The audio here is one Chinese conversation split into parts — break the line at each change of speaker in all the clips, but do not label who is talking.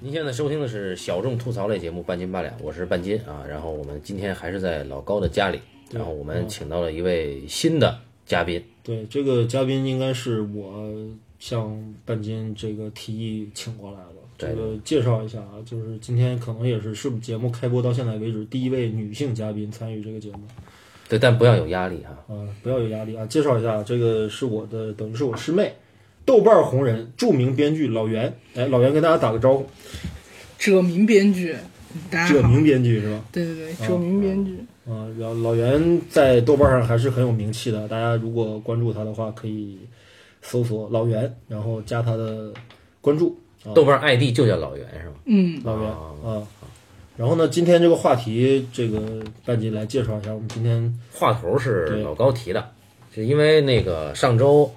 您现在收听的是小众吐槽类节目《半斤八两》，我是半斤啊。然后我们今天还是在老高的家里，然啊后我
嗯
们请到了一位新的嘉宾，
对，这个嘉宾应该是我向半斤这个提议请过来的。这个介绍一下啊，就是今天可能也是是节目开播到现在为止第一位女性嘉宾参与这个节目。
对，但不要有压力哈、
啊、不要有压力啊！介绍一下，这个是我的，等于是我师妹，豆瓣红人，著名编剧老袁。哎，老袁跟大家打个招呼。
者名编剧，大家
这
好。
名编哦剧是吧？
对对对，者名编剧。
啊，老老袁在豆瓣上还是很有名气的，大家如果关注他的话，可以搜索老袁，然后加他的关注
豆瓣 ID 就叫老袁是吧？
嗯，
老袁啊。然后呢，今天这个话题，这个半斤来介绍一下，我们今天
话头是老高提的，是因为那个上周，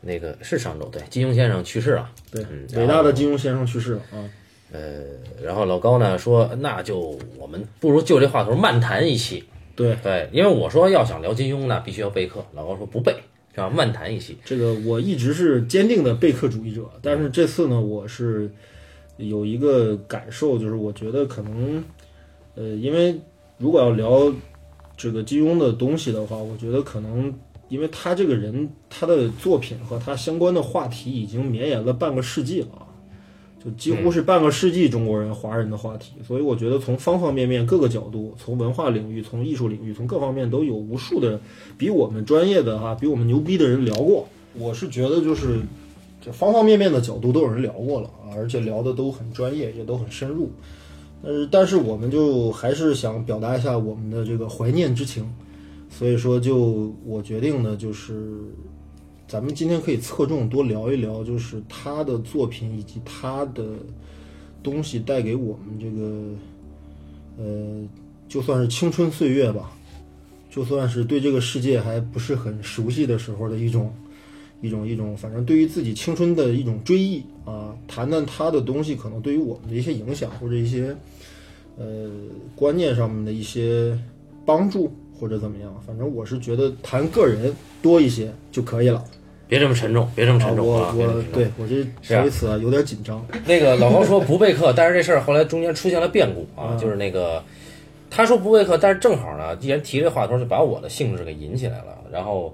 那个是上周对金庸先生去世了，
对
嗯
伟大的金庸先生去世了啊。
呃，然后老高呢说，那就我们不如就这话头漫谈一期，
对，
对，因为我说要想聊金庸呢，必须要备课，老高说不备，是吧？漫谈一期，
这个我一直是坚定的备课主义者，但是这次呢，我是有一个感受，就是我觉得可能，呃，因为如果要聊这个金庸的东西的话，我觉得可能因为他这个人，他的作品和他相关的话题已经绵延了半个世纪了啊。就几乎是半个世纪中国人、华人的话题，所以我觉得从方方面面、各个角度，从文化领域、从艺术领域、从各方面都有无数的比我们专业的哈、啊比我们牛逼的人聊过。我是觉得就是这方方面面的角度都有人聊过了啊，而且聊的都很专业，也都很深入。但是，但是我们就还是想表达一下我们的这个怀念之情，所以说就我决定呢，就是咱们今天可以侧重多聊一聊，就是他的作品以及他的东西带给我们这个，呃，就算是青春岁月吧，就算是对这个世界还不是很熟悉的时候的一种一种一种，反正对于自己青春的一种追忆啊，谈谈他的东西可能对于我们的一些影响或者一些呃观念上面的一些帮助或者怎么样，反正我是觉得谈个人多一些就可以了。
别这么沉重，别这么沉重
啊
啊！
我
别这么
我
沉重
对我这
啊
手语词啊有点紧张。
那个老高说不备课，但是这事儿后来中间出现了变故啊，就是那个他说不备课，但是正好呢，既然提这话头，就把我的兴致给引起来了。然后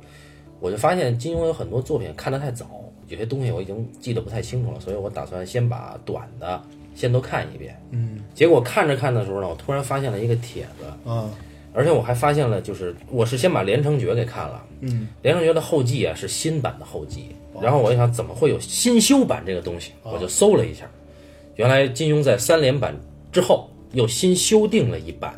我就发现金庸有很多作品看得太早，有些东西我已经记得不太清楚了，所以我打算先把短的先都看一遍。
嗯
结果看着看的时候呢，我突然发现了一个帖子，
啊
而且我还发现了，就是我是先把《连城诀》给看了，
嗯
《连城诀》的后记啊是新版的后记，然后我一想怎么会有新修版这个东西，我就搜了一下，原来金庸在三连版之后又新修订了一版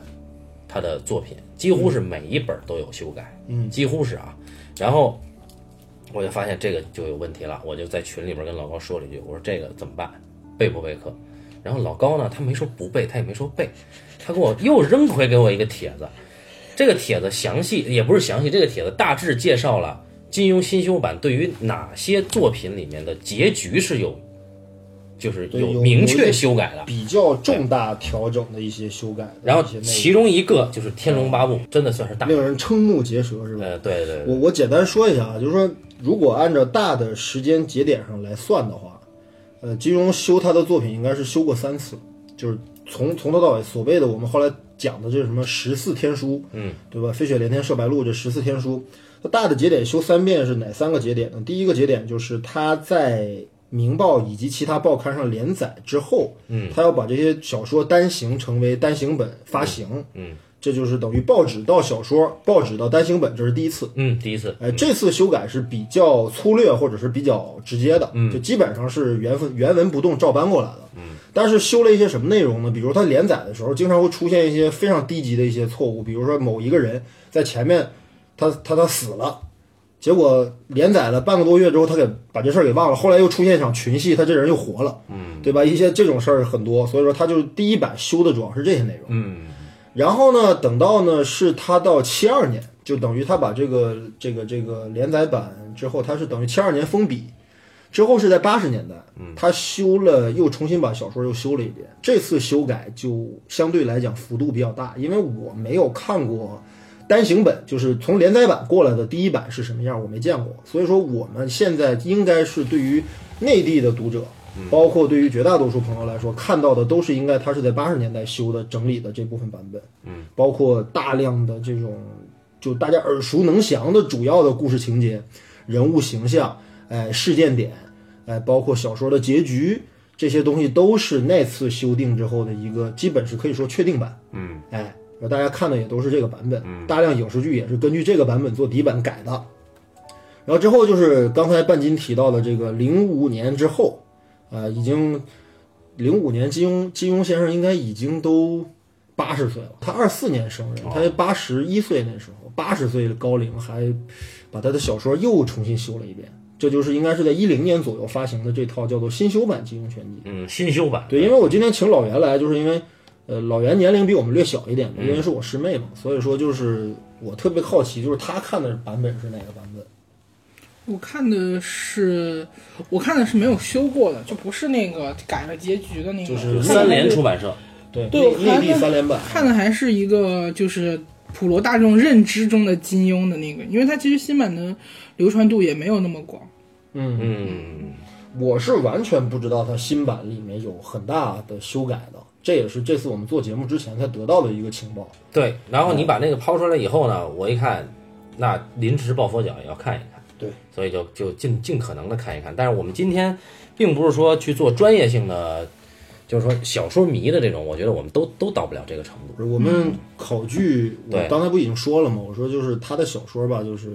他的作品，几乎是每一本都有修改，
嗯
几乎是啊。然后我就发现这个就有问题了，我就在群里面跟老高说了一句，我说这个怎么办，备不备课？然后老高呢，他没说不背，他也没说背，他给我又扔回给我一个帖子。这个帖子详细也不是详细，这个帖子大致介绍了金庸新修版对于哪些作品里面的结局是有，就是
对有
明确修改的。
比较重大调整的一些修改的一些内
然
容，
后其中一个就是《天龙八部》，真的算是大。
令人瞠目结舌是吧？
呃，对对
我
对，
我简单说一下啊，就是说，如果按照大的时间节点上来算的话，呃，金庸修他的作品应该是修过三次，就是从从头到尾，所谓的我们后来讲的这什么十四天书，嗯，对吧？飞雪连天射白鹿这十四天书，那大的节点修三遍是哪三个节点呢？第一个节点就是他在《明报》以及其他报刊上连载之后，嗯，他要把这些小说单行成为单行本发行，嗯。这就是等于报纸到小说，报纸到单行本，这是第一次。
嗯，第一次，
哎，这次修改是比较粗略或者是比较直接的，就基本上是原文原文不动照搬过来的。嗯，但是修了一些什么内容呢？比如它连载的时候，经常会出现一些非常低级的一些错误，比如说某一个人在前面他他他死了，结果连载了半个多月之后，他给把这事儿给忘了，后来又出现一场群戏，他这人又活了，嗯，对吧？一些这种事儿很多，所以说他就第一版修的主要是这些内容，然后呢，等到呢是他到七二年，就等于他把这个这个这个连载版之后，他是等于七二年封笔，之后是在八十年代，他修了又重新把小说又修了一遍。这次修改就相对来讲幅度比较大，因为我没有看过单行本，就是从连载版过来的第一版是什么样，我没见过，所以说我们现在应该是对于内地的读者包括对于绝大多数朋友来说，看到的都是应该它是在八十年代修的整理的这部分版本，
嗯，
包括大量的这种就大家耳熟能详的主要的故事情节、人物形象、哎事件点，哎包括小说的结局，这些东西都是那次修订之后的一个基本是可以说确定版，
嗯
哎，而大家看的也都是这个版本，大量影视剧也是根据这个版本做底版改的。然后之后就是刚才半斤提到的这个零五年之后，呃，已经零五年金庸金庸先生应该已经都八十岁了，他二四年生人，他八十一岁那时候，八十岁的高龄还把他的小说又重新修了一遍，这就是应该是在一零年左右发行的这套叫做新修版金庸全集。
嗯，新修版，
对，因为我今天请老袁来，就是因为，呃，老袁年龄比我们略小一点嘛，因为是我师妹嘛，所以说就是我特别好奇，就是她看的版本是哪个版本？
我看的是，我看的是没有修过的，就不是那个改了结局的那个。
就是
就
看的
三联
还是
出版社，
对
对我
内内地
看
三连版。
看的还是一个就是普罗大众认知中的金庸的那个，因为它其实新版的流传度也没有那么广。
嗯，
嗯，
我是完全不知道它新版里面有很大的修改的，这也是这次我们做节目之前才得到的一个情报。
对。然后你把那个抛出来以后呢，我一看，那临时抱佛脚也要看一看。
对，
所以就就尽尽可能的看一看。但是我们今天并不是说去做专业性的，就是说小说迷的这种，我觉得我们都都到不了这个程度。
我们考据，我
嗯对
刚才不已经说了吗？我说就是他的小说吧，就是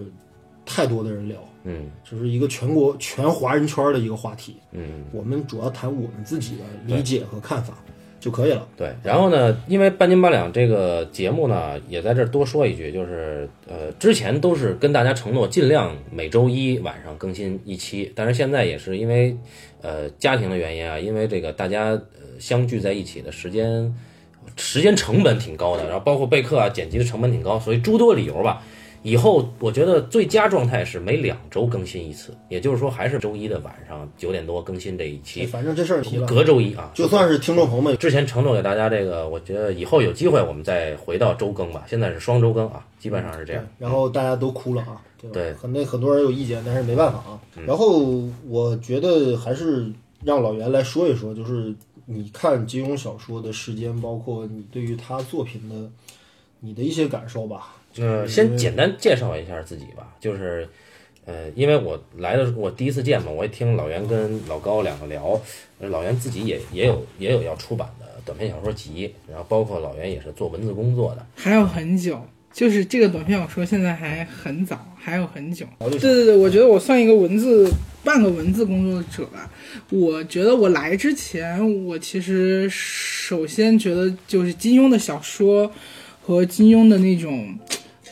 太多的人聊，
嗯
就是一个全国全华人圈的一个话题。
嗯，
我们主要谈我们自己的理解和看法就可以了。
对。然后呢，因为半斤八两这个节目呢，也在这儿多说一句，就是呃，之前都是跟大家承诺尽量每周一晚上更新一期，但是现在也是因为呃家庭的原因啊，因为这个大家呃相聚在一起的时间。时间成本挺高的，然后包括备课啊、剪辑的成本挺高，所以诸多理由吧。以后我觉得最佳状态是每两周更新一次，也就是说还是周一的晚上九点多更新这一期，
反正这事儿提了，
隔周一啊。
就算是听众朋友们
之前承诺给大家这个，我觉得以后有机会我们再回到周更吧。现在是双周更啊，基本上是这样。
然后大家都哭了啊，对吧？
对嗯
很多很多人有意见，但是没办法啊。然后我觉得还是让老袁来说一说，就是你看金庸小说的时间，包括你对于他作品的你的一些感受吧。
呃，先简单介绍一下自己吧，就是，呃，因为我来的时候我第一次见嘛，我也听老袁跟老高两个聊，呃老袁自己也也有也有要出版的短篇小说集，然后包括老袁也是做文字工作的，
还有很久，就是这个短篇小说现在还很早，还有很久。
聊就
对
行
对对，我觉得我算一个文字半个文字工作者吧。我觉得我来之前，我其实首先觉得就是金庸的小说和金庸的那种。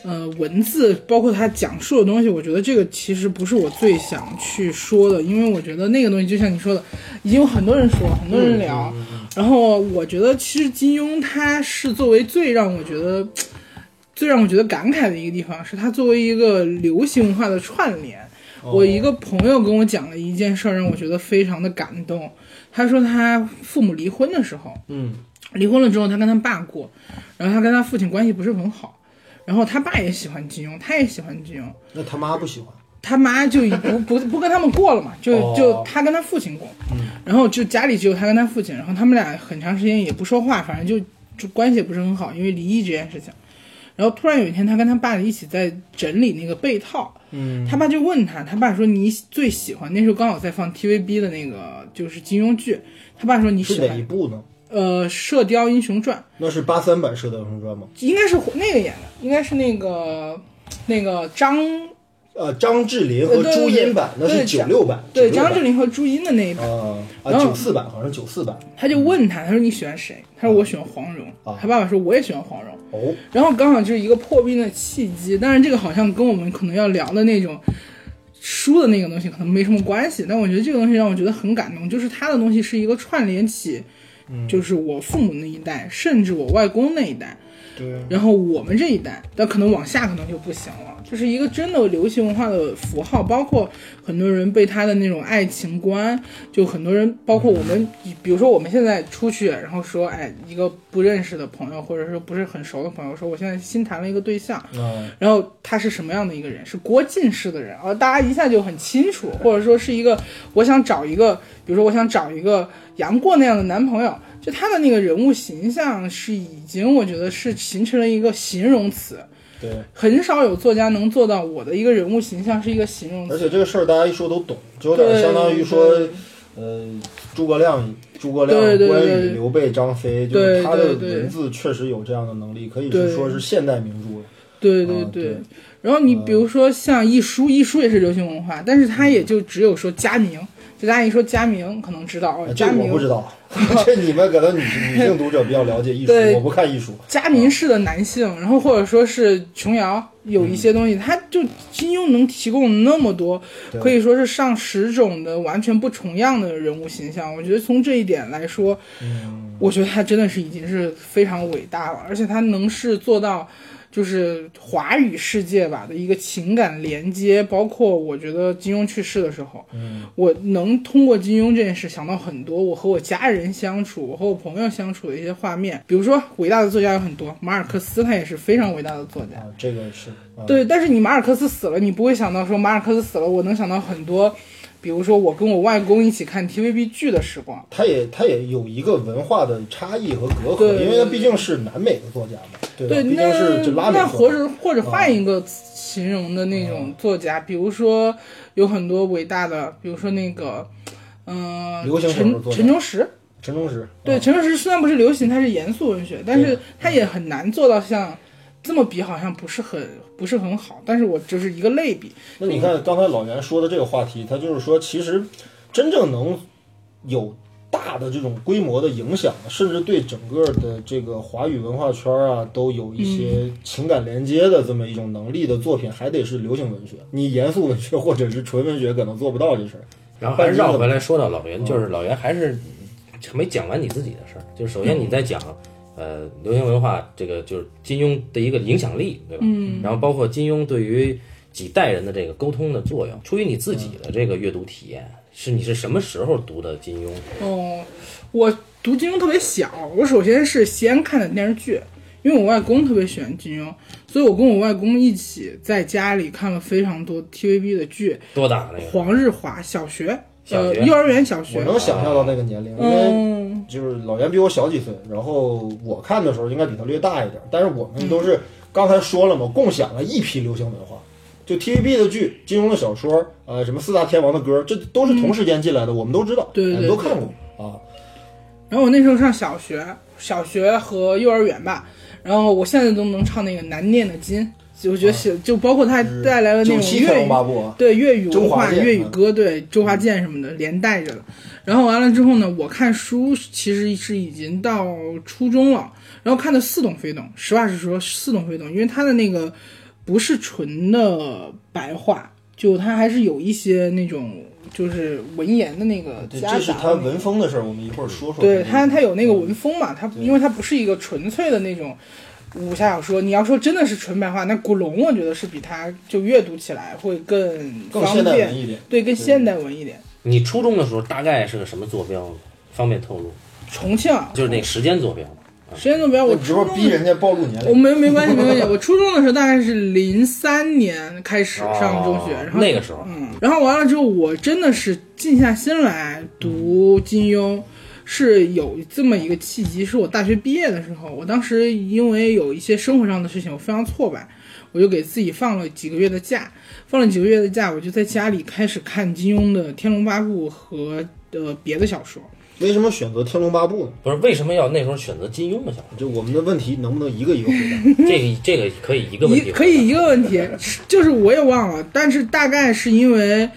呃，文字包括他讲述的东西，我觉得这个其实不是我最想去说的，因为我觉得那个东西就像你说的，已经有很多人说，很多人聊，然后我觉得，其实金庸他是作为最让我觉得、最让我觉得感慨的一个地方，是他作为一个流行文化的串联。
哦
我一个朋友跟我讲了一件事儿，让我觉得非常的感动。他说他父母离婚的时候，
嗯，
离婚了之后，他跟他爸过，然后他跟他父亲关系不是很好，然后他爸也喜欢金庸，他也喜欢金庸，
那他妈不喜欢，
他妈就已不 不不跟他们过了嘛，就
哦嗯
就他跟他父亲过，然后就家里只有他跟他父亲，然后他们俩很长时间也不说话，反正就就关系也不是很好，因为离异这件事情。然后突然有一天，他跟他爸一起在整理那个被套，
嗯，
他爸就问他，他爸说你最喜欢那时候刚好在放 TVB 的那个就是金庸剧，他爸说你
是
喜
哪一
欢
部呢？
呃《射雕英雄传》，
那是八三版《射雕英雄传》吗？
应该是那个演的，应该是那个那个张
呃，张智霖和
对对
朱
对
茵版，那
对
是九六版，
对
96版
张智霖和朱茵的那一版。
啊啊
然后
九四版好像九四版
他就问他，他说你喜欢谁？他说我喜欢黄蓉。
啊
他爸爸说我也喜欢黄蓉。
哦，
然后刚好就是一个破冰的契机，但是这个好像跟我们可能要聊的那种书的那个东西可能没什么关系。但我觉得这个东西让我觉得很感动，就是他的东西是一个串联起，就是我父母那一代，甚至我外公那一代。
对，
然后我们这一代，但可能往下可能就不行了，就是一个真的流行文化的符号，包括很多人被他的那种爱情观，就很多人，包括我们，比如说我们现在出去，然后说，哎，一个不认识的朋友，或者说不是很熟的朋友，说我现在新谈了一个对象，
嗯，
然后他是什么样的一个人？是国进式的人啊，大家一下就很清楚，或者说是一个我想找一个，比如说我想找一个杨过那样的男朋友，就他的那个人物形象是已经我觉得是形成了一个形容词，
对，
很少有作家能做到我的一个人物形象是一个形容
而
词，
且这个事儿大家一说都懂，就有点
对，
相当于说，
对
呃，诸葛亮、诸葛亮、
对对
关
对
羽、刘备、张飞，就是
对
他的
对对
文字确实有这样的能力，可以是
对
说是现代名著了。
对对
啊对
对。然后你比如说像一书，一书也是流行文化，但是他也就只有说佳明，就大家一说佳明可能知道哦，
哎这
佳
个
明
我不知道， 这你们可能女女性读者比较了解艺术，
对
我不看艺术。
佳明式的男性，然后或者说是琼瑶，有一些东西，他就金庸能提供那么多，
对
可以说是上十种的完全不重样的人物形象。我觉得从这一点来说，
嗯，
我觉得他真的是已经是非常伟大了，而且他能是做到。就是华语世界吧的一个情感连接，包括我觉得金庸去世的时候，
嗯
我能通过金庸这件事想到很多我和我家人相处、我和我朋友相处的一些画面。比如说，伟大的作家有很多，马尔克斯他也是非常伟大的作家。
啊，这个是，啊、
对，但是你马尔克斯死了，你不会想到说马尔克斯死了，我能想到很多，比如说我跟我外公一起看 TVB 剧的时光。
他也他也有一个文化的差异和隔阂，
对
因为他毕竟是南美的作家嘛，对吧？
对，
毕
那
竟是就拉美啊
那
作
或
家。
者或者换一个形容的那
啊
种作家，比如说有很多伟大的，比如说那个，嗯、
流行小说
陈
作家啊
陈忠实，
陈忠实，
对，
啊
陈忠实虽然不是流行，它是严肃文学，但
对
是它也很难做到像这么比，好像不是很不是很好。但是我就是一个类比，
那你看刚才老袁说的这个话题，他就是说，其实真正能有大的这种规模的影响，甚至对整个的这个华语文化圈啊，都有一些
嗯
情感连接的这么一种能力的作品，还得是流行文学。你严肃文学或者是纯文学，可能做不到这事儿。
然后还是绕回来说嗯到老袁，就是老袁还是没讲完你自己的事儿。就是首先你在讲，呃，流行文化这个就是金庸的一个影响力，对吧？嗯。然后包括金庸对于几代人的这个沟通的作用，出于你自己的这个阅读体验，是你是什么时候读的金庸？
哦，我读金庸特别小，我首先是先看的电视剧，因为我外公特别喜欢金庸，所以我跟我外公一起在家里看了非常多 TVB 的剧，
多大那
《
个？
黄日华》小学，
小学
呃，幼儿园、小
我
学，
能想象到那个年龄，因为
嗯，
就是老袁比我小几岁，然后我看的时候应该比他略大一点，但是我们都
嗯
是刚才说了嘛，共享了一批流行文化，就 TVB 的剧、金庸的小说，呃，什么四大天王的歌，这都是同时间进来的，我们都知道，
嗯对对
我们
对
都看过啊。
然后我那时候上小学，小学和幼儿园吧，然后我现在都能唱那个《难念的经》，就我觉得写，就包括它还带来了那
啊九
种
七天
粤
龙
语，
八部啊，
对粤语文
周华嗯
化、
健
粤语歌，对周华健什么的连带着的。然后完了之后呢，我看书其实是已经到初中了，然后看的似懂非懂。实话实说，似懂非懂，因为它的那个不是纯的白话，就它还是有一些那种就是文言的那个
这
夹杂
这
的
是
那
他
种
文风的事儿，我们一会儿说嗯说。
对它，它有那个文风嘛，它因为它不是一个纯粹的那种武侠小说。你要说真的是纯白话，那古龙我觉得是比它就阅读起来会更
更
方
现代文
便，
一点，
对，更现代文一点。
你初中的时候大概是个什么坐标呢？方便透露，
重庆啊
就是那时间坐标。
时间坐标，我
你直播
初中
逼人家暴露年
我
龄。
没没关系没关系，我初中的时候大概是零三年开始上中学，
哦
然后
那个时候
嗯，然后完了之后，我真的是静下心来读金庸，是有这么一个契机，是我大学毕业的时候，我当时因为有一些生活上的事情，我非常挫败，我就给自己放了几个月的假，放了几个月的假，我就在家里开始看金庸的《天龙八部》和呃别的小说。
为什么选择《天龙八部》呢？
不是为什么要那时候选择金庸的小
就我们的问题能不能一个一个回答？
说？这个这个可以一个问题
一可以一个问题，就是我也忘了，但是大概是因为，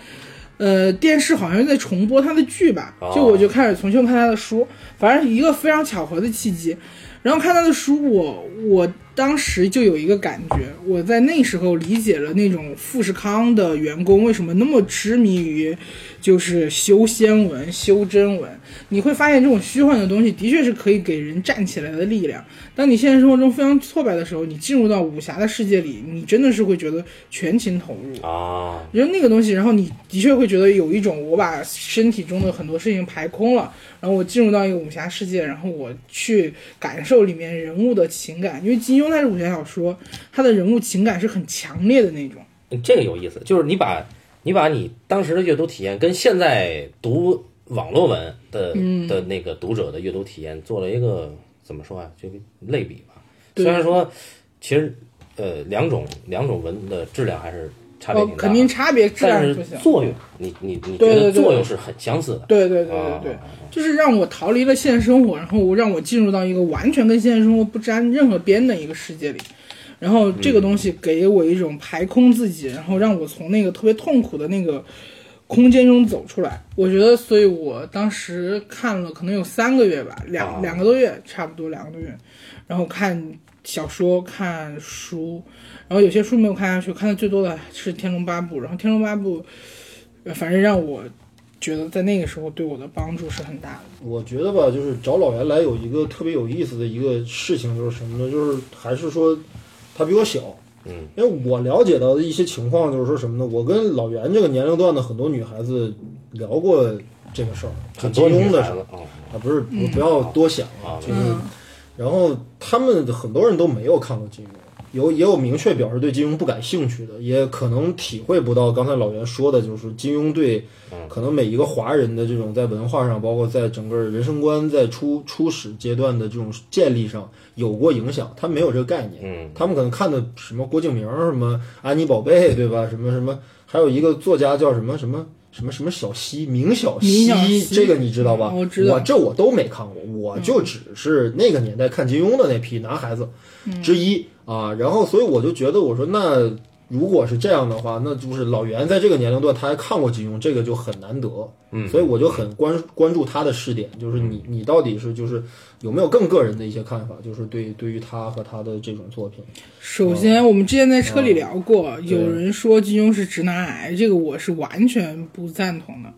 呃，电视好像在重播他的剧吧，
哦
就我就开始重新看他的书，反正一个非常巧合的契机，然后看他的书，我我当时就有一个感觉，我在那时候理解了那种富士康的员工为什么那么痴迷于就是修仙文、修真文。你会发现，这种虚幻的东西的确是可以给人站起来的力量。当你现实生活中非常挫败的时候，你进入到武侠的世界里，你真的是会觉得全情投入。
啊，
因为那个东西，然后你的确会觉得有一种我把身体中的很多事情排空了，然后我进入到一个武侠世界，然后我去感受里面人物的情感。因为金庸他是武侠小说，他的人物情感是很强烈的那种。
这个有意思，就是你把你把你当时的阅读体验跟现在读网络文的、
嗯
的那个读者的阅读体验做了一个怎么说啊，就类比吧。
对
虽然说其实呃两种两种文的质量还是差别
哦
挺大，的，
肯定差别质
但
量不
是
行。
作用，你你你觉
对
得
对对
作用是很相似的。
对对对对对，就是让我逃离了现实生活，然后让我进入到一个完全跟现实生活不沾任何边的一个世界里。然后这个东西给我一种排空自己，然后让我从那个特别痛苦的那个空间中走出来。我觉得，所以我当时看了可能有三个月吧，两、
啊
两个多月，差不多两个多月。然后看小说、看书，然后有些书没有看下去，看的最多的是《天龙八部》。然后《天龙八部》呃，反正让我觉得在那个时候对我的帮助是很大的。
我觉得吧，就是找老袁来有一个特别有意思的一个事情，就是什么呢？就是还是说他比我小，
嗯，
因为我了解到的一些情况就是说什么呢？我跟老袁这个年龄段的很多女孩子聊过这个事儿，就
很
金
多女
庸的
孩
事儿
子啊
啊，不是不不要多想啊，
啊
就是，然后他们很多人都没有看过金庸。有也有明确表示对金庸不感兴趣的，也可能体会不到刚才老袁说的，就是金庸对可能每一个华人的这种在文化上，包括在整个人生观在初初始阶段的这种建立上有过影响，他没有这个概念。
嗯，
他们可能看的什么郭敬明、什么安妮宝贝，对吧？什么什么，还有一个作家叫什么什么什么什么小溪，明小
明
溪，
晓溪
这个你知道吧？
嗯我知道嗯
这我都没看过，我就只是那个年代看金庸的那批男孩子
嗯
之一、啊。然后，所以我就觉得，我说那如果是这样的话，那就是老袁在这个年龄段他还看过金庸，这个就很难得。
嗯
所以我就很关关注他的试点，就是你你到底是就是有没有更个人的一些看法，就是对对于他和他的这种作品。
首先，我们之前在车里聊过，
对
有人说金庸是直男癌，这个我是完全不赞同的。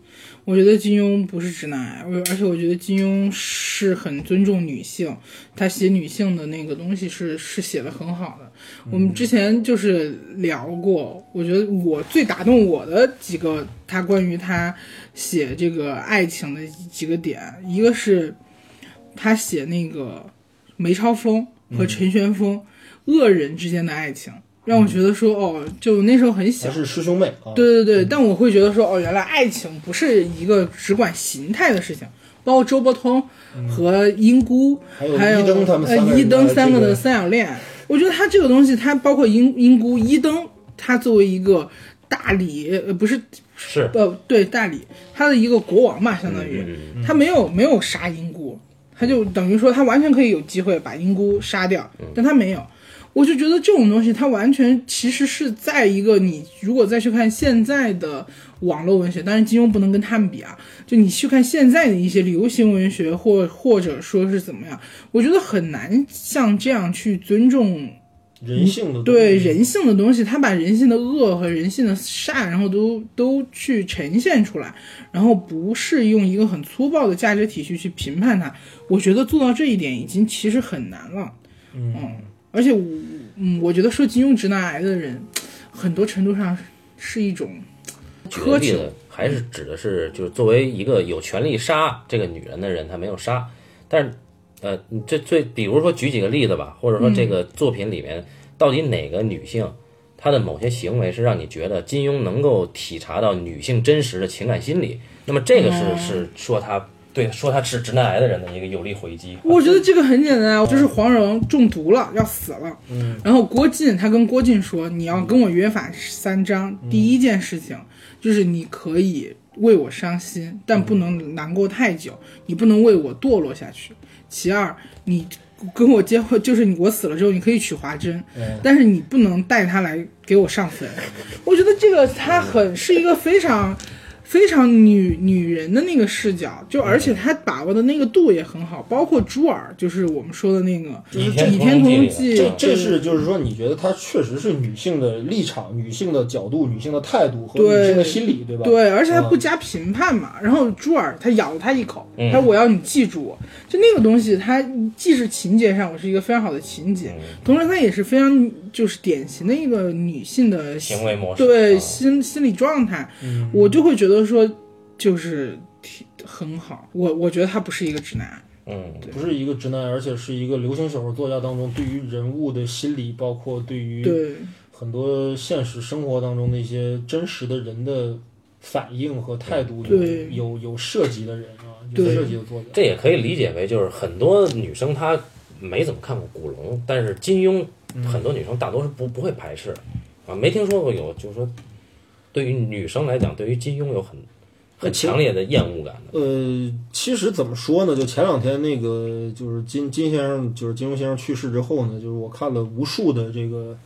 我觉得金庸不是直男癌，我而且我觉得金庸是很尊重女性，他写女性的那个东西是是写的很好的。我们之前就是聊过，我觉得我最打动我的几个他关于他写这个爱情的几个点，一个是他写那个梅超风和陈玄风、恶人之间的爱情，让我觉得说、哦，就那时候很小
还，是师兄妹啊？
对对对，但我会觉得说，哦，原来爱情不是一个只管形态的事情，包括周伯通和英姑，
还有
还有
一灯他们三个
呃
人
一灯
的
三
这
的
个
三角恋，我觉得他这个东西，他包括英英姑一灯，他作为一个大理，呃，不是
是
呃，对大理，他的一个国王嘛，相当于、他没有没有杀英姑，他就等于说他完全可以有机会把英姑杀掉，但他没有。我就觉得这种东西，它完全其实是在一个你如果再去看现在的网络文学，当然金庸不能跟他们比啊，就你去看现在的一些流行文学或或者说是怎么样，我觉得很难像这样去尊重
人性的
对
东西
人性的东西，他把人性的恶和人性的善，然后都都去呈现出来，然后不是用一个很粗暴的价值体系去评判它。我觉得做到这一点已经其实很难了。
嗯
而且我，嗯，我觉得说金庸直男癌的人，很多程度上是一种
举个
苛
例
求。
子，还是指的是就是作为一个有权利杀这个女人的人，他没有杀，但是呃，你这最比如说举几个例子吧，或者说这个作品里面到底哪个女性她的某些行为是让你觉得金庸能够体察到女性真实的情感心理，那么这个是、是说她对说她是直男癌的人的一个有力回击。
我觉得这个很简单啊，就是黄蓉中毒了，要死了。嗯，然后郭靖他跟郭靖说：“你要跟我约法三章，第一件事情就是你可以为我伤心，但不能难过太久，你不能为我堕落下去。其二，你跟我结婚，就是你我死了之后，你可以娶华筝，但是你嗯不能带她来给我上坟。我觉得这个他很是一个非常。非常女女人的那个视角，就而且他把握的那个度也很好，包括朱尔，就是我们说的那个
就是
《
嗯倚天屠龙记
这
里》，
这是就是说，你觉得它确实是女性的立场、女性的角度、女性的态度和
对
女性的心理，对吧？
对，而且他不加评判嘛。然后朱尔他咬了他一口，
嗯
他说我要你记住我，就那个东西，它既是情节上我是一个非常好的情
嗯
节，同时它也是非常就是典型的一个女性的心
行为模式，
对
啊
心心理状态，
嗯，
我就会觉得说就是挺很好。我我觉得他不是一个直男，
嗯，
不是一个直男，而且是一个流行小说作家当中对于人物的心理，包括对于
对
很多现实生活当中的一些真实的人的反应和态度有
对
有有涉及的人啊，有
对
涉及的作家。
这也可以理解为就是很多女生她没怎么看过古龙，但是金庸很多女生大多是不不会排斥啊，没听说过有就是说对于女生来讲，对于金庸有很很强烈的厌恶感的。
呃，其实怎么说呢？就前两天那个，就是金金先生，就是金庸先生去世之后呢，就是我看了无数的这个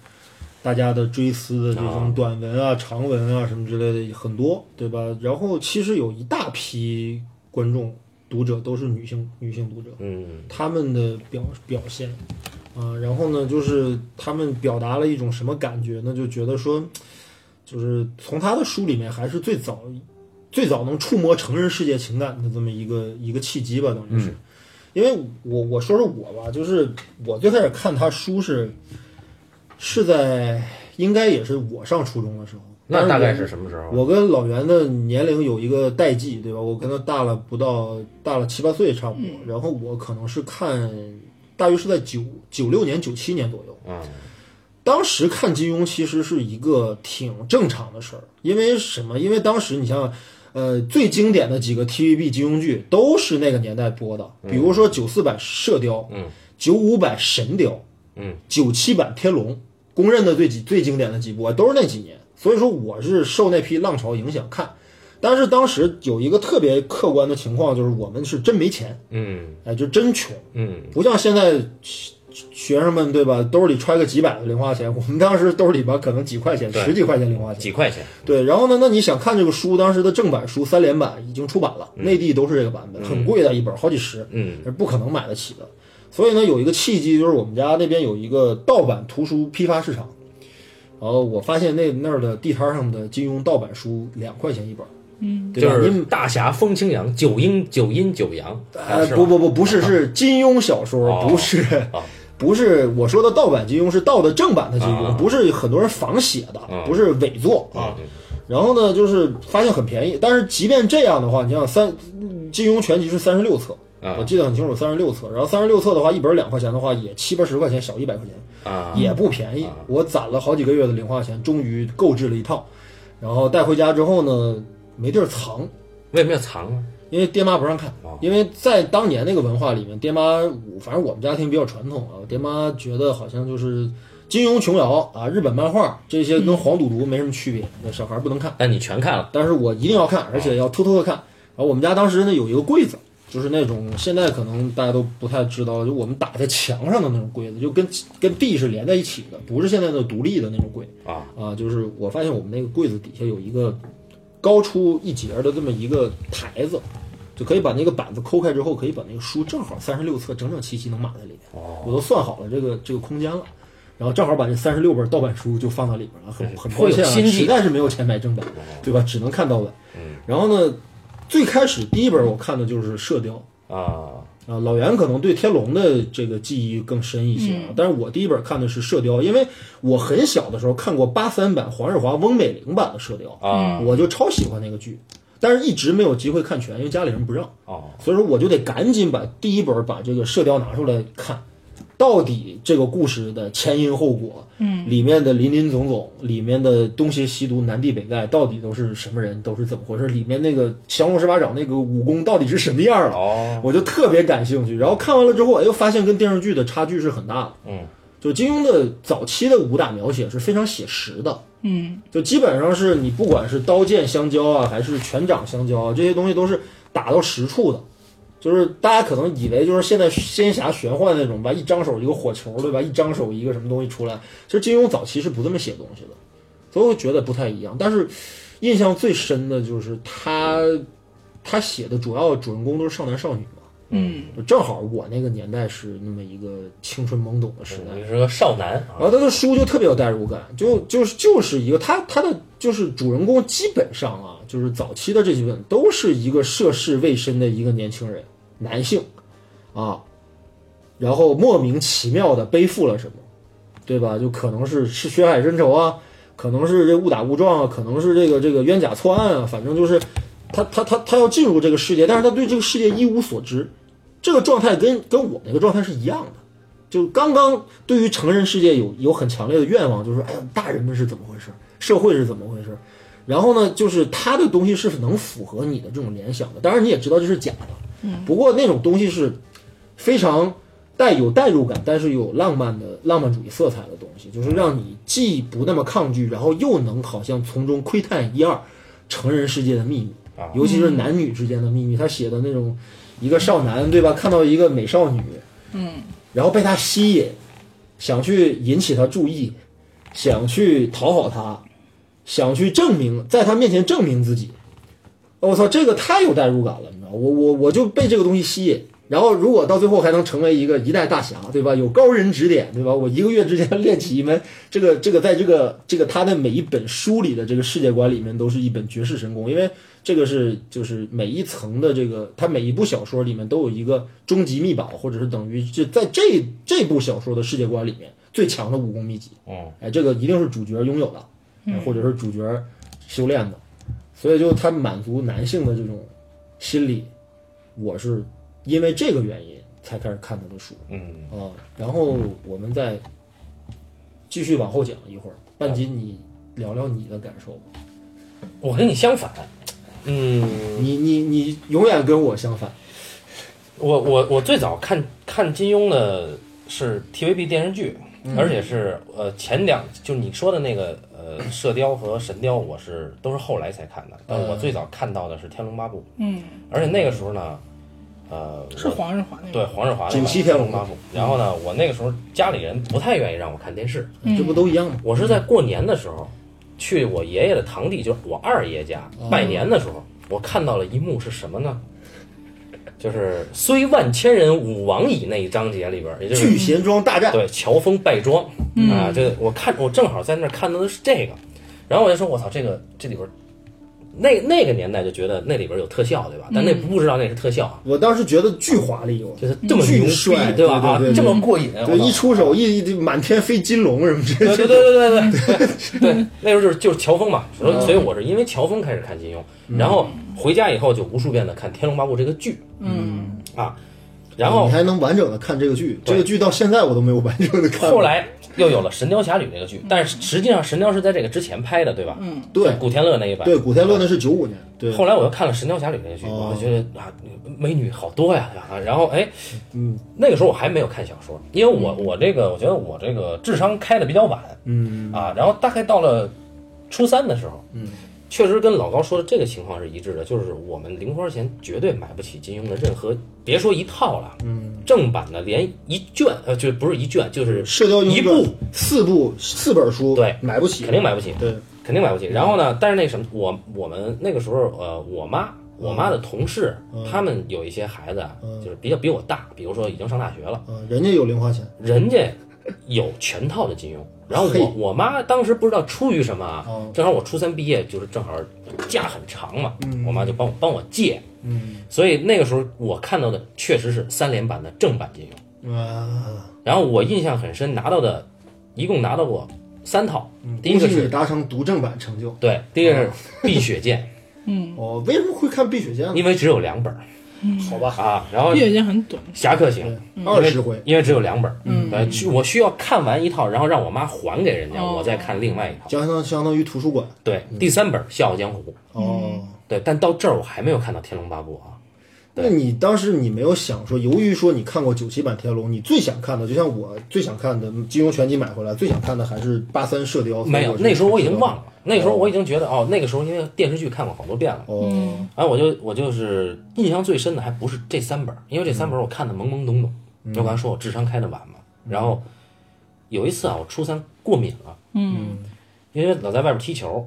大家的追思的这
啊
种短文啊、长文啊什么之类的很多，对吧？然后其实有一大批观众读者都是女性女性读者，
嗯，
他们的表表现啊、然后呢，就是他们表达了一种什么感觉呢？就觉得说，就是从他的书里面还是最早最早能触摸成人世界情感的这么一个一个契机吧，等
嗯
于是。因为我我说说我吧，就是我最开始看他书是是在应该也是我上初中的时候，
那
但
大概
我
是什么时候？
我跟老袁的年龄有一个代际，对吧？我跟他大了不到大了七八岁差不多。然后我可能是看，大约是在九九六年、九七年左右。
啊，
当时看金庸其实是一个挺正常的事儿，因为什么？因为当时你像，呃，最经典的几个 TVB 金庸剧都是那个年代播的，比如说九四版《射雕》，
嗯，
九五版《神雕》，
嗯，
九七版《天龙》，公认的最几最经典的几部啊，都是那几年。所以说我是受那批浪潮影响看，但是当时有一个特别客观的情况，就是我们是真没钱，
嗯
哎，就真穷。
嗯，
不像现在学学生们对吧，兜里揣个几百的零花钱，我们当时兜里边可能几块钱、
对
十几块钱零花钱。
几块钱，
对，然后呢，那你想看这个书，当时的正版书三连版已经出版了，内地都是这个版本，很贵的一本，好几十，
嗯，
是不可能买得起的。所以呢，有一个契机，就是我们家那边有一个盗版图书批发市场，然后我发现那那儿的地摊上的金庸盗版书两块钱一本，嗯，对
就
吧？你
是啊大侠风清扬，九阴九阴九阳，
呃，
是吧啊
不不不，不是，是金庸小说，
哦
不是
哦，
不是我说的盗版金庸，是盗的正版的金
啊
庸，不是很多人仿写的
啊，
不是伪作啊。然后呢，就是发现很便宜，但是即便这样的话，你像三金庸全集是三十六册，
啊
我记得很清楚，三十六册。然后三十六册的话，一本两块钱的话，也七八十块钱，小一百块钱。
啊，
也不便宜
啊。
我攒了好几个月的零花钱，终于购置了一套，然后带回家之后呢，没地儿藏，
为什么要藏啊？
因为爹妈不让看
哦，
因为在当年那个文化里面，爹妈，我反正我们家庭比较传统啊，我爹妈觉得好像就是金庸、琼瑶啊、日本漫画这些跟黄赌毒没什么区别，那小孩不能看。
但你全看了，
但是我一定要看，而且要偷偷的看。然后我们家当时呢有一个柜子，就是那种现在可能大家都不太知道，就我们打在墙上的那种柜子，就跟跟地是连在一起的，不是现在的独立的那种柜
啊
就是我发现我们那个柜子底下有一个高出一截儿的这么一个台子。就可以把那个板子抠开之后，可以把那个书正好三十六册整整齐齐能码在里面。
哦
我都算好了这个这个空间了，然后正好把这三十六本盗版书就放到里边了，很很
颇
抱
有哦
歉、啊，
心计
实在是没有钱买正版，对吧？只能看盗版。
嗯
然后呢，最开始第一本我看的就是《射雕》
啊，
啊，老袁可能对天龙的这个记忆更深一些啊，但是我第一本看的是《射雕》，因为我很小的时候看过八三版黄日华、翁美玲版的《射雕》
啊，
我就超喜欢那个剧，但是一直没有机会看全，因为家里人不让。
哦，
所以说我就得赶紧把第一本把这个《射雕》拿出来看，到底这个故事的前因后果，嗯，里面的林林总总，里面的东邪西毒南帝北丐到底都是什么人，都是怎么回事？里面那个降龙十八掌那个武功到底是什么样啊了？
哦，
我就特别感兴趣。然后看完了之后，哎，又发现跟电视剧的差距是很大的。
嗯，
就金庸的早期的武打描写是非常写实的，
嗯，
就基本上是你不管是刀剑相交啊，还是拳掌相交啊，这些东西都是打到实处的。就是大家可能以为就是现在仙侠玄幻那种吧，一张手一个火球，对吧？一张手一个什么东西出来，其实金庸早期是不这么写东西的，所以我觉得不太一样。但是印象最深的就是他他写的主要主人公都是少男少女嘛，
嗯，
正好我那个年代是那么一个青春懵懂的时代。
你是个少男
然后
啊，
他的书就特别有代入感，就就是就是一个他他的就是主人公基本上啊，就是早期的这几本都是一个涉世未深的一个年轻人，男性，啊，然后莫名其妙的背负了什么，对吧？就可能是是血海深仇啊，可能是这误打误撞啊，可能是这个这个冤假错案啊，反正就是他他他他要进入这个世界，但是他对这个世界一无所知，这个状态跟跟我那个状态是一样的。就刚刚对于成人世界有有很强烈的愿望，就是哎呀，大人们是怎么回事，社会是怎么回事，然后呢，就是他的东西是能符合你的这种联想的，当然你也知道这是假的，嗯，不过那种东西是非常带有代入感，但是有浪漫的浪漫主义色彩的东西，就是让你既不那么抗拒，然后又能好像从中窥探一二成人世界的秘密
啊，
尤其是男女之间的秘密，他写的那种一个少男对吧，看到一个美少女。然后被他吸引，想去引起他注意，想去讨好他，想去证明在他面前证明自己。我、操，这个太有代入感了，你知道，我我我就被这个东西吸引。然后如果到最后还能成为一个一代大侠，对吧？有高人指点，对吧？我一个月之间 练起一门这个这个，在这个这个他的每一本书里的这个世界观里面，都是一本绝世神功，因为这个是就是每一层的这个，他每一部小说里面都有一个终极秘宝，或者是等于就在这这部小说的世界观里面最强的武功秘籍。
嗯，
哎，这个一定是主角拥有的，哎或者是主角修炼的，所以就他满足男性的这种心理，我是因为这个原因才开始看他的书
嗯，
啊。然后我们再继续往后讲一会儿，半斤你聊聊你的感受吧，
我跟你相反，嗯，
你你你永远跟我相反，
我我我最早看看金庸的是 TVB 电视剧，而且是呃前两就你说的那个呃《射雕》和《神雕》，我是都是后来才看的，但是我最早看到的是《天龙八部》，
嗯，
而且那个时候呢，呃，
是
我
黄日华那
对
个，
黄日华那
锦
个
溪
《
天
天
龙
龙
八
八
部
部》，然后呢，我那个时候家里人不太愿意让我看电视，
哎这不都一样吗？
我是在过年的时候去我爷爷的堂弟，就是我二爷家
哦
拜年的时候，我看到了一幕是什么呢？就是虽万千人吾往矣那一章节里边，也就是
聚贤庄大战，
对乔峰败庄
嗯
啊，这我看我正好在那儿看到的是这个，然后我就说我操，这个这里边。那那个年代就觉得那里边有特效，对吧？但那
嗯
不知道那是特效啊，
我当时觉得巨华丽，我
就是这么
嗯巨
牛逼
帅，，
吧？啊
对，对，
这
对
么啊过瘾，
对
我操
一出手一一满天飞金龙什么之类的
对对对对对对 对，那时候就是就是乔峰嘛，所以所以我是因为乔峰开始看金庸，然后回家以后就无数遍的看《天龙八部》这个剧
嗯，
啊，然后
哦你还能完整的看这个剧，这
对
个剧到现在我都没有完整的看。
后来又有了《神雕侠侣》这个剧，但是实际上《神雕》是在这个之前拍的，对吧？嗯，
对
古天乐那一版。
对古天乐那是九五年，对，
后来我又看了《神雕侠侣》这个剧，
哦
我就觉得啊，美女好多呀，啊，然后哎，嗯，那个时候我还没有看小说，因为我我这个我觉得我这个智商开的比较晚，
嗯
啊，然后大概到了初三的时候，
嗯，
确实跟老高说的这个情况是一致的，就是我们零花钱绝对买不起金庸的任何，别说一套了，
嗯，
正版的连一卷呃，就不是一卷，就是
《射雕英
一
雄传》
部
四部四本书，
对
买不起，
肯定买不起，
对，嗯
肯定买不起。然后呢，但是那什么，我我们那个时候呃，我妈。
嗯
我妈的同事，他们有一些孩子啊，就是比较比我大，比如说已经上大学了，
嗯，人家有零花钱，
人家有全套的金庸。然后
嘿
我我妈当时不知道出于什么啊
哦，
正好我初三毕业，就是正好假很长嘛，我妈就帮我帮我借。
嗯
所以那个时候我看到的确实是三连版的正版金庸。
啊，
然后我印象很深，拿到的一共拿到过三套，第一
恭
个
喜你
是
达成读正版成就。
对，第一个是碧血 剑，
哦，为什么会看碧血剑啊呢？
因为只有两本儿
好吧，
啊，然后
毕业间很短，
侠客行。
二十回，
因为只有两本儿，嗯，需我需要看完一套，然后让我妈还给人家，
哦
我再看另外一套。
相当相当于图书馆。
对，第三本《笑傲江湖》。
哦，
对，但到这儿我还没有看到《天龙八部》啊。
那你当时你没有想说，由于说你看过九七版《天龙》，你最想看的，就像我最想看的金庸全集买回来，最想看的还是八三射雕。
没有，
所以
那时候我已经
知道
忘了，那时候我已经觉得哦，那个时候因为电视剧看过好多遍了，
哦，
然哎后我就我就是印象最深的还不是这三本儿，因为这三本儿我看的懵懵懂懂。
嗯
我刚才说我智商开的晚嘛，然后有一次
嗯
啊，我初三过敏了，嗯，因为老在外边踢球，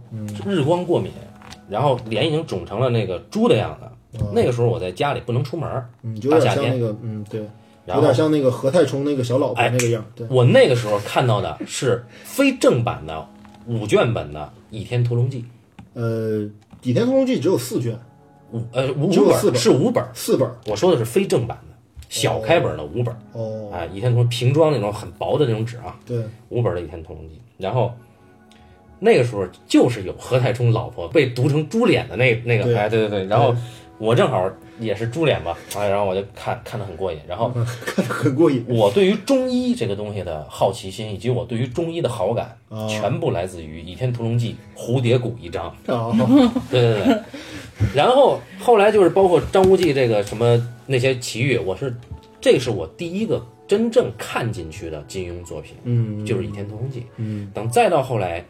日光过敏，然后脸已经肿成了那个猪的样子。那个时候我在家里不能出门儿，
嗯，有点
大夏
像
天
那个，嗯，对，
然后哎
有点像那个何太冲那个小老婆那个样，对，
我那个时候看到的是非正版的五卷本的《倚天屠龙记
呃，《倚天屠龙记》只有四卷，》，
五呃五
只有
五本
四
儿
本
是五本儿，
四本儿，
我说的是非正版的小开本的五本儿
哦，
啊，《倚天屠龙》平装那种很薄的那种纸啊，
对，
五本的《倚天屠龙记》，然后。那个时候就是有何太冲老婆被读成猪脸的那那
对
个，哎，对对对，然后我正好也是猪脸吧，哎，然后我就看看得很过瘾，然后
看得很过瘾，
我对于中医这个东西的好奇心，以及我对于中医的好感，
哦
全部来自于《倚天屠龙记》蝴蝶谷一章。
啊，
对对对。然后后来就是包括张无忌这个什么那些奇遇，我是这是我第一个真正看进去的金庸作品，
嗯，
就是《倚天屠龙记》。
嗯
等再到后来，《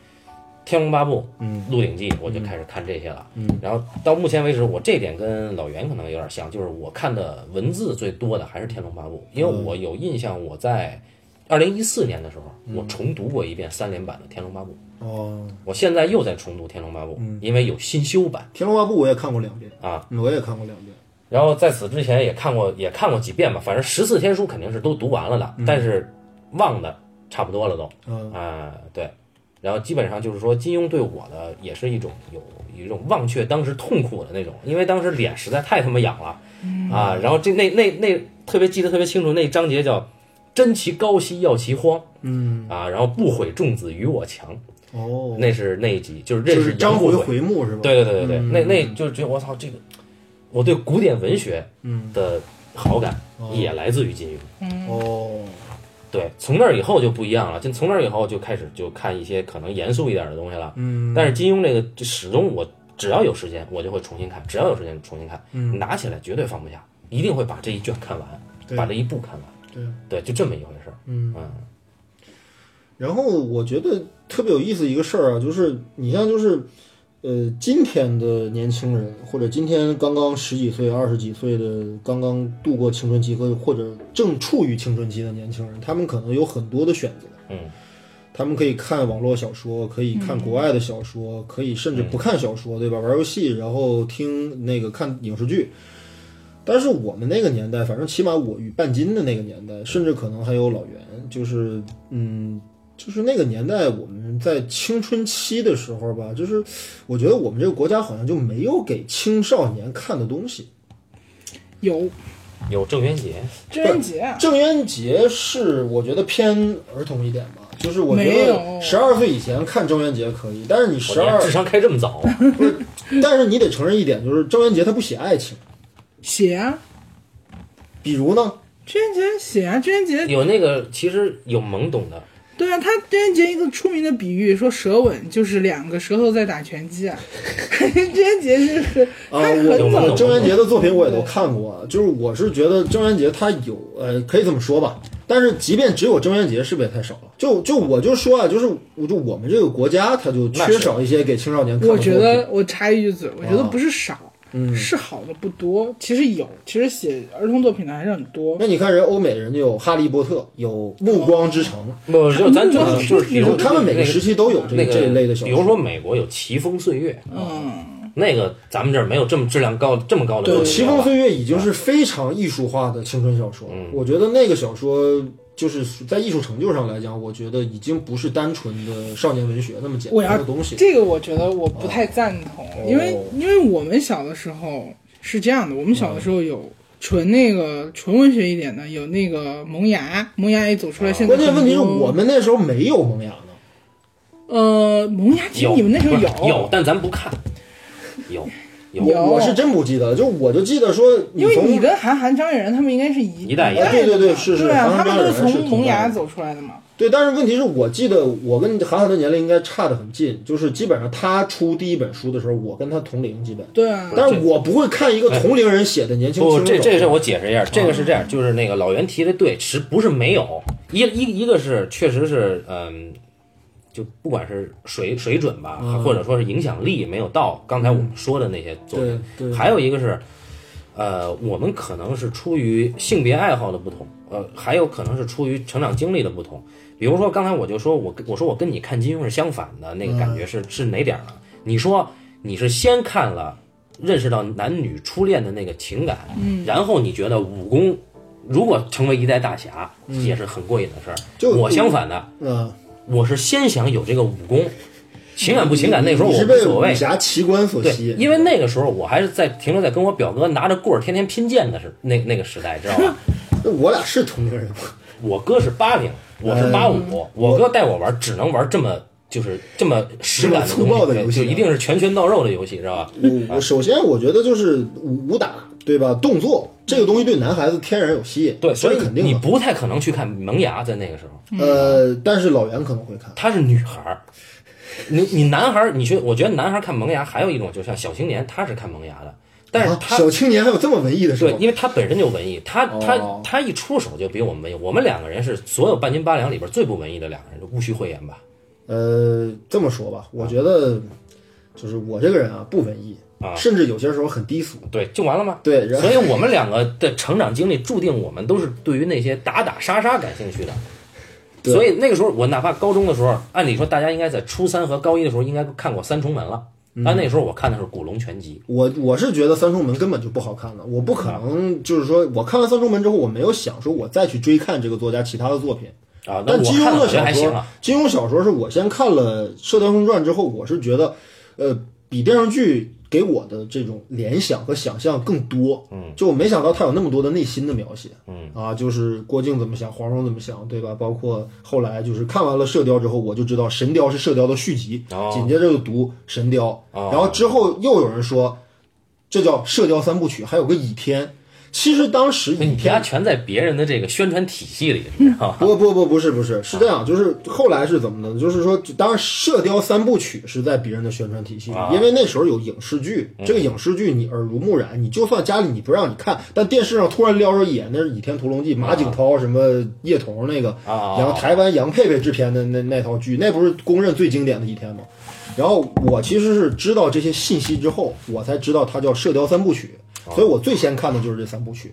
天龙八部》
嗯
《鹿鼎记》，我就开始看这些了。
嗯，
然后到目前为止，我这点跟老袁可能有点像，就是我看的文字最多的还是《天龙八部》，
嗯
因为我有印象，我在二零一四年的时候，
嗯
我重读过一遍三连版的《天龙八部》，
哦，
我现在又在重读《天龙八部》，
嗯
因为有新修版
《天龙八部》我也看过两遍，
啊。
嗯我也看过两遍，
然后在此之前也看过，也看过几遍吧，反正十四天书肯定是都读完了的，但是忘的差不多了都。
嗯，
啊、对。然后基本上就是说，金庸对我的也是一种有有一种忘却当时痛苦的那种，因为当时脸实在太他妈痒了、
嗯
啊。然后这那那那特别记得特别清楚，那章节叫“珍其高兮，要其荒”，嗯啊，然后不悔众子于我强，
哦，
那是那一集，就是认
就
识
是章
杨不
回
悔。
回目是吧？
对对对对对，
嗯
那那就是觉得我操，这个我对古典文学
嗯
的好感
哦
也来自于金庸。
哦，
对，从那儿以后就不一样了，就从那儿以后就开始就看一些可能严肃一点的东西了。
嗯，
但是金庸这个就始终我只要有时间，我就会重新看，只要有时间重新看，
嗯
拿起来绝对放不下，一定会把这一卷看完，
对
把这一部看完，
对，
对，就这么一回事儿。
嗯
嗯
然后我觉得特别有意思一个事儿啊，就是你像就是，呃，今天的年轻人，或者今天刚刚十几岁、二十几岁的，刚刚度过青春期和或者正处于青春期的年轻人，他们可能有很多的选择，
嗯，
他们可以看网络小说，可以看国外的小说，可以甚至不看小说，对吧？玩游戏，然后听那个看影视剧。但是我们那个年代，反正起码我与半斤的那个年代，甚至可能还有老袁，就是嗯，就是那个年代，我们在青春期的时候吧，就是我觉得我们这个国家好像就没有给青少年看的东西。
有
有郑渊洁，
郑渊洁啊，
郑渊洁是我觉得偏儿童一点吧，就是我觉
没
得
有
十二岁以前看郑渊洁可以，但是你
我
十
这
二
智商开这么 早，
但是你得承认一点，就是郑渊洁他不写爱情。
写啊，
比如呢，
郑渊洁写啊，郑渊洁
有那个其实有懵懂的，
对啊，他郑渊洁一个出名的比喻说舌吻就是两个舌头在打拳击 啊，郑渊洁就是
啊，
他
我
有
很
吗
早
我
有
郑渊洁的作品我也都看过啊，就是我是觉得郑渊洁他有，呃，可以这么说吧。但是即便只有郑渊洁，是不是也太少了？就就我就说啊，就是我就我们这个国家，他就缺少一些给青少年看的
我
作品。
觉得，我插一句嘴，我觉得
啊
不是少，
嗯
是好的不多。其实有，其实写儿童作品的还是很多。
那你看人欧美人就有《哈利波特》，有《暮光之城》
不就咱就就是比如
就是他们每
那
个时期都有这
那
这一类的小
比
说
如。说美国有《奇峰岁月》，
嗯，
那个咱们这儿没有这么质量高这么高的
对，《
东西
奇
了
峰
吧
岁月》已经是非常艺术化的青春小说了。我觉得那个小说就是在艺术成就上来讲，我觉得已经不是单纯的少年文学那么简
我要
单的东西。
这个我觉得我不太赞同，
哦
因为因为我们小的时候是这样的，我们小的时候有纯那个纯文学一点的，有那个萌芽，萌芽也走出来。现在
哦 关键问题是
很多
我们那时候没有萌芽呢。
呃，萌芽其实
有
你们那时候
不是
有
有，但咱不看，有有
有
我是真不记得，就我就记得说，
哦因为
从
你跟韩寒、张悦然他们应该是一
一代一
代
代
对
的嘛，
对对是是
对
韩
啊，
寒
他们
张悦
都
然是
从萌
同代
芽
的
走出来的嘛。
对，但是问题是我记得我跟韩寒的年龄应该差得很近，就是基本上他出第一本书的时候，我跟他同龄，基本。
对啊，
但是我不会看一个同龄人写的年轻
不，
青春
这
小
这是
说
我解释一下，这个是这样，就是那个老袁提的对，是不是没有？一一一个是确实是，嗯，就不管是水水准吧，
嗯
或者说是影响力没有到刚才我们说的那些作品，
对对
还有一个是，呃，我们可能是出于性别爱好的不同，呃，还有可能是出于成长经历的不同。比如说
嗯
刚才我就说我跟我说我跟你看金庸是相反的那个感觉是、是哪点儿呢？你说你是先看了认识到男女初恋的那个情感，嗯，然后你觉得武功如果成为一代大侠、也是很过瘾的事儿。
就
我相反的，
嗯，
我是先想有这个武功，情感不情感那时候
你
我
是
无
被
所
武
谓。
侠奇观所
对
吸，引，
因为那个时候我还是在停留在跟我表哥拿着棍儿天天拼剑的时那那个时代，知道 吧？
那我俩是同龄人吗？
我哥是八零，我是八
嗯
五，我哥带我玩只能玩这么就是这么实感的
这么粗暴的
东
游
西，
戏啊
就一定是拳拳到肉的游戏，知道吧？
我我首先我觉得就是武武打，对吧？动作这个东西对男孩子天然有吸引，
对，所
这
以
是肯
你
定啊的。
不太可能去看《萌芽》在那个时候，
呃，但是老袁可能会看，
她是女孩儿。你你男孩儿，你去，我觉得男孩儿看《萌芽》还有一种，就像小青年，他是看《萌芽》的，但是
啊，
他、
小青年还有这么文艺的时
对
候，，
因为他本身就文艺，他他
哦
他一出手就比我们文艺。我们两个人是所有半斤八两里边最不文艺的两个人，就戊戌慧眼吧。
呃，这么说吧，我觉得就是我这个人啊，不文艺，
啊
甚至有些时候很低俗。
对，就完了吗？
对，然后
所以我们两个的成长经历注定我们都是对于那些打打杀杀感兴趣的。
对
所以那个时候，我哪怕高中的时候，按理说大家应该在初三和高一的时候应该看过《三重门》了，
嗯
但那时候我看的是《古龙全集
我我是觉得《三重门》根本就不好看了，我不
啊
可能就是说我看完《三重门》之后，我没有想说我再去追看这个作家其他的作品。》
啊。那
但
我
金
看
庸
了
的
我觉得
小
还行
说
啊，，
金庸小说是我先看了《射雕英雄传》之后，我是觉得，呃，比电视剧给我的这种联想和想象更多。嗯，就我没想到他有那么多的内心的描写。嗯，啊，就是郭靖怎么想，黄蓉怎么想，对吧？包括后来就是看完了《射雕》之后，我就知道《神雕》是《射雕》的续集，
哦
紧接着就读《神雕》
哦
然后之后又有人说，这叫《射雕三部曲》，还有个《倚天》。其实当时
所以
倚
你
天
家全在别人的这个宣传体系里，你知道吧？
不不不不是不是是这样，就是后来是怎么呢？就是说，当然《射雕三部曲》是在别人的宣传体系里
啊，嗯
因为那时候有影视剧，这个影视剧你耳濡目染，你就算家里你不让你看，但电视上突然撩着演那是《倚天屠龙记》，马景涛什么叶童那个，
啊
然后台湾杨佩佩制片的那那套剧，那不是公认最经典的一天吗？然后我其实是知道这些信息之后，我才知道它叫《射雕三部曲》，所以我最先看的就是这三部曲。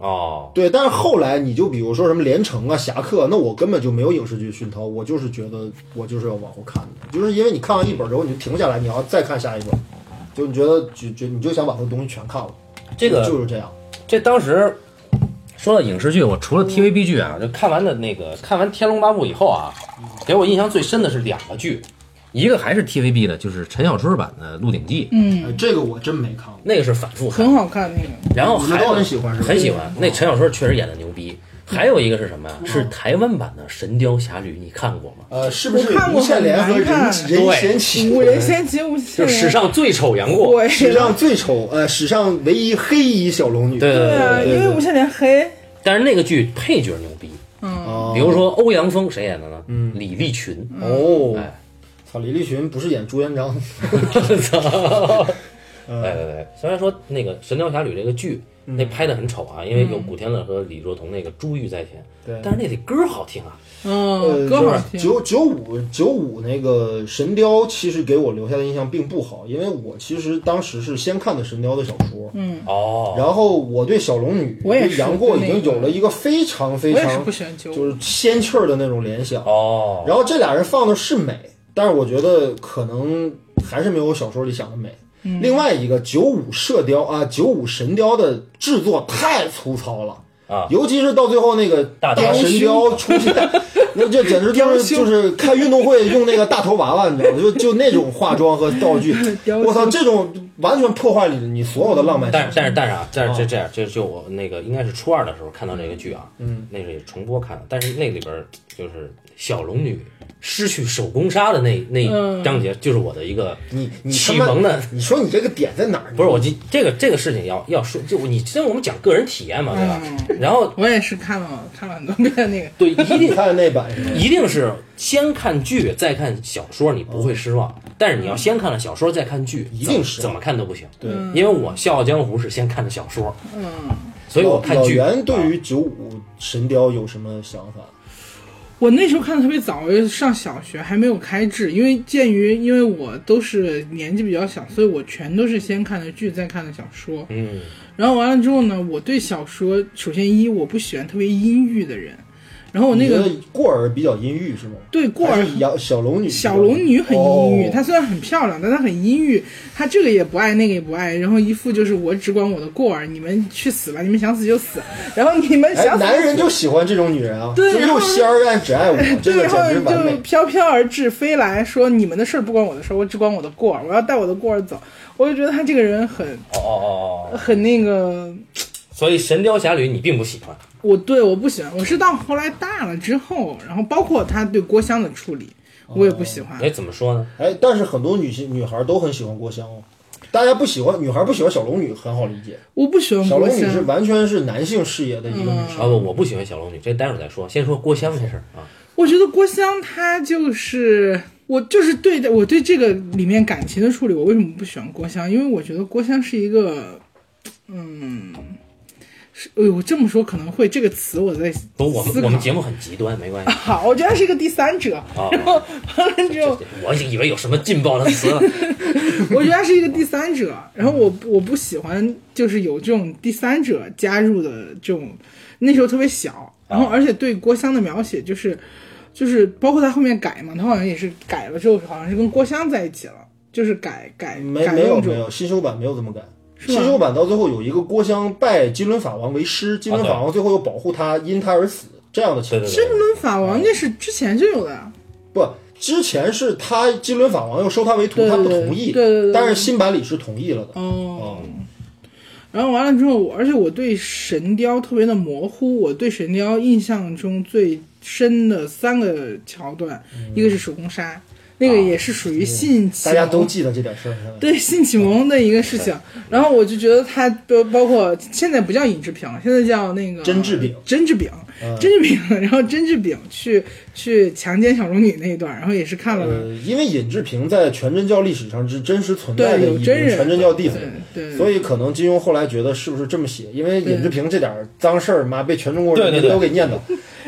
哦，
对，但是后来你就比如说什么《连城》啊、《侠客》，那我根本就没有影视剧熏陶，我就是觉得我就是要往后看的，就是因为你看完一本之后你就停下来，你要再看下一本，就你觉得就就你就想把这东西全看了，
这个
就是这样。
这当时说到影视剧，我除
嗯
了 TVB 剧啊，就看完的那个看完《天龙八部》以后啊，给我印象最深的是两个剧，一个还是 TVB 的，就是陈小春版的《鹿鼎记》，
哎，这个我真没看过。
那个是反复看，
嗯很好看那个，
然后
你们
还
都
有
很喜欢是吧嗯
很喜欢。那陈小春确实演的牛逼。还有一个是什么呀？是台湾版的《神雕侠侣》，你看过吗？
呃，是不是
我看
吴
过
倩莲和
很
任
难看
任贤齐
五人先起舞，就
就是史上最丑杨过。
对
史上最丑呃史上唯一黑衣小龙女？
对对
对啊，因为吴倩莲黑，
但是那个剧配角牛逼，
哦嗯
比如说欧阳锋谁演的呢？李立群。
哦
哎，
操，李立群不是演朱元璋？嗯
操！对对对，虽然说那个《神雕侠侣》这个剧
嗯
那拍的很丑啊，因为有古天乐和李若彤那个珠玉在前，
对
但是那得歌好听啊。
嗯，
呃
歌好听，
九九五九五那个《神雕》，其实给我留下的印象并不好，因为我其实当时是先看的《神雕》的小说，
哦，
然后我对小龙女、
嗯我也
对
是
杨过已
对那
经有了一个非常非
我也是
常
不喜欢九五，
就是仙气儿的那种联想。
哦，
然后这俩人放的是美，但是我觉得可能还是没有我小说里想的美。
嗯
另外一个九五射雕啊，九五神雕的制作太粗糙了
啊
尤其是到最后那个
大雕
神雕出 现，那这简直就
雕
是
兄
就是开运动会用那个大头娃娃，你 知道吗？就就那种化妆和道具
雕，兄
我操，这种完全破坏你你所有的浪漫
但是
想象。
但是但是啊，但是
哦
这这样，这就我那个应该是初二的时候看到这个剧啊，嗯，那是重播看的，但是那里边就是小龙女失去手攻杀的那那
嗯
章节，就是我的一个
你你他
启
妈
蒙的。
你说你这个点在哪儿？
不是我这这个这个事情要要说，就你这我们讲个人体验嘛，对
嗯
吧？然后
我也是看了看了很多遍那个，
对一定
你看的那版是吗？
一定是先看剧再看小说，你不会失望。但是你要先看了小说再看剧，
一
怎么
定失望
怎么看都不行。
对
嗯
因为我《笑傲江湖》是先看的小说，嗯，所以我看
老
剧。
袁对
啊
于九五神雕有什么想法？
我那时候看的特别早，上小学还没有开智，因为鉴于因为我都是年纪比较小，所以我全都是先看的剧，再看的小说。
嗯
然后完了之后呢，我对小说首先一我不喜欢特别阴郁的人，然后我那个
你觉得过儿比较阴郁是吗？
对过
还
儿
是小小龙女，
小龙女很阴郁，
哦
她虽然很漂亮，但她很阴郁。她这个也不爱，那个也不爱，然后一副就是我只管我的过儿，你们去死吧，你们想死就死，然后你们
哎，
想死就
男
死
人就喜欢这种女人啊，
对
就
然
又
后
仙儿但只爱我，这个
对，然
简
后
直完
就
美。
飘飘而至，飞来说你们的事儿不关我的事儿，我只管我的过儿，我要带我的过儿走。我就觉得他这个人很
哦哦哦哦，
很那个，
所以《神雕侠侣》你并不喜欢，
我对我不喜欢，我是到后来大了之后，然后包括他对郭襄的处理，我也不喜欢。
哎，怎么说呢？
哎，但是很多女性女孩都很喜欢郭襄哦，大家不喜欢女孩不喜欢小龙女很好理解，
我不喜欢
小
嗯郭
龙女是
襄，嗯
完全是男性视野的一个女
啊
生。
不，我不喜欢小龙女，这待会儿再说。先说郭襄这事儿啊，
我觉得郭襄她就是。我就是对的，我对这个里面感情的处理，我为什么不喜欢郭襄？因为我觉得郭襄是一个，嗯，是，哎呦，我这么说可能会这个词我在
不，我
思
们
考
我们节目很极端，没关系。
好，我觉得他是一个第三者。
哦
然后完了之后，
我以为有什么劲爆的词了，
我觉得他是一个第三者。然后我我不喜欢就是有这种第三者加入的这种，那时候特别小。然
啊
后而且对郭襄的描写就是，就是包括他后面改嘛，他好像也是改了之后，好像是跟郭襄在一起了，就是改改
没
改
没有
用这
没
种。
有，新修版没有这么改。
是
新
吗
修版到最后有一个郭襄拜金轮法王为师，金轮
啊对
法王最后又保护他，因他而死这样的情
对
况。
对
真
对，
轮法
嗯
王那是之前就有的，
不，之前是他金轮法王要收他为徒，
对
他不
对对
同意，
对对对对
但是新版里是同意了的。
哦。
嗯
然后完了之后，我而且我对神雕特别的模糊。我对神雕印象中最深的三个桥段，一个是手工杀，那个也是属于性启
嗯啊大
蒙，
家都记得这点事儿。
对性启蒙的一个事情。然后我就觉得它包包括现在不叫尹志平，现在叫那个
甄志丙
甄志丙，
嗯
甄志 丙。然后甄志丙去去强奸小龙女那一段，然后也是看了。
呃，因为尹志平在全真教历史上是真实存在的
对有
一名
真人
全真教弟子，
对
嗯
对
所以可能金庸后来觉得是不是这么写？因为尹志平这点脏事儿，妈被全中国人
对
民
对对
都给念 叨，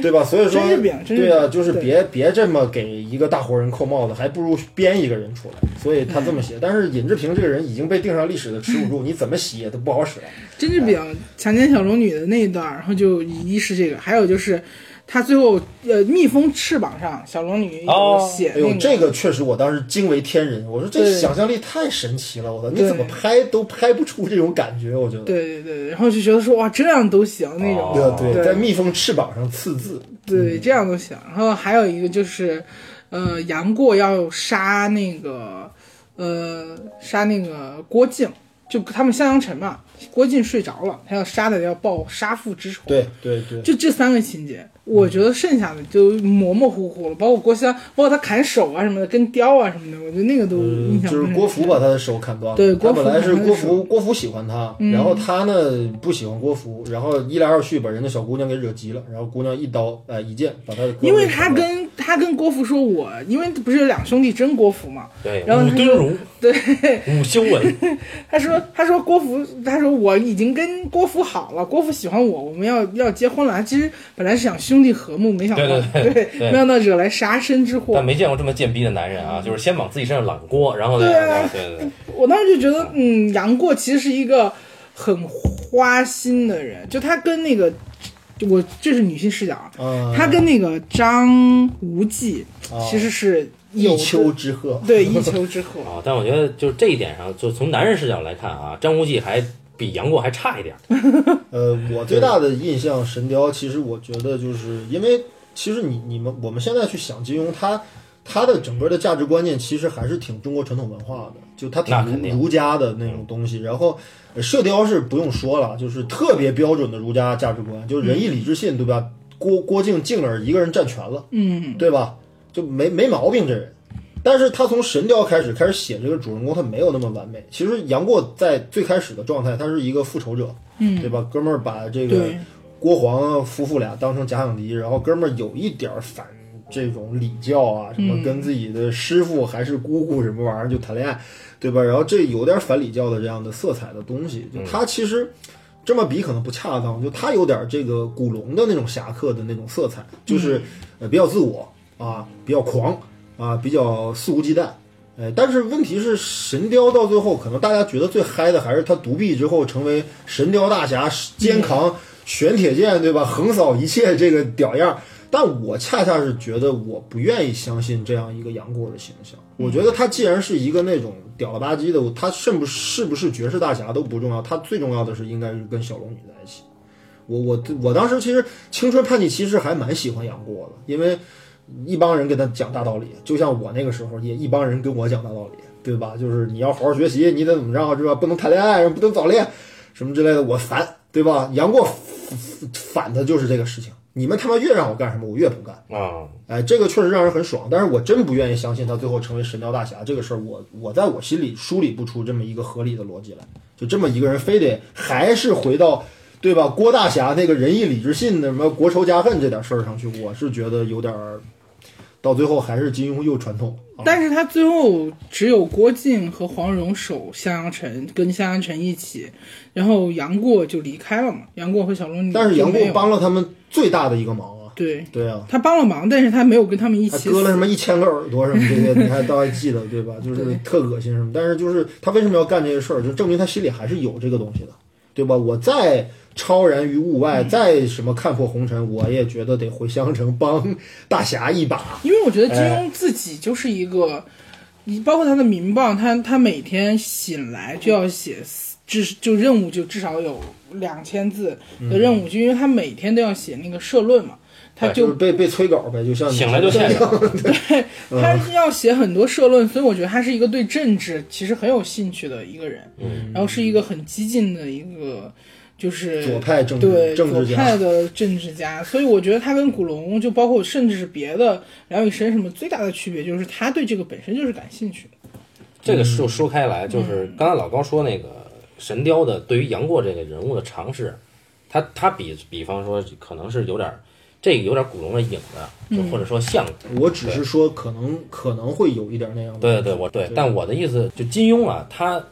对吧？所以说
真是饼，真是饼
对啊，就是
对
别别这么给一个大活人扣帽子，还不如编一个人出来。所以他这
嗯
么写，但是尹志平这个人已经被定上历史的耻辱 柱，你怎么写都不好使了。啊
甄志丙强奸小龙女的那一段，然后就一是这个，还有就是他最后呃蜜蜂翅膀上小龙女有
哦
写
哎
那
呦，
个，
这个确实，我当时惊为天人。我说这
对
想象力太神奇了，我操！你
对
怎么拍都拍不出这种感觉，我觉得。
对对对对，然后就觉得说哇这样都行那种，
哦
对
对
在蜜蜂翅膀上刺字，
对这样都行。然后还有一个就是，呃，杨过要杀那个呃杀那个郭靖，就他们襄阳城嘛，郭靖睡着了，他要杀的要报杀父之仇。
对对对，
就这三个情节，我觉得剩下的就模模糊糊了，包括郭襄，包括他砍手啊什么的，跟雕啊什么的，我觉得那个都印象不
嗯就是
很
郭芙把他的手砍断了。
对
他
郭芙
本来是
砍他的
郭
手
芙，郭芙喜欢他，
嗯
然后他呢不喜欢郭芙，然后一来二去把人家小姑娘给惹急了，然后姑娘一刀哎一剑把他的胳膊
因为
给
他
砍断
跟他跟郭芙说我，因为不是有两兄弟争郭芙嘛，
对，
然后
武
他
敦
就
儒，
对，
武修文，
他说他说郭芙，他说我已经跟郭芙好了，郭芙喜欢我，我们要要结婚了。他其实本来是想兄弟和睦，没想到
对对对对
没想到惹来杀身之祸
但。没见过这么贱逼的男人啊！就是先往自己身上揽锅，然后再
对啊
对对对，
我当时就觉得，嗯，杨过其实是一个很花心的人，就他跟那个，我这是女性视角啊，
啊，
他跟那个张无忌
啊
其实是有
一
的
丘之哦貉，
对一丘之貉，
啊，但我觉得就是这一点上，就从男人视角来看啊，张无忌还比杨过还差一点。
呃，我最大的印象《神雕》，其实我觉得就是因为，其实你你们我们现在去想金庸，他他的整个的价值观念其实还是挺中国传统文化的，就他
那肯
挺
定
儒儒家的那种东西。然后呃射雕是不用说了，就是特别标准的儒家价值观，就是仁义礼智信，对吧？郭郭靖靖儿一个人占全了，
嗯，
对吧？就没没毛病这人。但是他从《神雕》开始开始写这个主人公，他没有那么完美。其实杨过在最开始的状态，他是一个复仇者，嗯，对吧？哥们儿把这个
对
郭黄夫妇俩当成假想敌，然后哥们儿有一点儿反这种礼教啊，什么跟自己的师傅还是姑姑什么玩意儿就谈恋爱，对吧？然后这有点反礼教的这样的色彩的东西，就他其实。这么比可能不恰当，就他有点这个古龙的那种侠客的那种色彩，就是呃比较自我啊，比较狂啊，比较肆无忌惮。哎，但是问题是，神雕到最后可能大家觉得最嗨的还是他独臂之后成为神雕大侠，肩扛玄铁剑，对吧？横扫一切这个屌样儿。但我恰恰是觉得我不愿意相信这样一个杨过的形象。我觉得他既然是一个那种屌了吧唧的，他是不是不是绝世大侠都不重要，他最重要的是应该是跟小龙女在一起。我我我当时其实《青春叛逆骑士》还蛮喜欢杨过的，因为一帮人跟他讲大道理，就像我那个时候也一帮人跟我讲大道理，对吧？就是你要好好学习，你得怎么着，对啊吧？不能谈恋爱，不能早恋，什么之类的，我烦，对吧？杨过反的就是这个事情，你们他妈越让我干什么，我越不干。
啊，
哎，这个确实让人很爽，但是我真不愿意相信他最后成为神雕大侠这个事儿，我我在我心里梳理不出这么一个合理的逻辑来。就这么一个人，非得还是回到对吧？郭大侠那个仁义礼智信的什么国仇家恨这点事儿上去，我是觉得有点儿，到最后还是金庸又传统。啊、
但是他最后只有郭靖和黄蓉守襄阳城，跟襄阳城一起，然后杨过就离开了嘛。杨过和小龙女就
但
没有，
是杨过帮了他们最大的一个忙啊，
对，
对啊，
他帮了忙，但是他没有跟他们一
还
起
割了什
死。
么一千个耳朵什么这 些，你还倒还记得对吧？就是
对
特恶心什么，但是就是他为什么要干这些事儿，就证明他心里还是有这个东西的，对吧？我再超然于物
嗯
外，再什么看破红尘，我也觉得得回襄城帮大侠一把。
因为我觉得金庸自己就是一个，你包括他的名报，他他每天醒来就要写四，至就任务就至少有两千字的任务，就因为他每天都要写那个社论嘛，他
对
就
就是
被被催稿呗，就像你
醒来就现
说的
场，
他要写很多社论，所以我觉得他是一个对政治其实很有兴趣的一个人，
嗯
然后是一个很激进的一个，就是
左派政治
对
政
左
治
派
家，
的政治家，所以我觉得他跟古龙，就包括甚至是别的梁羽生什么，最大的区别就是他对这个本身就是感兴趣的。
这个就说开来，就是
嗯
刚才老高说那个神雕的，对于杨过这个人物的尝试，他他比比方说可能是有点儿这个有点儿古龙的影子，
嗯
就或者说像
我只是说可能可能会有一点那样的。
对对，我对
对，
但我的意思就金庸啊，他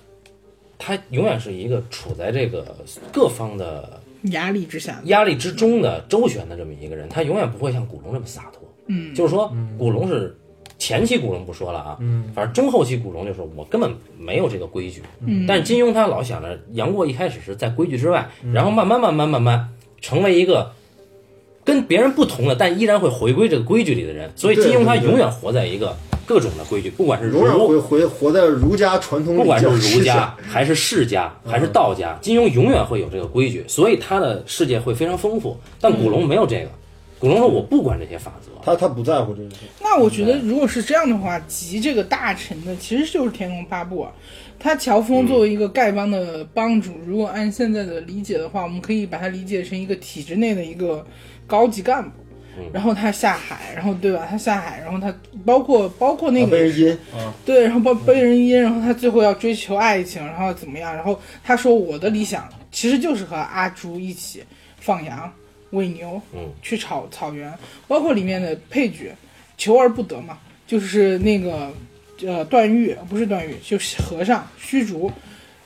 他永远是一个处在这个各方的
压力之下，
压力之中的周旋的这么一个人，他永远不会像古龙这么洒脱。
嗯，
就是说古龙是前期古龙不说了啊，嗯，反正中后期古龙就是我根本没有这个规矩，
嗯
但是金庸他老想着杨过一开始是在规矩之外，
嗯
然后慢慢慢慢慢慢成为一个。跟别人不同的，但依然会回归这个规矩里的人，所以金
对
庸他
对对
永远活在一个各种的规矩，不管是儒
永远会回活在儒家传统里，
不管是儒家，还是释家还是道家，金庸永远会有这个规矩，所以他的世界会非常丰富。但古龙没有这个，古龙说我不管这些法则，
他他不在乎这个事。
那我觉得
嗯
如果是这样的话，集这个大臣的其实就是《天龙八部》啊。他乔峰作为一个丐帮的帮主，如果按现在的理解的话，我们可以把它理解成一个体制内的一个高级干部。
嗯
然后他下海，然后对吧？他下海，然后他包括包括那
啊
个
被人阴啊，
对，然后被被人阴，然后他最后要追求爱情，然后怎么样？然后他说我的理想其实就是和阿朱一起放羊、喂牛，
嗯，
去草草原，包括里面的配角，求而不得嘛，就是那个呃段誉不是段誉，就是和尚虚竹。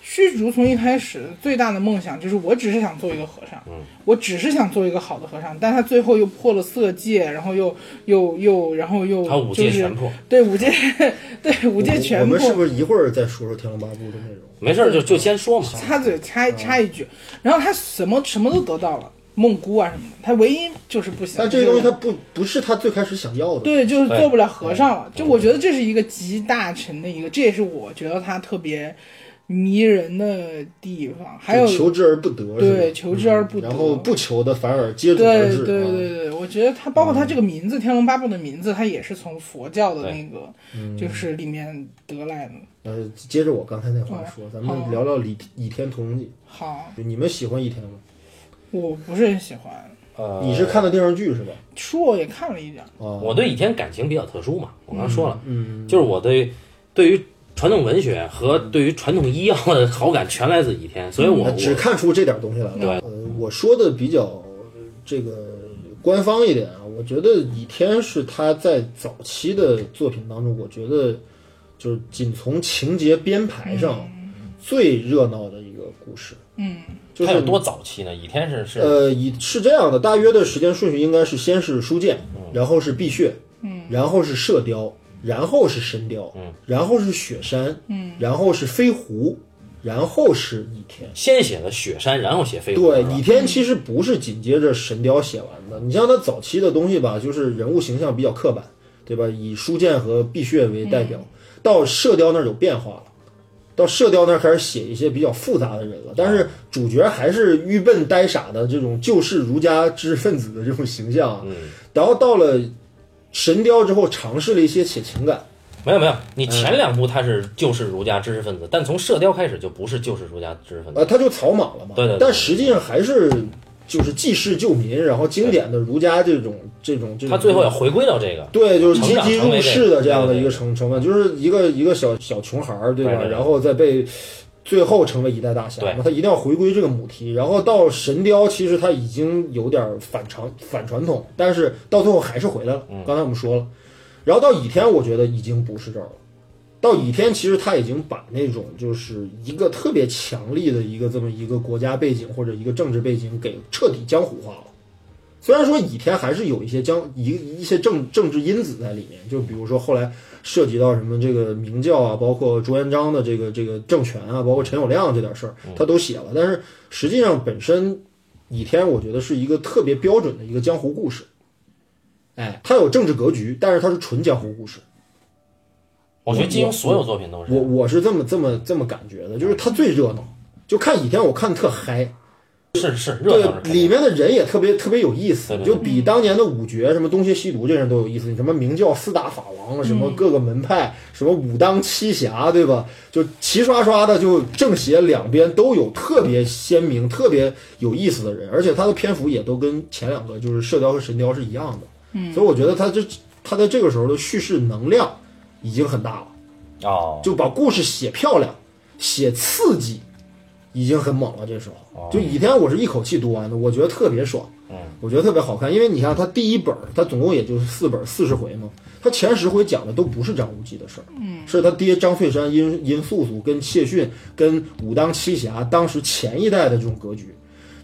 虚竹从一开始最大的梦想就是，我只是想做一个和尚，
嗯
我只是想做一个好的和尚，但他最后又破了色戒，然后又又又，然后又
他五
就
戒
是
全破，
对五戒，对五戒
我
全
们
部。
是不是一会儿再说说《天龙八部》的内容？
没事儿就就先说嘛。
插嘴插插一句，然后他什么什么都得到了，梦姑啊什么的，他唯一就是不行。
但这
就
些东西
是
他不不是他最开始想要的。
对，就是做不了和尚了。就我觉得这是一个集大成的一个，这也是我觉得他特别迷人的地方。还有
就求之而不得，
对
是吧嗯
求之而不得，
然后不求的反而接踵而嗯
对
至。
对
啊
对对，我觉得它包括它这个名字《天龙八部》的名字，它也是从佛教的
对
那个
嗯
就是里面得来的。
呃，接着我刚才那话说，咱
好
们聊聊《倚倚天屠龙记
好，》，
你们喜欢倚天吗？
我不是很喜欢，
呃，
你是看的电视剧是吧？
书我也看了一点儿，
啊，
我对倚天感情比较特殊嘛，我刚说了，
嗯，
就是我对对于传统文学和对于传统医药的好感全来自倚天，所以我
呃只
我
看出这点东西来了。
对
呃，我说的比较呃这个官方一点啊，我觉得倚天是他在早期的作品当中，我觉得就是仅从情节编排上最热闹的一个故事。
嗯，
就是
他有多早期呢？倚天是是
呃，以是这样的，大约的时间顺序应该是先是书剑，
嗯
然后是碧血，嗯，然后是射雕，然后是神雕，嗯，然后是雪山，嗯，然后是飞狐，然后是倚天。
先写的雪山，然后写飞狐。
对，
是吧
倚天其实不是紧接着《神雕》写完的。你像他早期的东西吧，就是人物形象比较刻板，对吧？以书剑和碧血为代表。
哎
到《射雕》那儿有变化了，到《射雕》那儿开始写一些比较复杂的人了，但是主角还是愚笨呆傻的这种旧式儒家知识分子的这种形象啊。
嗯
然后到了《神雕》之后，尝试了一些写情感。
没有没有，你前两部他是旧式儒家知识分子，但从《射雕》开始就不是旧式儒家知识分子。
啊，他就草莽了嘛。
对对对
但实际上还是就是济世救民，然后经典的儒家这种这种这种。
他最后要回归到这个，
对，就是积极
成长成为
入世的这样的一个
对对对
成成分，就是一个一个小小穷孩儿，对吧？
对对对
然后再被最后成为一代大侠
对，
那他一定要回归这个母题。然后到神雕，其实他已经有点反常反传统，但是到最后还是回来
嗯
了。刚才我们说了，然后到倚天，我觉得已经不是这儿了。到倚天，其实他已经把那种就是一个特别强力的一个这么一个国家背景或者一个政治背景给彻底江湖化了。虽然说倚天还是有一些将一一些政政治因子在里面，就比如说后来涉及到什么这个明教啊，包括朱元璋的这个这个政权啊，包括陈友谅这点事儿，他都写了。但是实际上本身倚天，我觉得是一个特别标准的一个江湖故事。哎，它有政治格局，但是它是纯江湖故事。
我觉得金庸所有作品都是
我我是这么这么这么感觉的，就是它最热闹。就看倚天，我看得特嗨，
是是热闹是肯定
对，
的
里面的人也特别特别有意思
对，对
就比当年的五绝什么东邪西毒这些人都有意思。你什么明教四大法王，什么各个门派，什么武当七侠，对吧？就齐刷刷的，就正邪两边都有特别鲜明、特别有意思的人，而且他的篇幅也都跟前两个就是射雕和神雕是一样的。嗯，所以我觉得他这他在这个时候的叙事能量已经很大了。
哦，
就把故事写漂亮、写刺激，已经很猛了。这时候，就《倚天》，我是一口气读完的，我觉得特别爽，我觉得特别好看。因为你看，他第一本儿，他总共也就是四本四十回嘛，他前十回讲的都不是张无忌的事儿，是他爹张翠山、殷殷素素跟谢逊、跟武当七侠当时前一代的这种格局。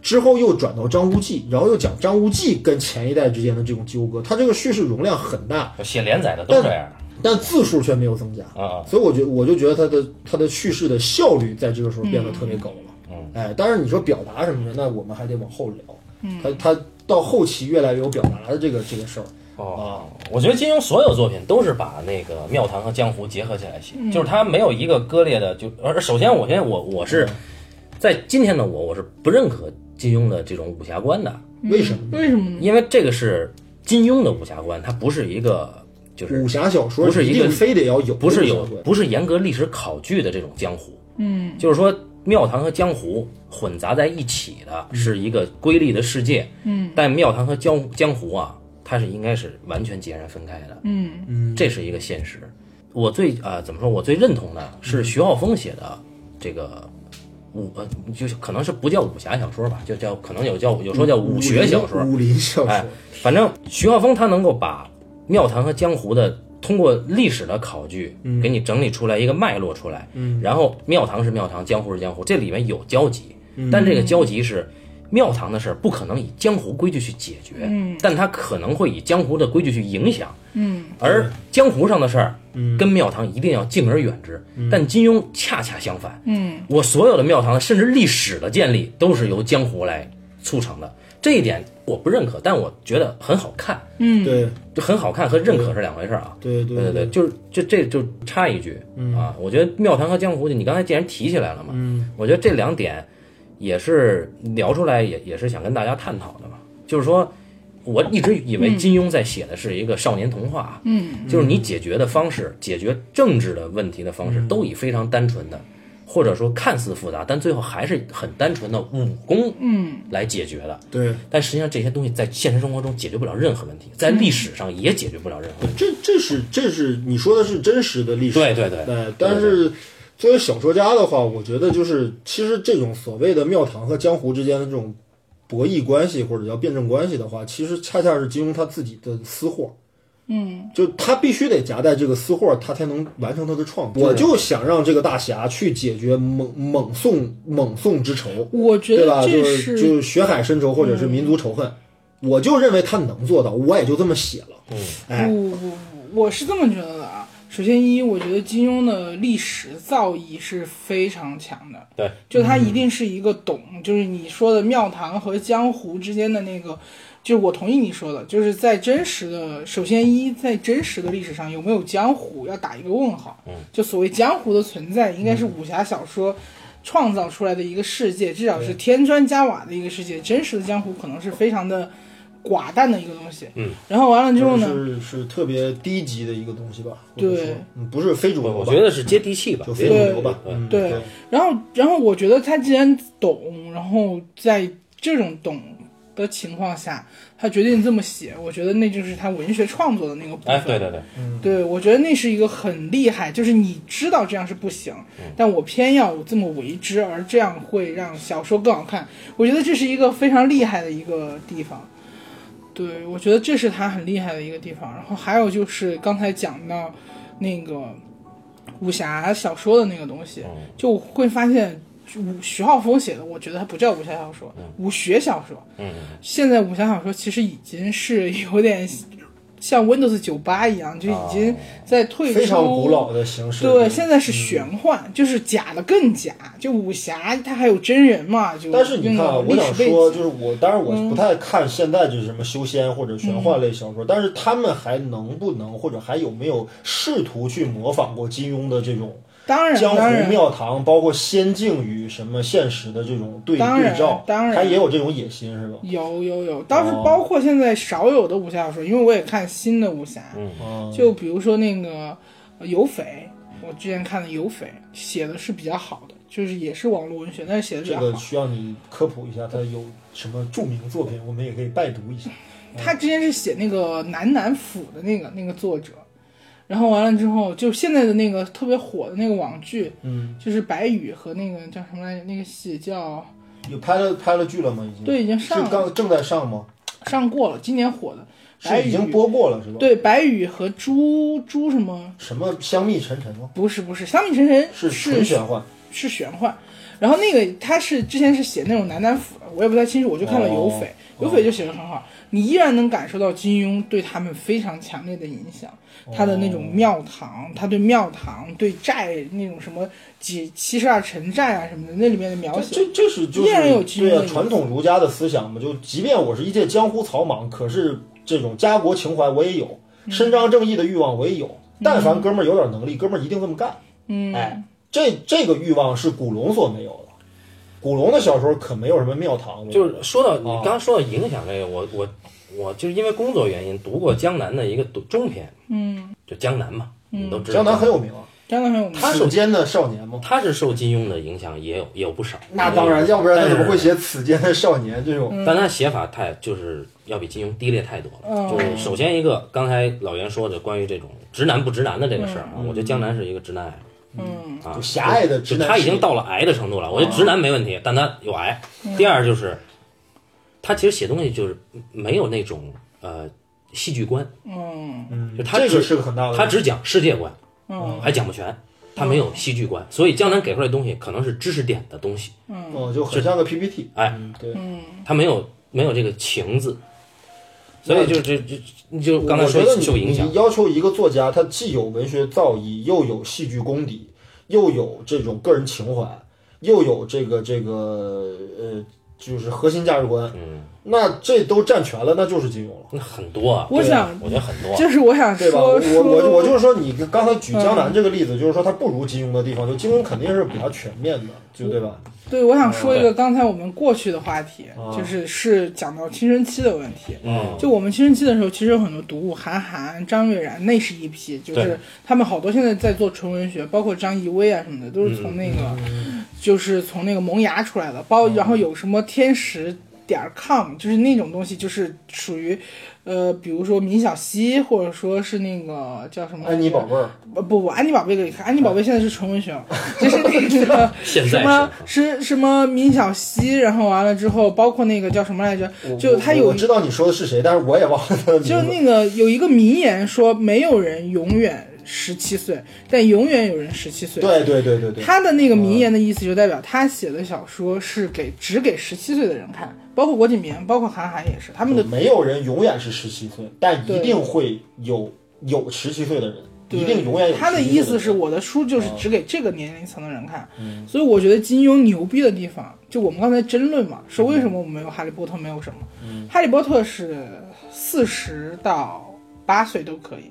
之后又转到张无忌，然后又讲张无忌跟前一代之间的这种纠葛，他这个叙事容量很大，
就写连载的都这样
但字数却没有增加。
啊啊，
所以我觉我就觉得他的他的叙事的效率在这个时候变得特别高了。
嗯
哎，当然你说表达什么的，那我们还得往后聊。他他到后期越来越有表达的这个这个事儿。
哦，我觉得金庸所有作品都是把那个庙堂和江湖结合起来写，就是他没有一个割裂的，就而首先我先我我是在今天的我我是不认可金庸的这种武侠观的，
为什么呢？
为什么呢？
因为这个是金庸的武侠观，它不是一个就是
武侠小说
不是一
一
个
定非得要有，
不是有不是严格历史考据的这种江湖，
嗯，
就是说庙堂和江湖混杂在一起的是一个瑰丽的世界，
嗯，
但庙堂和江江湖啊，它是应该是完全截然分开的，
嗯
这是一个现实。我最啊、怎么说？我最认同的是徐浩峰写的这个武，呃，就是可能是不叫武侠小说吧，就叫可能有叫有说叫武学小说，
武林小
哎
说。，
反正徐浩峰他能够把庙堂和江湖的通过历史的考据，给你整理出来一个脉络出来，嗯，然后庙堂是庙堂，江湖是江湖，这里面有交集，但这个交集是。庙堂的事儿不可能以江湖规矩去解决，嗯、但它可能会以江湖的规矩去影响，
嗯，
而江湖上的事儿，嗯，跟庙堂一定要敬而远之。但金庸恰恰相反，
嗯，
我所有的庙堂，甚至历史的建立，都是由江湖来促成的。这一点我不认可，但我觉得很好看，
对
就很好看和认可是两回事儿啊。
对对
对对，就是这这就插一句、啊，我觉得庙堂和江湖，你刚才既然提起来了嘛，我觉得这两点也是聊出来也，也是想跟大家探讨的嘛。就是说，我一直以为金庸在写的是一个少年童话，嗯，就是你解决的方式、解决政治的问题的方式，都以非常单纯的，或者说看似复杂，但最后还是很单纯的武功，嗯，来解决的。
对，
但实际上这些东西在现实生活中解决不了任何问题，在历史上也解决不了任何问题。
这这是这是你说的是真实的历史。
对对对，
哎，但是作为小说家的话，我觉得就是其实这种所谓的庙堂和江湖之间的这种博弈关系或者叫辩证关系的话，其实恰恰是金庸他自己的私货。嗯，就他必须得夹带这个私货，他才能完成他的创作。我就想让这个大侠去解决猛猛宋猛宋之仇，
我觉
对吧？
得
就
这嗯
是就是血海深仇或者是民族仇恨，我就认为他能做到，我也就这么写了。哎，
不不不，我是这么觉得的啊，首先一，我觉得金庸的历史造诣是非常强的，
对，嗯
就他一定是一个懂，就是你说的庙堂和江湖之间的那个，就我同意你说的，就是在真实的，首先一在真实的历史上有没有江湖要打一个问号，
嗯，
就所谓江湖的存在，应该是武侠小说。创造出来的一个世界，至少是添砖加瓦的一个世界。真实的江湖可能是非常的寡淡的一个东西。
嗯，
然后完了之后呢，
是是特别低级的一个东西吧？或者
对
说，嗯不是非主
我
流吧，
我觉得是接地气吧，
就
别
非主
对
流吧。嗯
对，
对然后，然后我觉得他既然懂，然后在这种懂的情况下，他决定这么写，我觉得那就是他文学创作的那个部分。
哎，对对对，
嗯，
对我觉得那是一个很厉害，就是你知道这样是不行，
嗯
但我偏要这么为之，而这样会让小说更好看。我觉得这是一个非常厉害的一个地方。对，我觉得这是他很厉害的一个地方。然后还有就是刚才讲到那个武侠小说的那个东西，
嗯，
就会发现武徐浩峰写的，我觉得他不叫武侠小说，武学小说。
嗯，
现在武侠小说其实已经是有点像 Windows 九八一样，就已经在退出。
啊非常古老的形式。
对，现在
嗯
是玄幻，就是假的更假。就武侠，它还有真人嘛，就
但是你看啊，
那个
我
历
想
史背
说，
景。嗯
就是我，当然我不太看现在就是什么修仙或者玄幻类小说，但是他们还能不能，或者还有没有试图去模仿过金庸的这种
当然，
江
当
湖
然，
庙堂，包括仙境与什么现实的这种对
当然
对照，
当然
他也有这种野心是吧？
有有有，倒
哦
是包括现在少有的武侠小说，因为我也看新的武侠，
嗯，
就比如说那个呃游匪，我之前看的游匪写的是比较好的，就是也是网络文学，但是写的比
这
较
个
好。
需要你科普一下，他有什么著名作品，我们也可以拜读一下。
他之前是写那个南南府的那个那个作者，然后完了之后，就现在的那个特别火的那个网剧，
嗯，
就是白宇和那个叫什么来着？那个戏叫
有拍了拍了剧了吗？已经
对，已经
是
上了
刚正在上吗？
上过了，今年火的。白
是已
宇
经播过了是吧？，
对白宇和朱朱什么？
什么香蜜沉沉吗？
不是不是，香蜜沉沉
是
是
纯玄幻。
是玄幻。然后那个他是之前是写那种南南府的，我也不太清楚，我就看了
哦
有匪，有匪就写的很好，你依然能感受到金庸对他们非常强烈的影响，他的那种
哦
庙堂，他对庙堂对寨那种什么几七十二城寨啊什么的，那里面的描
这
写，
这这是就
依然有
是
金庸
对
的
啊
影，子
传统儒家的思想嘛，就即便我是一介江湖草莽，可是这种家国情怀我也有，
嗯
伸张正义的欲望我也有。但凡哥们儿有点能力，哥们儿一定这么干。
嗯，
哎，这这个欲望是古龙所没有的。古龙的小说可没有什么庙堂，我觉
就
得
是说到你
哦
刚刚说到影响这个，我我我就是因为工作原因读过江南的一个读中篇，
嗯，
就江南嘛，你都知道
江南很有名啊，
真的很有名。
他是
此间的少年嘛。
他是受金庸的影响也有也有不少，
那当然，要不然他
但是
怎么会？写“此间的少年”这种？
但他写法太就是要比金庸低劣太多
嗯
了。
哦
就是首先一个，刚才老袁说的关于这种直男不直男的这个事儿啊，我觉得江南是一个直男癌
嗯，
啊
就，狭隘的直
就
男啊
他已
视
经
野
到了癌的程度了。我觉得直男没问题，但他有癌。
嗯
第二就是，他其实写东西就是没有那种呃戏剧观，
嗯，
嗯
就，他
这个
只
是个很大的
他
问题。
只讲世界观，
嗯，
还讲不全，他没有戏剧观，所以江南给出来的东西可能是知识点的东西，
哦，就很像个 PPT。
哎
嗯，对。
他没有没有这个情字，所以就这这你就刚才
我
说
觉得你
受影响
你，要求一个作家，他既有文学造诣，又有戏剧功底，又有这种个人情怀，又有这个这个呃，就是核心价值观。
嗯，
那这都占全了，那就是金庸了。
那很多啊，
我
对啊
想
我觉得很多啊，
就是我想
对吧？
说
我
说，嗯
我我就是说，你刚才举江南这个例子，就是说他不如金庸的地方，就金庸肯定是比较全面的，就对吧？
对，我想说一个刚才我们过去的话题，
嗯
就是是讲到青春期的问题。
嗯，
就我们青春期的时候，其实有很多读物，韩寒、张悦然那是一批，就是
对
他们好多现在在做纯文学，包括张怡薇啊什么的，都是从那个，
嗯
就是从那个萌芽出来的。包然后有什么天使点儿 com，就是那种东西，就是属于，呃，比如说米小溪，或者说是那个叫什么
安妮宝贝儿，
不不不，安妮宝贝可以看，安妮宝贝现在是纯文学了，就是那个
现在
什
是
么是什么米小溪，然后完了之后，包括那个叫什么来着，就他
我
有
我知道你说的是谁，但是我也忘了他的名字。
就那个有一个名言说，没有人永远十七岁，但永远有人十七岁。
对对对对对，
他的那个名言的意思就代表他写的小说是给只给十七岁的人看，包括郭敬明，包括韩寒也
哦
是，他们的
没有人永远是十七岁，但一
对
定会有有十七岁的人。一定永远有
他的
提
意
过
思是，
人
我的书就是只给这个年龄层的人看，
嗯
所以我觉得金庸牛逼的地方，就我们刚才争论嘛，说为什么我们没有哈利波特，没有什么？
嗯
哈利波特是四十到八岁都可以，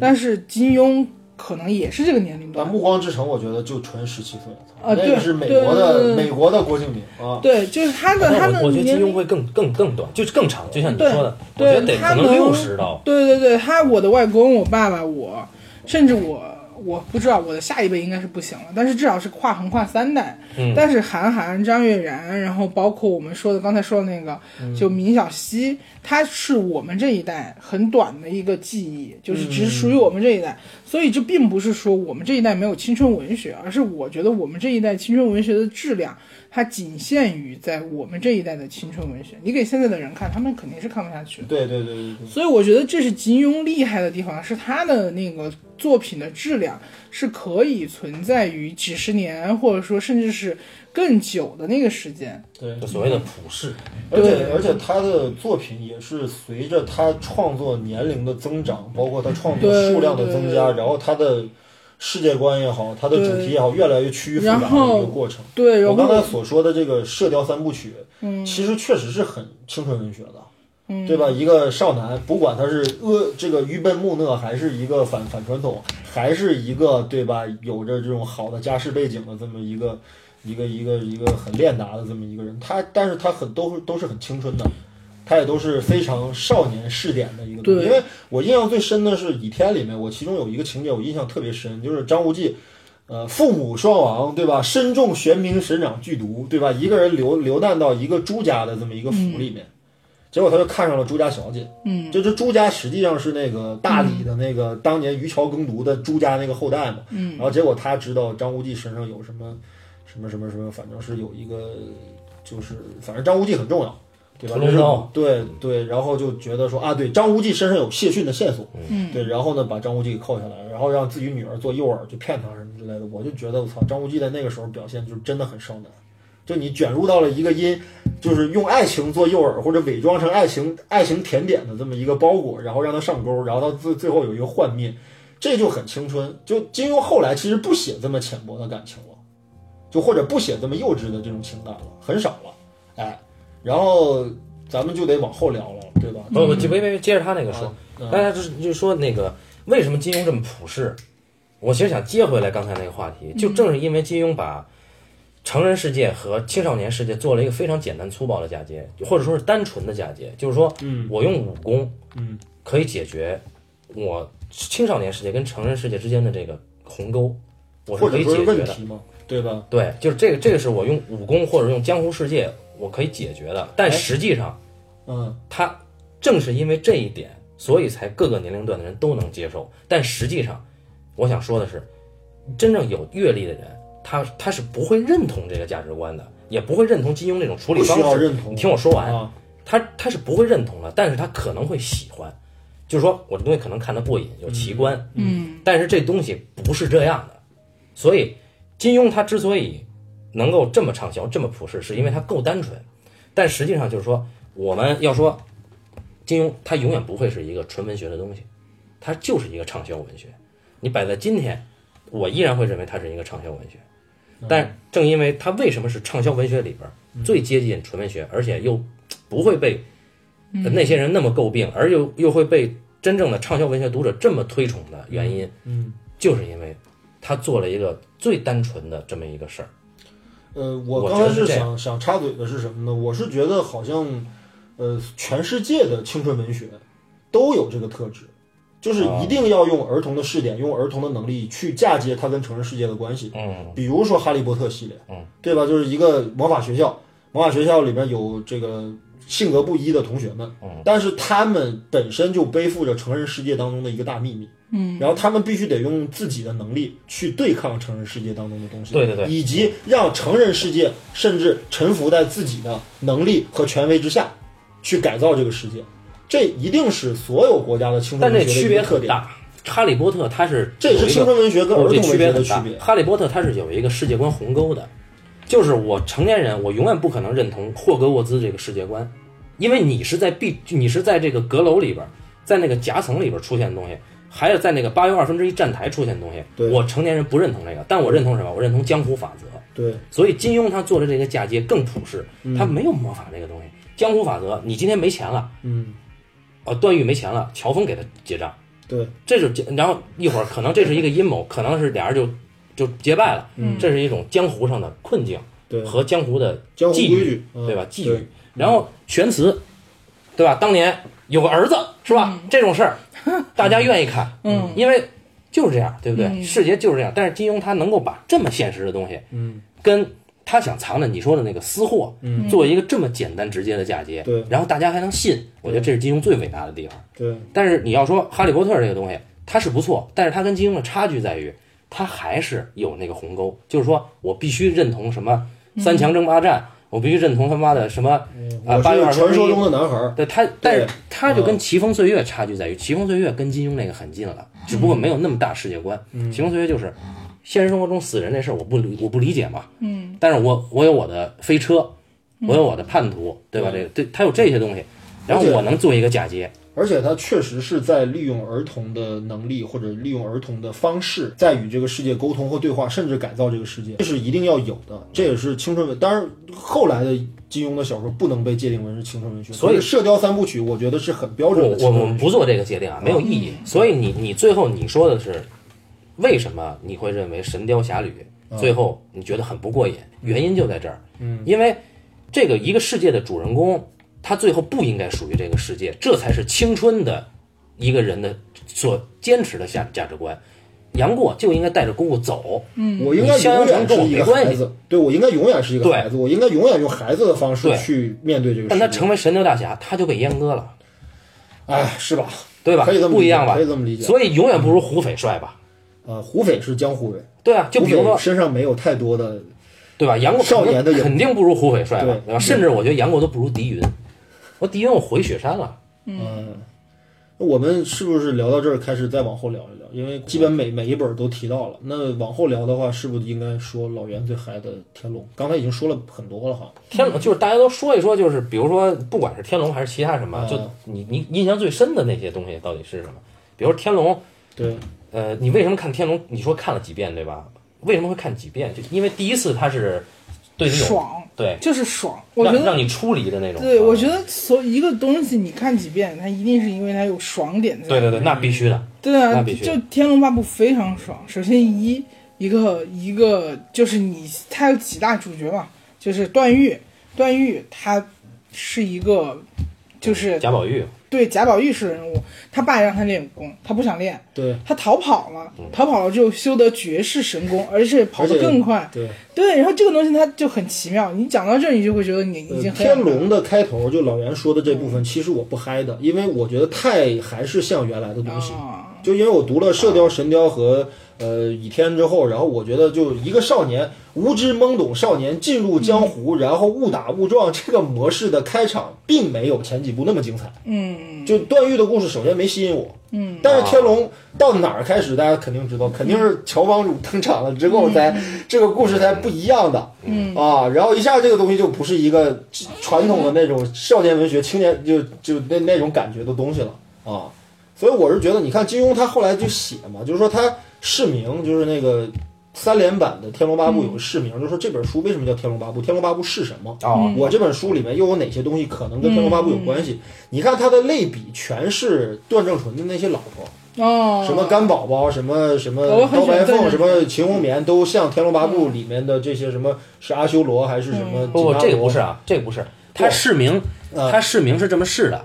但是金庸可能也是这个年龄
但《
段。
啊暮光之城》我觉得就纯十七岁，
啊
那
对
个是美
对
国
对对
的
对
美国的郭敬明啊，
对，就是他的他
但
的
我我觉得金
年
庸
龄。
会更更更短，就是更长，就像你
对
说的，我
对
觉得得
他
可能
能
六十到
对对对，他我的外公、我爸爸、我，甚至我，我不知道我的下一辈应该是不行了，但是至少是跨横跨三代。
嗯
但是韩寒、张悦然，然后包括我们说的刚才说的那个，就明晓溪，他是我们这一代很短的一个记忆，就是只属于我们这一代。所以这并不是说我们这一代没有青春文学，而是我觉得我们这一代青春文学的质量。它仅限于在我们这一代的青春文学，你给现在的人看，他们肯定是看不下去的。
对对对对对，
所以我觉得这是金庸厉害的地方，是他的那个作品的质量是可以存在于几十年，或者说甚至是更久的那个时间。
对
就所谓的普世，
而
对
且而且他的作品也是随着他创作年龄的增长，包括他创作
对
数量的增加，
对
然后他的世界观也好，他的主
对
题也好，越来越趋于复杂
然
的
后
一个过程。
对，然
我刚才
后
所说的这个《射雕三部曲》，
嗯
其实确实是很青春文学的，
嗯，
对吧？一个少男，不管他是恶这个愚笨木讷，还是一个反反传统，还是一个对吧，有着这种好的家世背景的这么一个一个一个一个很练达的这么一个人，他但是他很都是都是很青春的。他也都是非常少年试点的一个东西，
对
因为我印象最深的是《倚天》里面，我其中有一个情节我印象特别深，就是张无忌呃，父母双亡，对吧？身中玄冥神掌剧毒，对吧？一个人流流难到一个朱家的这么一个府里面，结果他就看上了朱家小姐。
嗯
就这朱家实际上是那个大理的那个、当年于桥耕读的朱家那个后代嘛。
嗯
然后结果他知道张无忌身上有什么什么什么什么，反正是有一个就是反正张无忌很重要，对吧？
屠
这
龙
是
刀嗯
对对，然后就觉得说啊，对，张无忌身上有谢逊的线索。
嗯，
对，然后呢，把张无忌给扣下来，然后让自己女儿做诱饵，就骗他什么之类的。我就觉得，我操，张无忌在那个时候表现就是真的很少男，就你卷入到了一个因，就是用爱情做诱饵或者伪装成爱情爱情甜点的这么一个包裹，然后让他上钩，然后到最最后有一个幻灭，这就很青春。就金庸后来其实不写这么浅薄的感情了，就或者不写这么幼稚的这种情感了，很少了，哎，然后咱们就得往后聊了，对吧？
不不，就别别别，接着他那个说，
嗯
大家就是就说那个为什么金庸这么普世？我其实想接回来刚才那个话题，就
嗯
正是因为金庸把成人世界和青少年世界做了一个非常简单粗暴的嫁接，或者说是单纯的嫁接，就是说，
嗯
我用武功
嗯
可以解决我青少年世界跟成人世界之间的这个鸿沟，我是
或
可
者
以
说
解
是
决
问
的。
题嘛，对吧？
对，就是这个，这个是我用武功或者用江湖世界我可以解决的，但
哎
实际上。
嗯。
他正是因为这一点，所以才各个年龄段的人都能接受。但实际上，我想说的是，真正有阅历的人，他他是不会认同这个价值观的，也不会认同金庸这种处理
不需要
方式。
认同。
你听我说完，
啊，
他他是不会认同的，但是他可能会喜欢，就是说我这东西可能看得过瘾，有奇观，
嗯
但是这东西不是这样的，所以金庸他之所以能够这么畅销、这么普世，是因为他够单纯。但实际上就是说，我们要说金庸，他永远不会是一个纯文学的东西，它就是一个畅销文学。你摆在今天，我依然会认为它是一个畅销文学。
嗯
但正因为它为什么是畅销文学里边最接近纯文学，而且又不会被
嗯
那些人那么诟病，而又又会被真正的畅销文学读者这么推崇的原因，
嗯，
就是因为他做了一个最单纯的这么一个事儿。
呃，
我
我
觉
刚
得
才
是
是
这样
想想插嘴的是什么呢？我是觉得好像，呃，全世界的青春文学都有这个特质，就是
啊
一定要用儿童的视点，用儿童的能力去嫁接它跟成人世界的关系。
嗯，
比如说《哈利波特》系列，
嗯，
对吧？就是一个魔法学校，魔法学校里面有这个性格不一的同学们，
嗯，
但是他们本身就背负着成人世界当中的一个大秘密，
嗯，
然后他们必须得用自己的能力去对抗成人世界当中的东西，
对对对
以及让成人世界甚至臣服在自己的能力和权威之下，去改造这个世界。这一定是所有国家的青春
但这
文学
区
的一
别
个特
很
点，
大。哈利波特他是
这也是青春文学跟儿
有
童
一个
文学
区别
的
很
区
大
别。。
哈利波特他是有一个世界观鸿沟的，就是我成年人，我永远不可能认同霍格沃兹这个世界观，因为你是在壁，你是在这个阁楼里边，在那个夹层里边出现的东西，还是在那个八又二分之一站台出现的东西。
对
我成年人不认同这个，但我认同什么？我认同江湖法则。
对
所以金庸他做的这个嫁接更朴实，他没有魔法这个东西。江湖法则，你今天没钱了，
嗯
呃，段誉没钱了，乔峰给他结账，
对
这就结然后一会儿可能这是一个阴谋，可能是俩人就就结拜了，这是一种江湖上的困境
对，
和江湖的
江湖
际
规
遇，
矩嗯
对吧？际
对
遇。然后玄慈，对吧？当年有个儿子是吧？这种事儿大家愿意看，
嗯
因为就是这样，对不对？世界就是这样。但是金庸他能够把这么现实的东西，
嗯，
跟他想藏的你说的那个私货，嗯，做一个这么简单直接的嫁接，
对
然后大家还能信，我觉得这是金庸最伟大的地方。
对
但是你要说《哈利波特》这个东西，它是不错，但是它跟金庸的差距在于，它还是有那个鸿沟，就是说我必须认同什么三强争霸战，我必须认同他妈的什么啊
嗯我
八月二
是
十一
传说中的男孩儿，
对他，但是他就跟《奇峰岁月》差距在于，《奇峰岁月》跟金庸那个很近了，
嗯
只不过没有那么大世界观。奇峰岁月》就是现实生活中死人这事儿，我不理我不理解嘛。嗯，但是我我有我的飞车，我有我的叛徒，对吧？这个对他有这些东西，然后
嗯而且
我能做一个嫁接。
而且他确实是在利用儿童的能力或者利用儿童的方式，在与这个世界沟通或对话，甚至改造这个世界，这是一定要有的。这也是青春文，当然后来的金庸的小说不能被界定为是青春文学，
所以
可是《射雕三部曲》我觉得是很标准的
我
青
我
春
我
文
们
学。
不做这个界定啊，没有意义。
嗯
所以你你最后你说的是，为什么你会认为《神雕侠侣》
嗯
最后你觉得很不过瘾？原因就在这儿，嗯，因为这个一个世界的主人公，他最后不应该属于这个世界，这才是青春的一个人的所坚持的价价值观。杨过就应该带着姑姑走，
我
你
应该永
襄阳
远
城跟
是
我
一
没
个
关
孩
系
子，对我应该永远是一个
对
孩子，我应该永远用孩子的方式
对
去面对这个世
但
界。
他成为神雕大侠，他就被阉割了，
哎，是吧？
对吧？
可以这么理解
不一样吧？
可以这么理解
所以永远不如胡斐帅吧？
呃，胡斐是江湖人，
对啊，就
胡
比如
斐
说
身上没有太多的
对吧？杨过
少年的
肯定
眼
肯定不如胡斐帅吧，
对
对吧？甚至我觉得杨过都不如狄云。我狄云我回雪山了，
嗯，我们是不是聊到这儿开始再往后聊一聊？因为基本每每一本都提到了。那往后聊的话，是不是应该说老袁最嗨的《天龙》？刚才已经说了很多了哈。
天龙就是大家都说一说，就是比如说不管是天龙还是其他什么，就
嗯
你你印象最深的那些东西到底是什么？比如天龙，
对，
呃，你为什么看天龙？你说看了几遍对吧？为什么会看几遍？就因为第一次他是对那种
爽，
对
就是爽。我觉
让
得，
让你出离的那种。啊
对我觉
得
得所一个东西你看几遍，它一定是因为它有爽点在。
对对对，那必须的。
对啊，
那必须
就《天龙八部》非常爽。首先一一个一个就是你，它有几大主角嘛，就是段誉，段誉他是一个，就是
贾宝玉
对贾宝玉式的人物，他爸让他练武功，他不想练，
对，
他逃跑了，逃跑了之后修得绝世神功，而且
嗯
跑
而
得
且
更快。
对，
对，然后这个东西它就很奇妙，你讲到这儿，你就会觉得你已
呃
经很啊
天龙的开头就老袁说的这部分，其实我不嗨的，因为我觉得太还是像原来的东西。
啊，
就因为我读了《射雕》《神雕》和呃《倚天》之后，然后我觉得就一个少年无知懵懂少年进入江湖，然后误打误撞这个模式的开场，并没有前几部那么精彩。
嗯，
就段誉的故事首先没吸引我，嗯，但是天龙到哪儿开始，大家肯定知道，肯定是乔帮主登场了之后才、这个故事才不一样的，嗯啊，然后一下这个东西就不是一个传统的那种少年文学、青年就就那那种感觉的东西了啊，所以我是觉得，你看金庸他后来就写嘛，就是说他释名，就是那个三连版的《天龙八部》有个释名，就说这本书为什么叫《天龙八部》，《天龙八部》是什么？
嗯
哦，
我这本书里面又有哪些东西可能跟《天龙八部》有关系？你看它的类比全是段正淳的那些老婆，
哦，
什么甘宝宝，什么什么
我很
高
喜欢
白
段
凤，
正嗯
什么秦红棉，都像《天龙八部》里面的这些什么是阿修罗还是什么？
不不，这个不是，啊，这个不是，他释名，
啊
他释名是这么释的。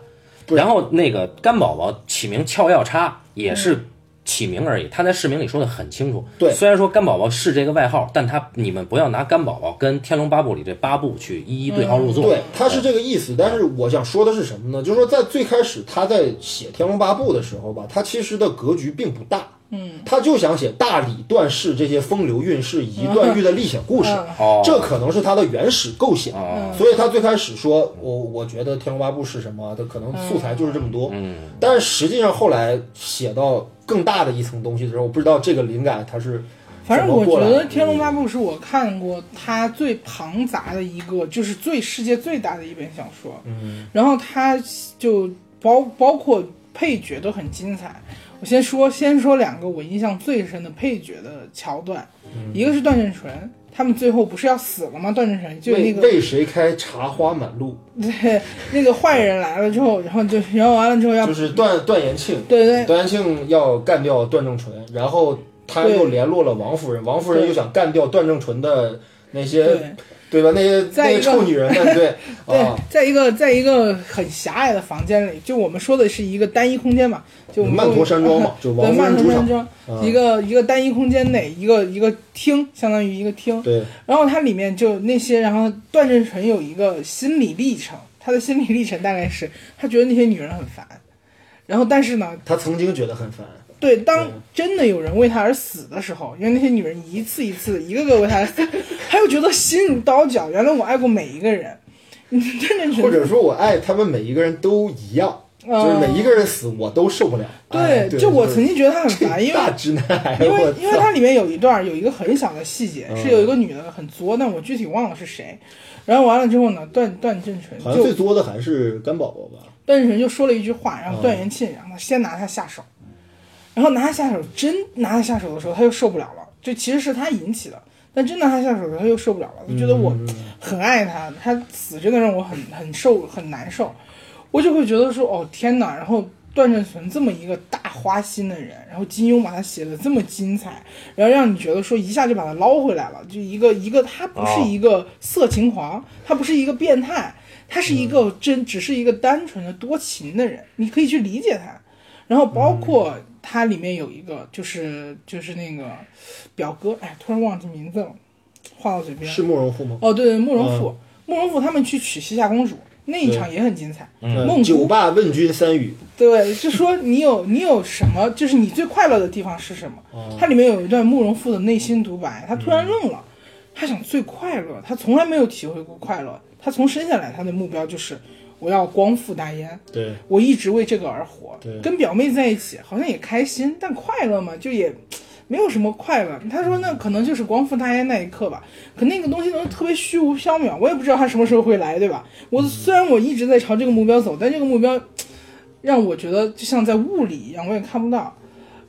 对
然后那个甘宝宝起名俏药叉也是起名而已，他在释名里说的很清楚。
嗯对
虽然说甘宝宝是这个外号，但他你们不要拿甘宝宝跟《天龙八部》里这八部去一一对号入座。
嗯对，他是这个意思。但是我想说的是什么呢？就是说，在最开始他在写《天龙八部》的时候吧，他其实的格局并不大。嗯，他就想写大理、段氏这些风流韵事以及段誉的历险故事，
嗯
哦
这可能是他的原始构想。
哦
所以他最开始说，我我觉得《天龙八部》是什么，他可能素材就是这么多。嗯，但是实际上后来写到更大的一层东西的时候，我不知道这个灵感它是
反正
怎么
我觉
过来的嗯
得《天龙八部》是我看过它最庞杂的一个，就是最世界最大的一本小说。嗯，然后它就包包括配角都很精彩。我先说，先说两个我印象最深的配角的桥段，
嗯
一个是段正淳，他们最后不是要死了吗？段正淳就那
为
个
为谁开茶花满路？
对那个坏人来了之后，然后就然后完了之后要
就是段段延庆，
对对
段延庆要干掉段正淳，然后他
对
又联络了王夫人，王夫人
对
又想干掉段正淳的那些，
对
对啊吧？那些
再
那
一
些
个
臭女人 们，对
对
啊，，
在一个在一个很狭隘的房间里，就我们说的是一个单一空间嘛，就我
嗯
们
曼陀山庄嘛，就
对
王夫
曼
人
陀
主
山
场，
庄，
啊
一个一个单一空间内一个一个厅，相当于一个厅。
对，
然后它里面就那些，然后段正淳有一个心理历程，他的心理历程大概是他觉得那些女人很烦，然后但是呢，
他曾经觉得很烦，
对，当
对
真的有人为他而死的时候，因为那些女人一次一次一个个为他而死，他又觉得心如刀绞。原来我爱过每一个人， 段正淳
或者说我爱他们每一个人都一样，就
呃
是每一个人死我都受不了。哎
对，
对，
就我
是
曾经觉得他很烦，因为
大直男，
因为
哎我
因为它里面有一段有一个很小的细节，
嗯
是有一个女的很作，但我具体忘了是谁。然后完了之后呢，段段正淳
好像
就
最多的还是干宝宝吧？
段正淳就说了一句话，然
嗯
后段延庆让他先拿他下手，然后拿他下手，真拿他下手的时候他又受不了了，就其实是他引起的，但真拿他下手的时候他又受不了了，就觉得
嗯
我很爱他，他死真的让我很很受很难受，我就会觉得说哦天哪，然后。段正淳这么一个大花心的人，然后金庸把他写的这么精彩，然后让你觉得说一下就把他捞回来了，就一个一个他不是
哦
一个色情狂，他不是一个变态，他是一个真只是一个单纯的多情的人，你可以去理解他。然后包括它里面有一个就是就是那个表哥，哎，突然忘记名字了，话到嘴边了。
是慕容复吗？
哦，对对，慕容复，慕容复他们去娶西夏公主那一场也很精彩。
嗯
梦姑
酒罢问君三语，
对，就说你有你有什么，就是你最快乐的地方是什么？它里面有一段慕容复的内心独白，他突然愣了，他想最快乐，他从来没有体会过快乐，他从生下来他的目标就是我要光复大燕，
对，
我一直为这个而活
对。
跟表妹在一起好像也开心，但快乐嘛，就也没有什么快乐。他说
嗯
那可能就是光复大烟那一刻吧，可那个东西都特别虚无缥缈，我也不知道它什么时候会来，对吧？
嗯
我虽然我一直在朝这个目标走，但这个目标让我觉得就像在雾里一样，我也看不到。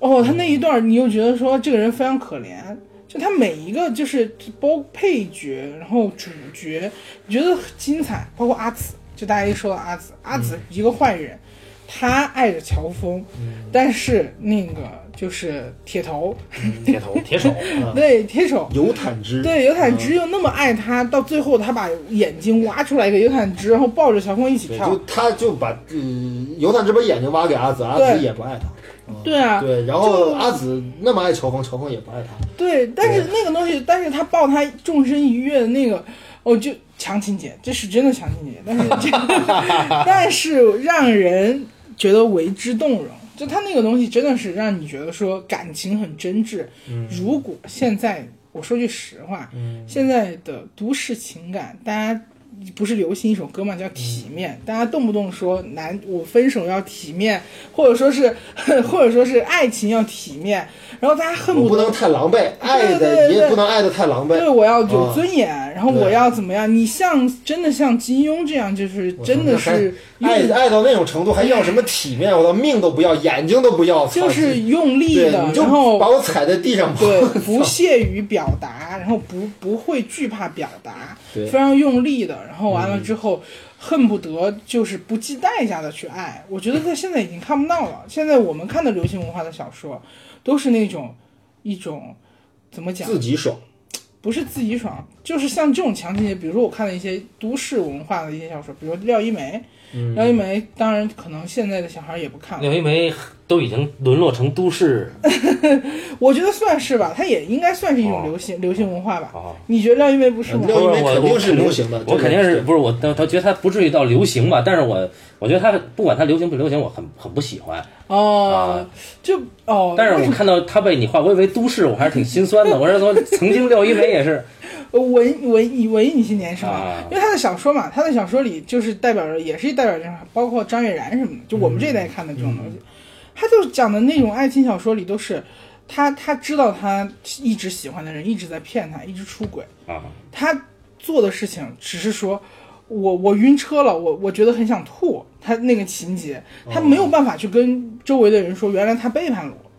哦，他那
嗯
一段你又觉得说这个人非常可怜。就他每一个就是包配角，然后主角，你觉得很精彩，包括阿紫，就大家一说到阿
嗯
紫，阿紫一个坏人，他爱着乔峰，
嗯
但是那个就是铁头，
铁头铁 手，嗯
嗯
对铁手，
有坦之，啊
对尤坦之又那么爱他，到最后他把眼睛挖出来一个尤坦之，然后抱着乔峰一起
对，
跳
就，他就把嗯，尤坦之把眼睛挖给阿紫，阿
对
紫也不爱他，
对啊，
对，然
就
后阿紫那么爱乔峰，乔峰也不爱他，
对，但是那个东西，但是他抱他纵身一跃的那个，哦，就强情节，这是真的强情节，但是 但是让人觉得为之动容。就他那个东西真的是让你觉得说感情很真挚。如果现在我说句实话，现在的都市情感，大家不是流行一首歌嘛，叫《体面》，大家动不动说男我分手要体面，或者说是 或者说是爱情要体面，然后大家恨
我
不
不
得
能太狼狈，爱
对
的
对
也不能爱的太狼狈
对，，我要
啊
有尊严，然后我要怎么样？你像真的像金庸这样，就是
我操
真的是
这还爱
用，
爱到那种程度，还要什么体面？我操，命都不要，眼睛都不要，
就
操
是用力
对，
的，
你就
然
把
后
我踩在地上吧，
对不屑于表达，然后不不会惧怕表达，
对
非常用力的，然后完了之后。恨不得就是不计代价的去爱，我觉得在现在已经看不到了。现在我们看的流行文化的小说，都是那种一种怎么讲
自己爽，
不是自己爽，就是像这种强情节，比如说我看了一些都市文化的一些小说，比如说廖一梅，
嗯
廖一梅当然可能现在的小孩也不看了，
廖一梅都已经沦落成都 市
我觉得算是吧，它也应该算是一种
哦
流行、流行文化吧。
啊。
你觉得廖一梅不是吗？
廖一
不
梅
我
肯定
我
是流行的，
我肯定
这
是
个
不是我，他他觉得他不至于到流行吧，但是我我觉得他不管他流行不流行，我很很不喜欢。
啊
啊
哦，就哦，
但是我看到他被你划归为都市，我还是挺心酸的。我是 说，曾经廖一梅也是，
呃文文以文艺女青年是吗？
啊
因为他的小说嘛，他的小说里就是代表着，也是代表着，包括张悦然什么的，就我们这一代看的这种东西，他就讲的那种爱情小说里都是，他他知道他一直喜欢的人一直在骗他，一直出轨，
啊，
他做的事情只是说。我我晕车了，我我觉得很想吐。他那个情节，他没有办法去跟周围的人说，原来他背叛了我，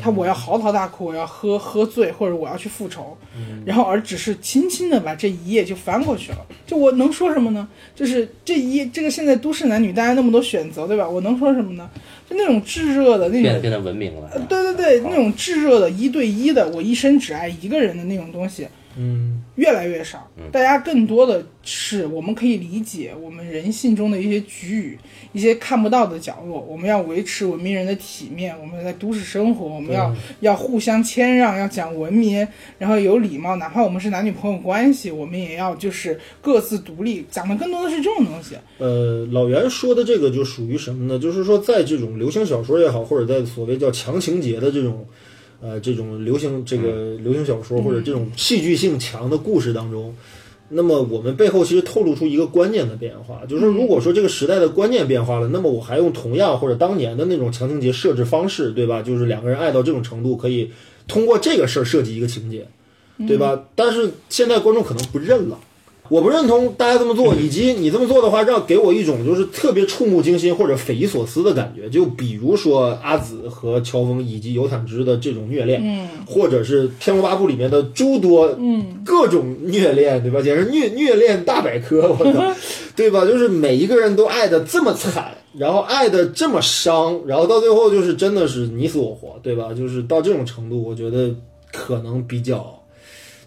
他我要嚎啕大哭，我要喝喝醉，或者我要去复仇，然后而只是轻轻的把这一页就翻过去了。就我能说什么呢？就是这一页，这个现在都市男女大家那么多选择，对吧？我能说什么呢？就那种炙热的那
变得
种
变得文明了。
呃
啊是吧
对对对，那
好
种炙热的一对一的，我一生只爱一个人的那种东西
嗯
越来越少。大家更多的是我们可以理解我们人性中的一些局域、一些看不到的角落。我们要维持文明人的体面，我们在都市生活，我们要要互相谦让，要讲文明，然后有礼貌。哪怕我们是男女朋友关系，我们也要就是各自独立。讲的更多的是这种东西。
呃，老袁说的这个就属于什么呢？就是说，在这种流行小说也好，或者在所谓叫强情节的这种，呃，这种流行这个流行小说或者这种戏剧性强的故事当中，那么我们背后其实透露出一个观念的变化，就是说如果说这个时代的观念变化了，那么我还用同样或者当年的那种强情节设置方式，对吧？就是两个人爱到这种程度，可以通过这个事儿设计一个情节，对吧？但是现在观众可能不认了。我不认同大家这么做，以及你这么做的话，让给我一种就是特别触目惊心或者匪夷所思的感觉。就比如说阿紫和乔峰以及尤坦之的这种虐恋，或者是《天龙八部》里面的诸多各种虐恋，对吧？简直虐虐恋大百科，我操，对吧？就是每一个人都爱的这么惨，然后爱的这么伤，然后到最后就是真的是你死我活，对吧？就是到这种程度，我觉得可能比较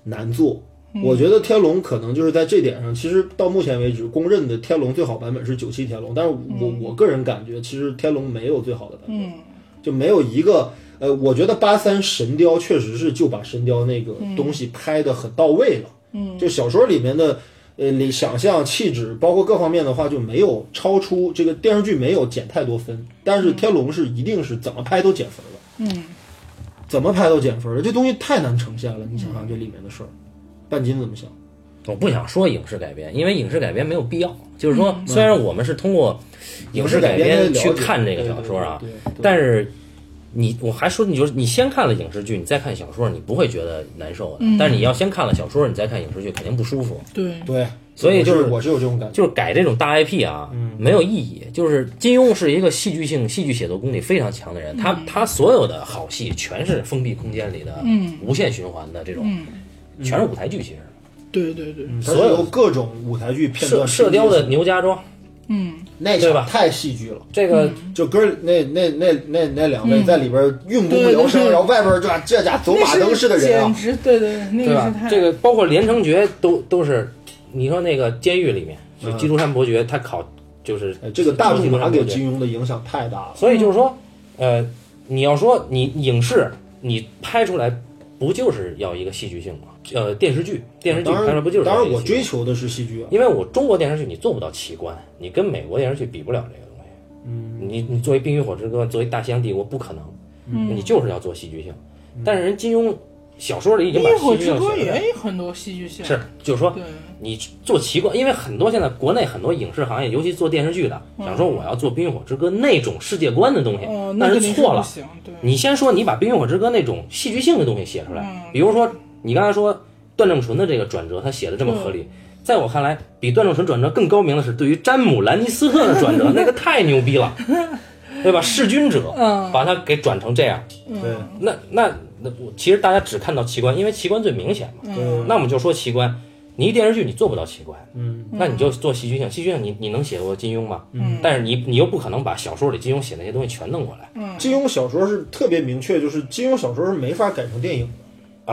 难做。我觉得天龙可能就是在这点上，其实到目前为止公认的天龙最好版本是九七天龙，但是我我个人感觉，其实天龙没有最好的版本。
嗯
就没有一个呃，我觉得八三神雕确实是就把神雕那个东西拍得很到位了，嗯，就小说里面的呃理想象、气质，包括各方面的话，就没有超出这个电视剧没有减太多分，但是天龙是一定是怎么拍都减分了，
嗯，
怎么拍都减分了，这东西太难呈现了，你想想这里面的事儿，半斤怎么想？
我不想说影视改编，因为影视改编没有必要。就是说，
嗯
虽然我们是通过影视改编去看这个小说啊，
对，
但是你我还说，你就是你先看了影视剧，你再看小说，你不会觉得难受的。
嗯
但是你要先看了小说，你再看影视剧，肯定不舒服。
对，
对，
所以就
就是我是有这种感觉，
就是改这种
嗯
大 IP 啊，没有意义。就是金庸是一个戏剧性、戏剧写作功底非常强的人，他
嗯
他所有的好戏全是封闭空间里的
嗯
无限循环的这种，全是舞台剧。其实
对对对，
所有各种舞台剧片
射
段，
射雕的牛家庄，
嗯，
那
对
场
吧
太戏剧了。
这个
就哥儿那那那那那两位在里边韵不
对
聊生，
对
然后外边这这家走
那
马灯
是
似的人
简
啊，
直对对，对那
对
个
吧
是太？
这个包括连城诀都都是，你说那个监狱里面，就基督山伯爵他考就是
嗯哎这个大
基
众
督
马
山伯
给
爵，
金庸的影响太大了。
所以就是说，呃，你要说你影视你拍出来不就是要一个戏剧性吗？呃，电视剧电视剧
当
拍出来
然
不就是，
当然我
追，
追求的是戏剧啊，
因为我中国电视剧你做不到奇观，你跟美国电视剧比不了这个东西。嗯，你你作为《冰与火之歌》，作为《大西洋帝国》，不可能，
嗯
你就是要做戏剧性。但是人金庸小说里已
《
经把
烈火
戏剧
之
性
歌》
写出来了
也有很多戏剧性，
是，就是说
对，
你做奇观，因为很多现在国内很多影视行业，尤其做电视剧的，想说我要做《冰与火之歌》那种世界观的东西，
嗯哦，
但
肯
是
定
错
不
了。
行，对，
你先说你把《冰与火之歌》那种戏剧性的东西写出来，
嗯
比如说你刚才说段正淳的这个转折，他写的这么合
嗯
理。在我看来，比段正淳转折更高明的是对于詹姆·兰尼斯特的 转折，那个太牛逼了，对吧？弑君者
嗯
把他给转成这样，
对
那那那我其实大家只看到奇观，因为奇观最明显嘛。
对啊
那我们就说奇观，你一电视剧你做不到奇观，
嗯，
那你就做戏剧性，戏剧性你你能写过金庸吗？嗯，但是你你又不可能把小说里金庸写那些东西全弄过来
金庸小说是特别明确，就是金庸小说是没法改成电影的。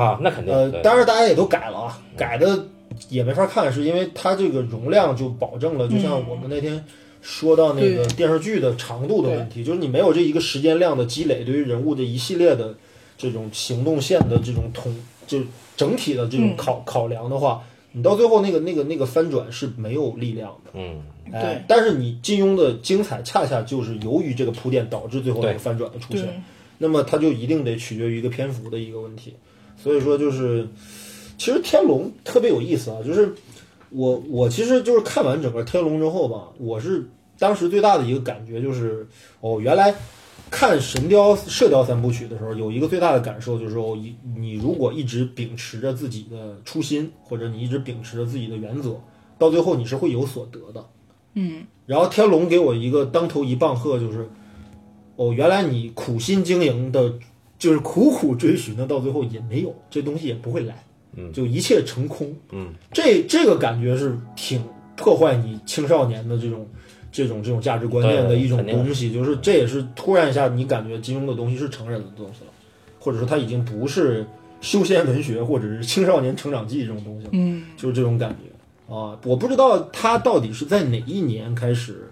啊，那肯定。
呃，
对
当然大家也都改了啊，改的也没法看，是因为它这个容量就保证了，就像我们那天说到那个
嗯对
电视剧的长度的问题，就是你没有这一个时间量的积累，对于人物的一系列的这种行动线的这种统，就整体的这
嗯
种考、考量的话，你到最后那个那个那个翻转是没有力量的。
嗯，
哎
对，
但是你金庸的精彩恰恰就是由于这个铺垫导致最后那个翻转的出现。
对，
那么它就一定得取决于一个篇幅的一个问题。所以说，就是其实天龙特别有意思啊，就是我我其实就是看完整个天龙之后吧，我是当时最大的一个感觉就是，哦，原来看神雕、射雕三部曲的时候，有一个最大的感受就是说，哦你你如果一直秉持着自己的初心，或者你一直秉持着自己的原则。到最后你是会有所得的。
嗯，
然后天龙给我一个当头一棒喝，就是哦，原来你苦心经营的，就是苦苦追寻的，到最后也没有，这东西也不会来，
嗯，
就一切成空，
嗯，
这这个感觉是挺破坏你青少年的这种。这种这种价值观念的
对
一种
肯定
东西，就是这也是突然一下，你感觉金庸的东西是成人的东西了，或者说它已经不是修仙文学或者是青少年成长记这种东西了。
嗯，
就是这种感觉啊。我不知道他到底是在哪一年开始，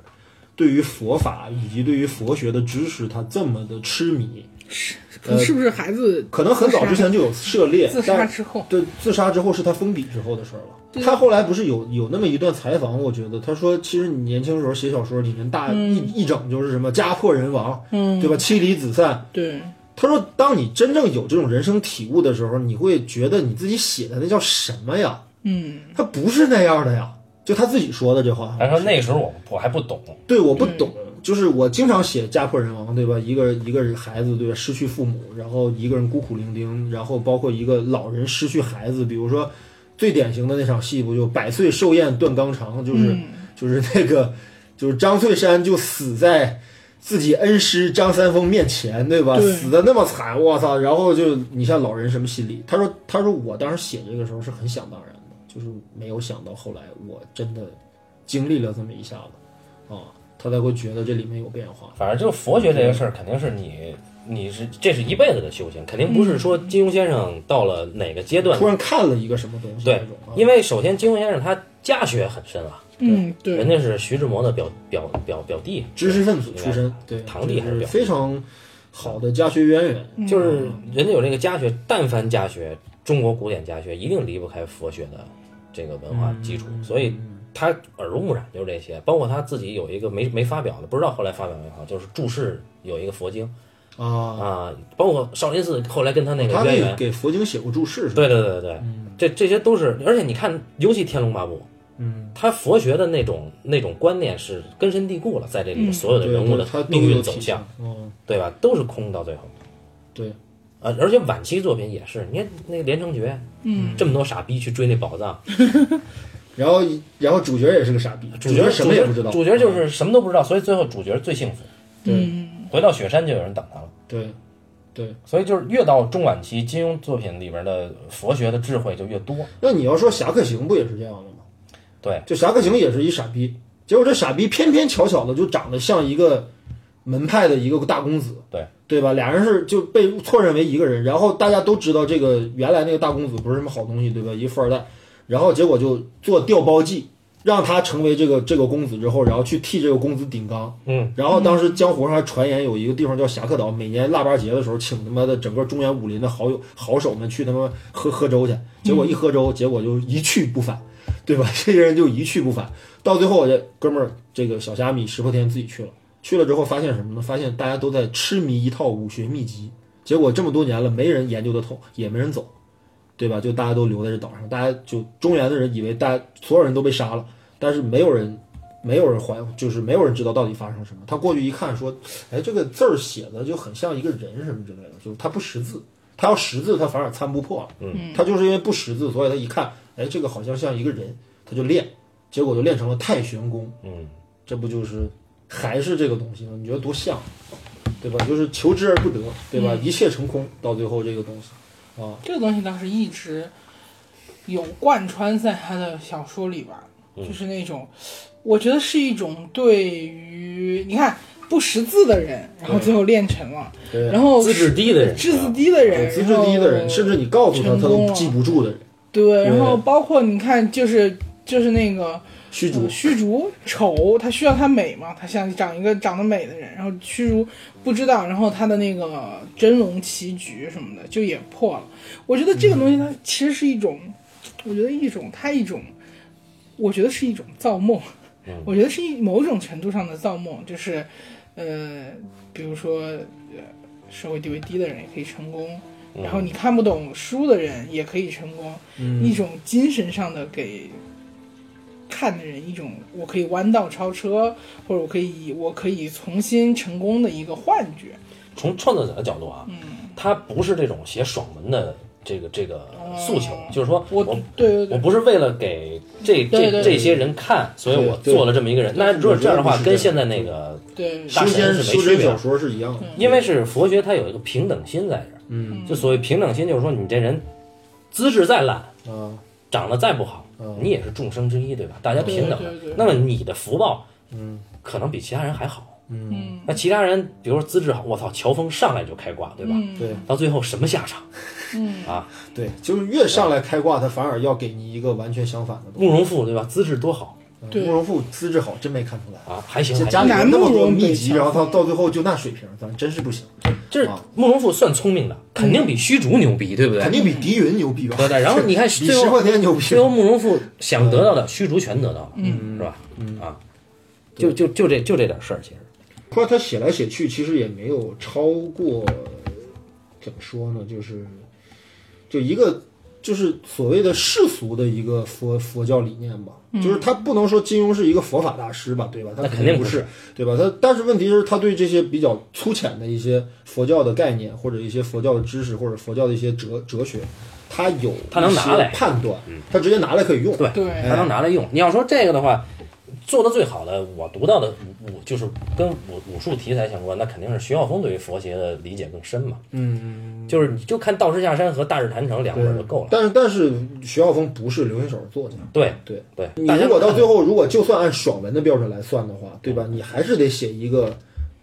对于佛法以及对于佛学的知识，他这么的痴迷。
是是不是孩子
呃可能很早之前就有涉猎，
自杀
但
之后？
对自杀之后是他封笔之后的事儿
对
了。他后来不是有有那么一段采访，我觉得他说，其实你年轻时候写小说，里面大、
嗯
一一整就是什么家破人亡，
嗯，
对吧？妻离子散，
对，
他说，当你真正有这种人生体悟的时候，你会觉得你自己写的那叫什么呀？
嗯
他不是那样的呀，就他自己说的这话。
他说那时候我我还不懂，
对，我不懂，
嗯
就是我经常写家破人亡，对吧？一个一个人孩子，对吧？失去父母，然后一个人孤苦伶仃，然后包括一个老人失去孩子，比如说最典型的那场戏，不就百岁寿宴断肛肠，就是、
嗯
就是那个就是张翠山就死在自己恩师张三丰面前，对吧？
对
死的那么惨，我操！然后就你像老人什么心理？他说，他说我当时写这个时候是很想当然的，就是没有想到后来我真的经历了这么一下子，啊，他才会觉得这里面有变化。
反正就佛学这个事儿，肯定是你你是这是一辈子的修行，肯定不是说
嗯
金庸先生到了哪个阶段
突，然看了一个什么东西，
对
那种啊，
因为首先金庸先生他家学很深啊，
嗯，对
人，家是徐志摩的表表表表弟，
知识分子出身，对，
堂弟还是
就
表弟
是非常好的家学渊源。
嗯
就是人家有这个家学，但凡家学，中国古典家学一定离不开佛学的这个文化基础，
嗯
所以他耳濡目染就是这些，包括他自己有一个没没发表的，不知道后来发表没有，就是注释有一个佛经
啊，
啊，包括少林寺后来跟他那个
哦他嗯
渊
那
源，
给佛经写过注释，是吧？
对对对对对，这这些都是，而且你看，尤其《天龙八部》，
嗯，
他佛学的那种那种观念是根深蒂固了，在这里面
嗯
所有的
对
人物的
他
命运走向，，
嗯，
对吧？都是空到最后。
对，
啊，而且晚期作品也是，你看那《连城诀》，
嗯，
这么多傻逼去追那宝藏，
然后然后嗯主角也是个傻逼，
主角
什么也不知道，啊嗯
主角就是什么都不知道，所以最后主角最幸福，
对
嗯
回到雪山就有人等他了。
对对。
所以就是越到中晚期，金庸作品里边的佛学的智慧就越多。
那你要说《侠客行》不也是这样的吗？
对，
就《侠客行》也是一傻逼，结果这傻逼偏偏巧巧的就长得像一个门派的一个大公子，
对
对吧？俩人是就被错认为一个人，然后大家都知道这个原来那个大公子不是什么好东西，对吧？一富二代，然后结果就做调包计，让他成为这个这个公子之后，然后去替这个公子顶缸。
嗯，
然后当时江湖上还传言有一个地方叫侠客岛，每年腊八节的时候，请他妈的整个中原武林的好友好手们去他妈喝喝粥去，结果一喝粥，结果就一去不返，对吧？ 这些人就一去不返，到最后这哥们儿这个小虾米石破天自己去了，去了之后发现什么呢？发现大家都在痴迷一套武学秘籍，结果这么多年了，没人研究得透，也没人走，对吧？就大家都留在这岛上，大家就中原的人以为大家所有人都被杀了，但是没有人没有人怀，就是没有人知道到底发生什么。他过去一看，说：“哎，这个字儿写的就很像一个人什么之类的，就是他不识字，他要识字，他反而参不破了。
嗯，
他就是因为不识字，所以他一看，哎，这个好像像一个人，他就练，结果就练成了太玄功。
嗯，
这不就是还是这个东西吗？你觉得多像，对吧？就是求之而不得，对
嗯
吧？一切成空，到最后这个东西啊，
这个东西倒是一直有贯穿在他的小说里边儿，
嗯
就是那种，我觉得是一种对于你看不识字的人，然后最后练成了，
对
然后
资质低的人，啊
识字低的人，
资质低的人，甚至你告诉他
成
他
功
都
了
记不住的人，
对，然
对
后包括你看，就是就是那个
虚竹
呃虚竹丑，他需要他美嘛，他想找一个长得美的人，然后虚竹不知道，然后他的那个真龙棋局什么的就也破了。我觉得这个东西它其实是一种，我觉得一种它一种，我觉得是一种造梦，我觉得是一某种程度上的造梦，就是呃，比如说呃社会地位低的人也可以成功。然后你看不懂书的人也可以成功，一种精神上的给看的人一种我可以弯道超车，或者我可以我可以重新成功的一个幻觉。
从创作者的角度啊，
嗯
他不是这种写爽文的这个这个诉求，就是说
哦我
我
对对
我
对，
不是为了给这
对
这
对
这些人看，所以我
对对
做了这么一个人。那如果这样的话，
我觉得不是这样
跟现在那个，
对，
大神
修仙
是没
修
区
真
别
小
的
说是一样的，
因为是佛学，它有一个平等心在这儿。
嗯
就所谓平等心，就是说你这人资质再烂，
嗯
啊，
长得再不好
嗯，
你也是众生之一，对吧？大家平等的
对对对。
那么你的福报
嗯
可能比其他人还好。
嗯，
嗯，
那其他人，比如说资质好，我操，乔峰上来就开挂，对吧？
嗯
对
到最后什么下场？
嗯
啊，
对，就是越上来开挂，他反而要给你一个完全相反的东西。
慕容复，对吧？资质多好
嗯
对
慕容复资质好，真没看出来。
啊，还行
这，嗯家
还行。
里有那么多秘籍，
南慕容北乔
然后到到最后就那水平，咱真是不行，
这是慕容复算聪明的，肯定比虚竹牛逼，对不对？
啊肯定比狄云牛逼吧？
对不对。然后你看
比
最
石
后
破天牛逼
最。后慕容复想得到的，虚竹全得到了，嗯，是吧？啊，就就就这就这点事儿，其实
说他写来写去，其实也没有超过，怎么说呢？就是就一个就是所谓的世俗的一个佛佛教理念吧，就是他不能说金庸是一个佛法大师吧，对吧？他
嗯那肯
肯
定
不
不
是，对吧？他但是问题就是他对这些比较粗浅的一些佛教的概念，或者一些佛教的知识，或者佛教的一些哲哲学，他有
他能
一些
拿来
判断，他直接拿来可以用。
对
对
他能拿来用。你要说这个的话，做的最好的，我读到的武武就是跟武武术题材相关，那肯定是徐浩峰对于佛学的理解更深嘛。嗯，就是你就看《道士下山》和《大日坛城》两本就够了。
但是但是徐浩峰不是流行手作家，
对
对。
对，
你
大家
如果到最
后
后，如果就算按爽文的标准来算的话，对吧？你还是得写一个，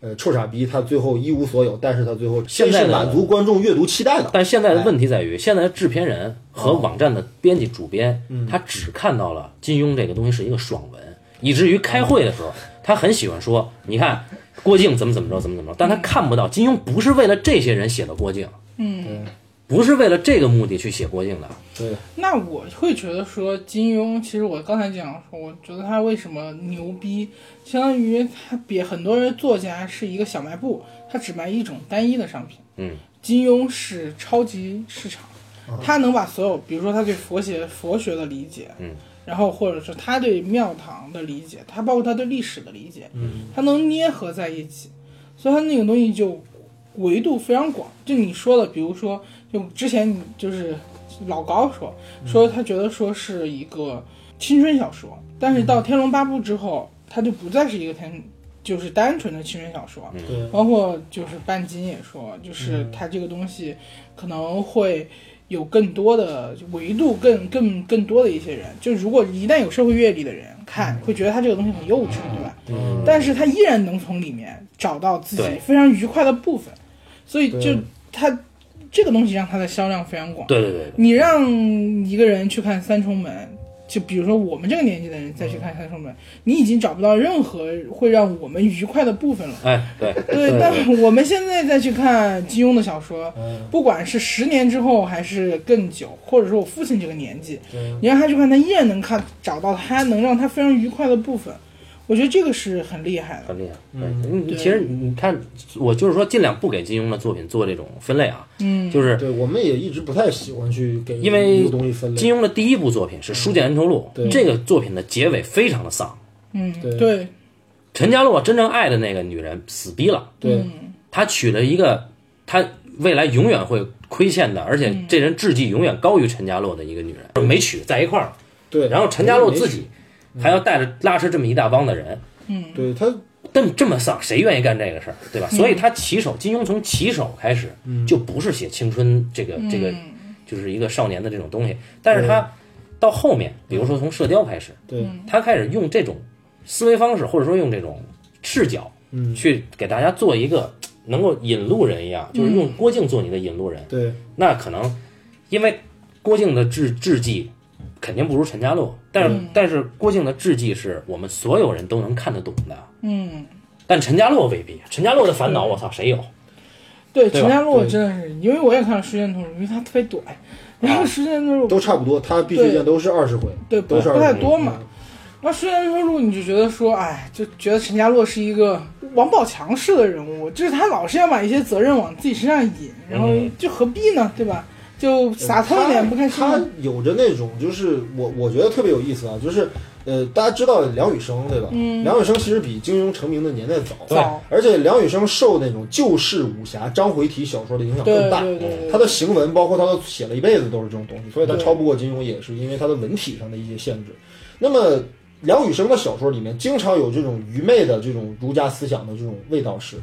呃，臭傻逼，他最后一无所有，但是他最后
现在
这是
的
满足观众阅读期待的。
但现在的问题在于，现在的制片人和网站的编辑主编，他只看到了金庸这个东西是一个爽文，以至于开会的时候，他很喜欢说：“你看郭靖怎么怎么着，怎么怎么着。”但他看不到金庸不是为了这些人写的郭靖，
嗯，
不是为了这个目的去写郭靖的。
对，
那我会觉得说金庸，其实我刚才讲说，我觉得他为什么牛逼，相当于他比很多人作家是一个小卖部，他只卖一种单一的商品。
嗯，
金庸是超级市场，他能把所有，比如说他对佛学佛学的理解，
嗯，
然后或者是他对庙堂的理解，他包括他对历史的理解，嗯，他能捏合在一起，所以他那个东西就维度非常广。就你说的，比如说，就之前你就是老高说说他觉得说是一个青春小说，但是到《天龙八部》之后，他就不再是一个天，就是单纯的青春小说，
对，
包括就是半斤也说，就是它这个东西可能会有更多的维度更，更更多的一些人，就如果一旦有社会阅历的人看，会觉得它这个东西很幼稚，对吧？
嗯
嗯但是它依然能从里面找到自己
对
非常愉快的部分，所以就
对
它这个东西让它的销量非常广。
对对对对，
你让一个人去看三重门，就比如说我们这个年纪的人再去看三重门，你已经找不到任何会让我们愉快的部分了。
哎对
对，但我们现在再去看金庸的小说，
嗯，
不管是十年之后还是更久，或者说我父亲这个年纪，
对，
你让他去看，他依然能看找到他能让他非常愉快的部分。我觉得这个是很厉害的。
很厉害。嗯，你其实你看，我就是说尽量不给金庸的作品做这种分类啊，
嗯，
就是
对，我们也一直不太喜欢去给
因为
一个东西分类。
金庸的第一部作品是《书剑恩仇录》，
对
这个作品的结尾非常的丧。
嗯，
对
对，
陈家洛真正爱的那个女人死逼了，
对，
他娶了一个他未来永远会亏欠的，而且这人智计永远高于陈家洛的一个女人，没娶在一块儿了。
对，
然后陈家洛自己还要带着拉扯这么一大帮的人，
没，对他，
这么这么丧，谁愿意干这个事儿，对吧？所以他起手，金庸从起手开始就不是写青春这个这个，就是一个少年的这种东西，但是他到后面，比如说从射雕开始，
对，
他开始用这种思维方式，或者说用这种视角，
嗯
去给大家做一个能够引路人一样，就是用郭靖做你的引路人。
对，
那可能因为郭靖的智智计肯定不如陈家洛，但是、
嗯
但是郭靖的智计是我们所有人都能看得懂的，
嗯，
但陈家洛未必。陈家洛的烦恼，我操，谁有？
对，
对吧
陈家洛
对
真的是，因为我也看了《时间图》，因为它特别短，然后《时间图》
都差不多，他必须
对
见都是二十回，
对，不
都是
不太
二十回。嗯
多嘛。那虽然说，如果你就觉得说，哎，就觉得陈家洛是一个王宝强式的人物，就是他老是要把一些责任往自己身上引，然后就何必呢，对吧？就洒脱一点，不开心
嗯他
吗。
有着那种，就是我我觉得特别有意思啊，就是呃，大家知道梁羽生对吧？梁羽生其实比金庸成名的年代早，
对
嗯早，
而且梁羽生受那种旧式武侠章回体小说的影响
对
更大。
对对
他
对，
的行文，包括他的写了一辈子都是这种东西，所以他
对
超不过金庸，也是因为他的文体上的一些限制。那么梁羽生的小说里面经常有这种愚昧的这种儒家思想的这种味道是，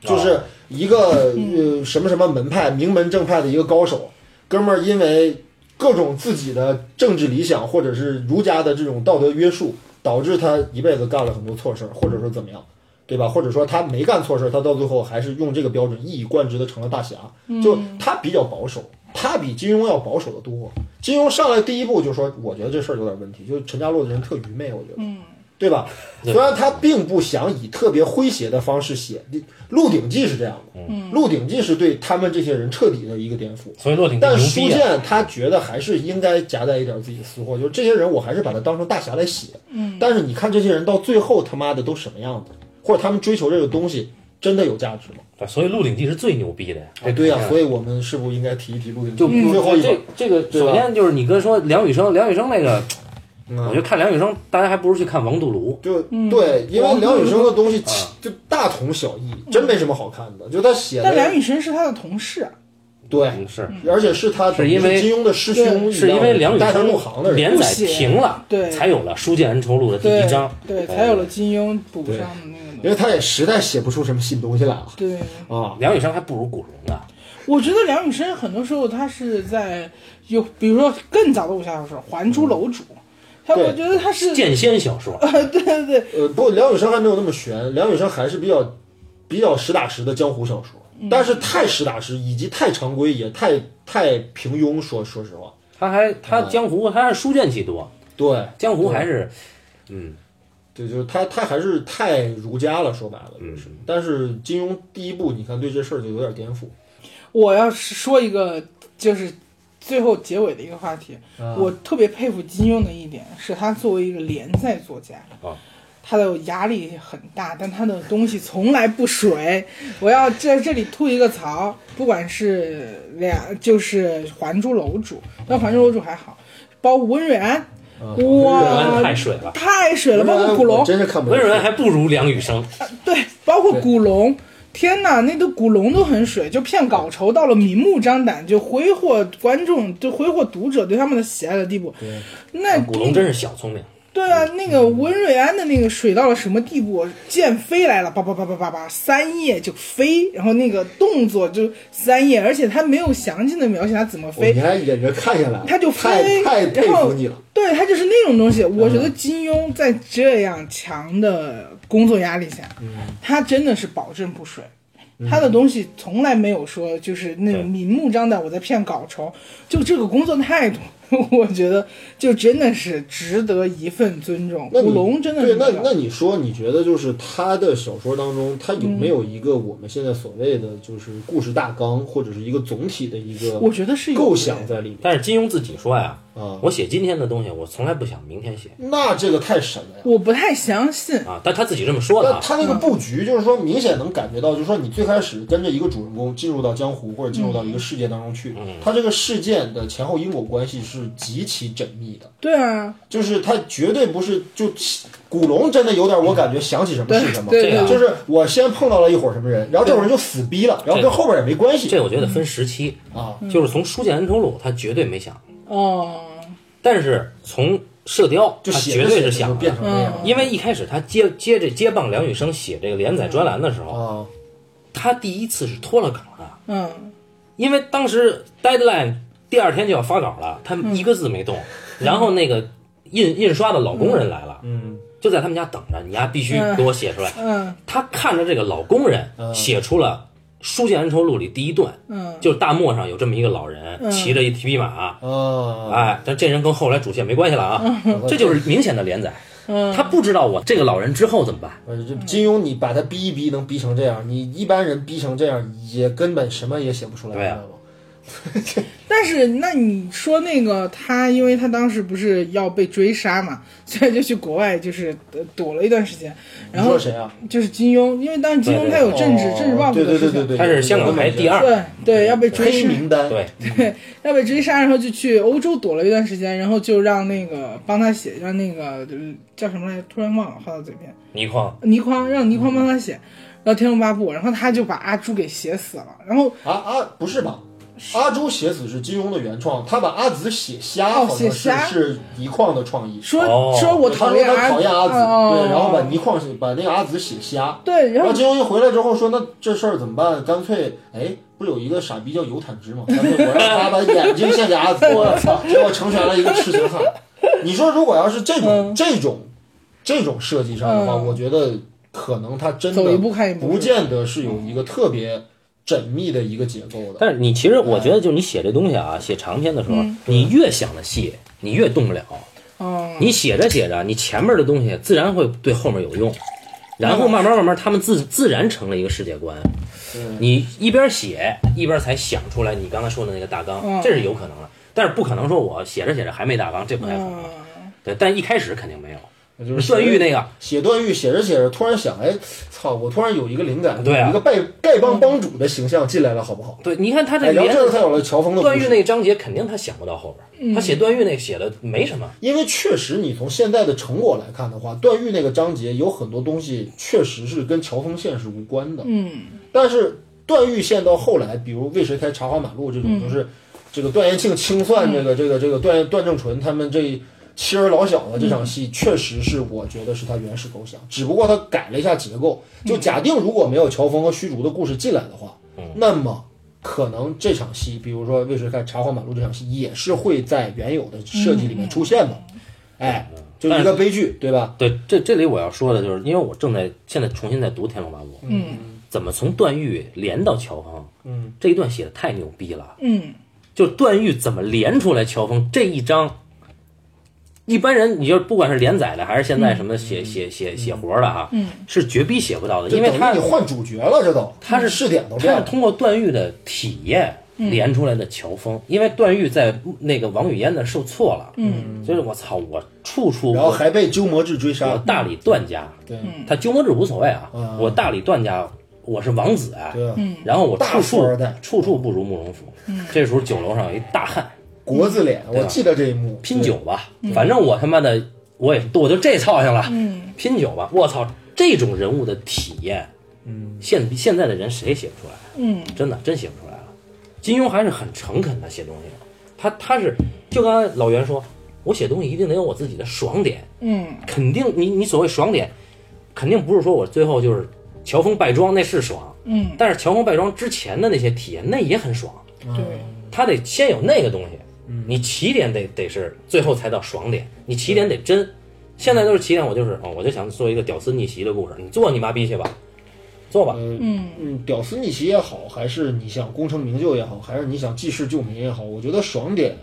就是一个呃什么什么门派名门正派的一个高手，哥们儿因为各种自己的政治理想或者是儒家的这种道德约束，导致他一辈子干了很多错事儿，或者说怎么样，对吧？或者说他没干错事儿，他到最后还是用这个标准一以贯之的成了大侠。就他比较保守，他比金庸要保守的多。金庸上来第一步就说，我觉得这事儿有点问题，就是陈家洛的人特愚昧，我觉得。对吧？虽然他并不想以特别诙谐的方式写《鹿鼎记》是这样的，《鹿鼎记》是对他们这些人彻底的一个颠覆。
嗯
所以洛挺
但
牛
书
逼啊！
剑他觉得还是应该夹带一点自己的私货，就是这些人我还是把他当成大侠来写。嗯，但是你看这些人到最后他妈的都什么样子，或者他们追求这个东西真的有价值吗？
对所以《鹿鼎记》是最牛逼的呀。
哎，对呀、所以我们是不是应该提一提《鹿鼎记》
就
最后一本
这？这个，
对吧
首先就是你哥说梁羽生，梁羽生那个，我
嗯
觉得看梁羽生，大家还不如去看王杜庐。
就
嗯
对，因为梁羽生的东西其就大同小异，真没什么好看的。就他写
但梁
的
羽生是他的同事啊，
对，
嗯，是
而且是他
是因为
金庸的师兄，
是因为梁羽
带他
生
入行的人。
连载停了，
对
才有了《书剑恩仇录》的第
对
一章。
哦
呃
对，才有了金庸补上的那个
因
东西。
为他也实在写不出什么新东西来了
对，
啊！
梁羽生还不如古龙呢。
我觉得梁羽生很多时候他是在有，比如说更早的武侠小说《还珠楼主》，他
嗯对
我觉得他是
剑仙小说，
对对对，
呃，不过梁羽生还没有那么悬，梁羽生还是比较比较实打实的江湖小说，
嗯
但是太实打实以及太常规也太太平庸，说说实话，
他还他
嗯
江湖，他还是书剑气多，
对
江湖还是嗯，
对，就是他他还是太儒家了，说白了就是。
嗯
但是金庸第一部，你看对这事儿就有点颠覆。
我要是说一个就是最后结尾的一个话题，
啊
我特别佩服金庸的一点是他作为一个联赛作家。
啊
他的压力很大，但他的东西从来不水。我要在这里吐一个槽，不管是两就是《还珠楼主》，那《还珠楼主》还好，包括文远
啊
温
哇
润太水了，
太水了，包括古
我
龙，呃
真是看不
呃温
了。
润还不如梁羽生。
对，包括古龙。天呐，那都古龙都很水，就骗稿酬到了明目张胆，就挥霍观众，就挥霍读者对他们的喜爱的地步。那
古龙真是小聪明，
对啊，那个温瑞安的那个水到了什么地步？剑飞来了，叭叭叭叭叭叭，三叶就飞，然后那个动作就三叶，而且他没有详尽的描写他怎么
我
飞
你，还忍着看下来了，
他就
太
飞，
太佩
然后
服你了。嗯
对他就是那种东西。我觉得金庸在这样强的工作压力下，
嗯
他真的是保证不水。他的东西从来没有说就是那种明目张胆我在骗稿酬，就这个工作态度， 我觉得就真的是值得一份尊重。
那你
古龙真的
对，
是
那
这样
那你说，你觉得就是他的小说当中，他有
嗯
没有一个我们现在所谓的就是故事大纲，或者是一个总体的一个
我觉得是有
构
的
想在里面
但是金庸自己说呀，
啊？
我写今天的东西，我从来不想明天写
那这个太神了呀！
我不太相信。
啊，但他自己这么说的
那
啊。
他那个布局，就是说明显能感觉到，就是说你最开始跟着一个主人公进入到江湖或者进入到
嗯
一个世界当中去，他这个事件的前后因果关系是极其缜密的，
对啊，
就是他绝对不是就古龙真的有点我感觉想起什么是什么，
对
这样
对
就
对，
是我先碰到了一伙什么人，然后这伙人就死逼了，然后跟后边也没关系
这我觉得分时期，
啊。
就是从《书剑恩仇录》，他绝对没想，
哦，
但是从《射雕》，
就
他
写
绝
着
对
写着
是
就
想
变
的。
成那样
因为一开始他接接这接棒梁羽生写这个连载专栏的时候，
啊，
他第一次是脱了稿的，
嗯，
因为当时 deadline 第二天就要发稿了，他一个字没动。
嗯
然后那个印印刷的老工人来了，
嗯，
就在他们家等着，你丫必须给我写出来。
嗯
他看着这个老工人写出了《书剑恩仇录》里第一段，
嗯，
就是大漠上有这么一个老人骑着一匹马，
啊，
哎，但这人跟后来主线没关系了啊，这就是明显的连载。
嗯
他不知道我这个老人之后怎么办，
呃这金庸你把他逼一逼，能逼成这样，你一般人逼成这样，也根本什么也写不出来，
对啊
明白吗
但是那你说那个他，因为他当时不是要被追杀嘛， 所以就去国外就是呃躲了一段时间，
你
然后
说谁啊？
就是金庸，因为当时金庸
对对
他有政治
哦
政治抱负
对
的
对
事
对
情
对，对，
他是香港排第二
对对要被追
黑
杀，
名单，
对，
要被追杀，然后就去欧洲躲了一段时间，然后就让那个帮他写，让那个呃叫什么来着，突然忘了，话到嘴边，
倪匡
倪匡让倪匡帮
嗯
他写。然后《天龙八部》，然后他就把阿朱给写死了。然后
啊啊，不是吧？阿朱写子是金庸的原创，他把阿紫写瞎，
哦
好
写
像是
瞎
是倪匡的创意。
说、
哦
说我
他
讨
说
厌
他
阿
讨厌阿紫，
哦
对，然后把倪匡写把那个阿紫写瞎。
对，然
然后
后
金庸一回来之后说，那这事儿怎么办？干脆，哎，不是有一个傻逼叫尤坦之吗？干脆我让他把眼睛献给阿紫，我操，结果成全了一个痴情汉。你说如果要是这种这种这种设计上的话，
嗯
我觉得可能他真
走一
的
步看一步，
不见得是有一个特别缜密的一个结构的。
但是你其实我觉得，就你写这东西啊，
嗯
写长篇的时候，你越想的细，你越动不了。
嗯，
你写着写着，你前面的东西自然会对后面有用，然后慢慢慢慢，他们自自然成了一个世界观。
嗯
你一边写一边才想出来你刚才说的那个大纲
嗯，
这是有可能的。但是不可能说我写着写着还没大纲，这不太可能。
嗯
对，但一开始肯定没有。
就是
段誉那个，
写段誉写着写着，突然想，哎，操！我突然有一个灵感，
对啊
有一个丐丐帮帮主的形象进来了，好不好？
对，你看他这
哎，然
里
后这
面
才有了乔峰的故
段誉
事。
那章节，肯定他想不到后
嗯
边。他写段誉那写的没什么，
因为确实，你从现在的成果来看的话，段誉那个章节有很多东西确实是跟乔峰线是无关的。
嗯
但是段誉线到后来，比如为谁开茶花马路这
嗯
种，就是这个段延庆清算这个、这个这个段段正淳他们这妻儿老小的这
嗯
场戏，确实是我觉得是他原始构想，只不过他改了一下结构。就假定如果没有乔峰和虚竹的故事进来的话，那么。可能这场戏，比如说《为谁开茶花马路》这场戏，也是会在原有的设计里
嗯
面出现的，哎，就是一个悲剧，对吧？
对，这这里我要说的就是，因为我正在现在重新在读《天龙八部》，
嗯
怎么从段誉连到乔峰？
嗯，
这一段写的太牛逼了，
嗯，
就段誉怎么连出来乔峰这一章。一般人，你就不管是连载的，还是现在什
嗯
么写写写写活的哈，嗯，是绝逼写不到的，因为
就等
他
于你换主角了，这都
他是
试点都变
他是
了，
通过段誉的体验连出来的乔峰，因为段誉在那个王语嫣那儿受挫了，嗯，就是我操，我处处
然后
我
还被鸠摩智追杀
我，大理段家，
对，
他鸠摩智无所谓啊，
嗯
我大理段家我是王子啊，
对啊，
然后我
大
处
富
处
二代
处处不如慕容复。这时候酒楼上有一大汉
国字脸，我记得这一幕，
啊拼酒吧，反正我他妈的我也我就这操性了，拼酒吧，我操，这种人物的体验，
嗯
现现在的人谁也写不出来，
嗯，
真的真写不出来了。金庸还是很诚恳的写东西的，他他是就刚才老袁说，我写东西一定得有我自己的爽点，
哎
嗯，
肯定你你所谓爽点，肯定不是说我最后就是乔峰败庄那是爽，
嗯，
但是乔峰败庄之前的那些体验那也很爽，
对，
他得先有那个东西，
嗯
你起点得得是最后才到爽点，你起点得真。现在都是起点，我就是哦，我就想做一个屌丝逆袭的故事，你做你妈逼去吧，做吧，
嗯嗯，屌丝逆袭也好，还是你想功成名就也好，还是你想济世救民也好，我觉得爽点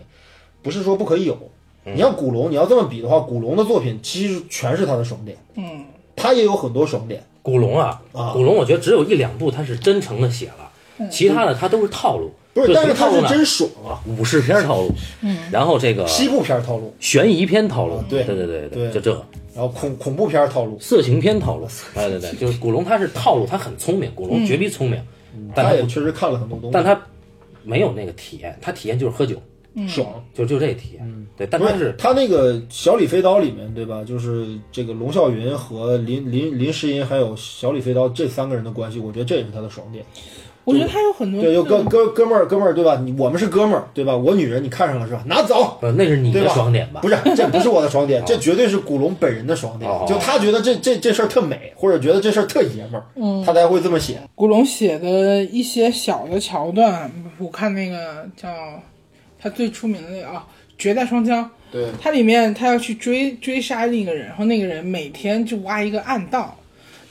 不是说不可以有。
嗯
你像古龙，你要这么比的话，古龙的作品其实全是他的爽点，
嗯，
他也有很多爽点。
古龙啊，
啊
古龙，我觉得只有一两部他是真诚的写了，其他的他都是套路。
不是，
就
但
什
是
么
他
套路
是
呢
真爽啊！
武士片套路，然后这个
西部片套路，
悬疑片套路，
对
对对对
对
就这个
然后恐恐怖片套路，
色情片套路，对对对，就是古龙他是套路，他很聪明，古龙绝逼聪明，但
嗯他
他
也
不，
确实看了很多东
但
西，
他没有那个体验，他体验就是喝酒，
爽。
就就这体验，对，但
嗯不
他
是
是
他那个《小李飞刀》里面，对吧？就是这个龙啸云和林林林诗音，还有小李飞刀这三个人的关系，我觉得这也是他的爽点。
我觉得他有很多
对，就哥哥哥们儿哥们儿，对吧？你我们是哥们儿，对吧？我女人你看上了是吧？拿走，
呃，那是你
对
的
吧？
爽点吧
不？是，这不是我的爽
哦
点，这绝对是古龙本人的爽点
哦。
就他觉得这这这事儿特美，或者觉得这事儿特爷们
嗯
儿，他才会这么写。
古龙写的一些小的桥段，我看那个叫他最出名的那个啊，《绝代双骄》，
对，
它里面他要去追追杀另一个人，然后那个人每天就挖一个暗道，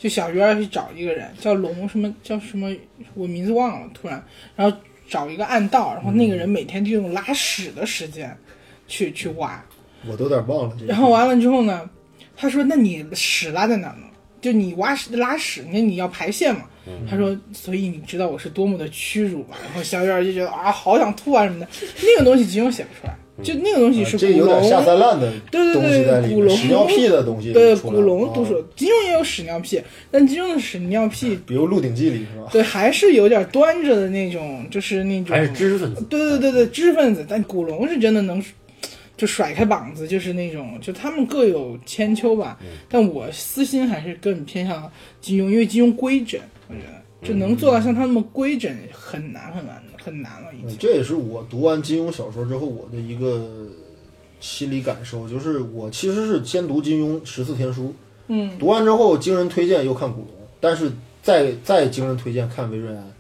就小鱼儿去找一个人叫龙什么叫什么，我名字忘了，突然，然后找一个暗道，然后那个人每天就用拉屎的时间去去挖，
我都有点忘了这个。
然后完了之后呢，他说：“那你屎拉在哪儿呢？就你挖屎拉屎，那你要排泄嘛。”
嗯
他说：“所以你知道我是多么的屈辱吧？”然后小鱼儿就觉得啊，好想吐啊什么的。那个东西金庸写不出来，就那个东
啊
西是
这有
古
点下
龙，
三滥的
对对
东西在
对
里
古
面，
龙
屎尿屁的东西
对
出来
古
了
龙
啊
都说，金庸也有屎尿屁，但金庸的屎尿 屁，
比如《鹿鼎记》里是吧？
对，还是有点端着的那种，就是那种
还是知识分子，
对对对对，知识分子，但古龙是真的能，就甩开膀子，就是那种，就他们各有千
嗯
秋吧。但我私心还是更偏向金庸，因为金庸规整，我觉得就能做到像他那么规整，很难很难很难了，已
嗯
经。
这也是我读完金庸小说之后我的一个心理感受，就是我其实是先读金庸《十四天书》，
嗯，
读完之后经人推荐又看古龙，但是再再经人推荐看魏 润安，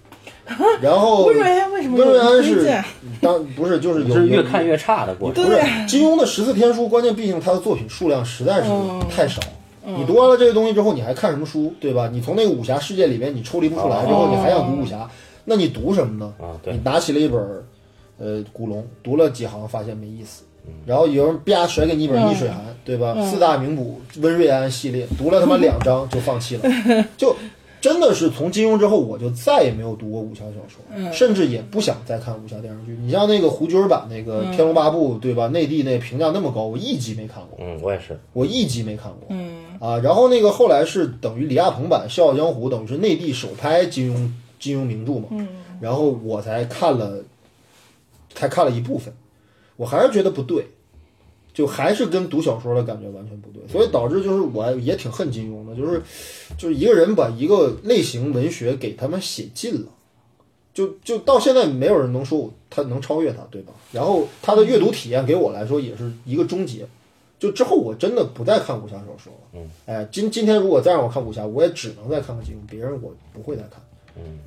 然后
魏瑞安为什么
温瑞安
有
是
推荐？
当不是就是有
是越
有
看越差的过程。
不是金庸的《十四天书》，关键毕竟他的作品数量实在是
嗯
太少。你读完了这个东西之后，你还看什么书，对吧？你从那个武侠世界里面你抽离不出来之后，
哦
你还想读武侠，那你读什么呢？
啊，对
你，拿起了一本儿，呃，古龙，读了几行发现没意思，然后有人啪甩给你一本《
嗯
逆水寒》，对吧？
嗯
四大名捕温瑞安系列，读了他 妈两章就放弃了，就真的是从金庸之后，我就再也没有读过武侠小说，
嗯
甚至也不想再看武侠电视剧。你像那个胡军儿版那
嗯
个《天龙八部》，对吧？内地那评价那么高，我一集没看过，
嗯，我也是，
我一集没看过。
嗯
啊，然后那个后来是等于李亚鹏版《笑傲江湖》，等于是内地首拍金庸金庸名著嘛。
嗯
然后我才看了，才看了一部分，我还是觉得不对，就还是跟读小说的感觉完全不对，所以导致就是我也挺恨金庸的，就是就是一个人把一个类型文学给他们写尽了。就就到现在，没有人能说我他能超越他，对吧？然后他的阅读体验给我来说也是一个终结。就之后我真的不再看武侠小说了。嗯，哎，今今天如果再让我看武侠，我也只能再看看金庸，别人我不会再看。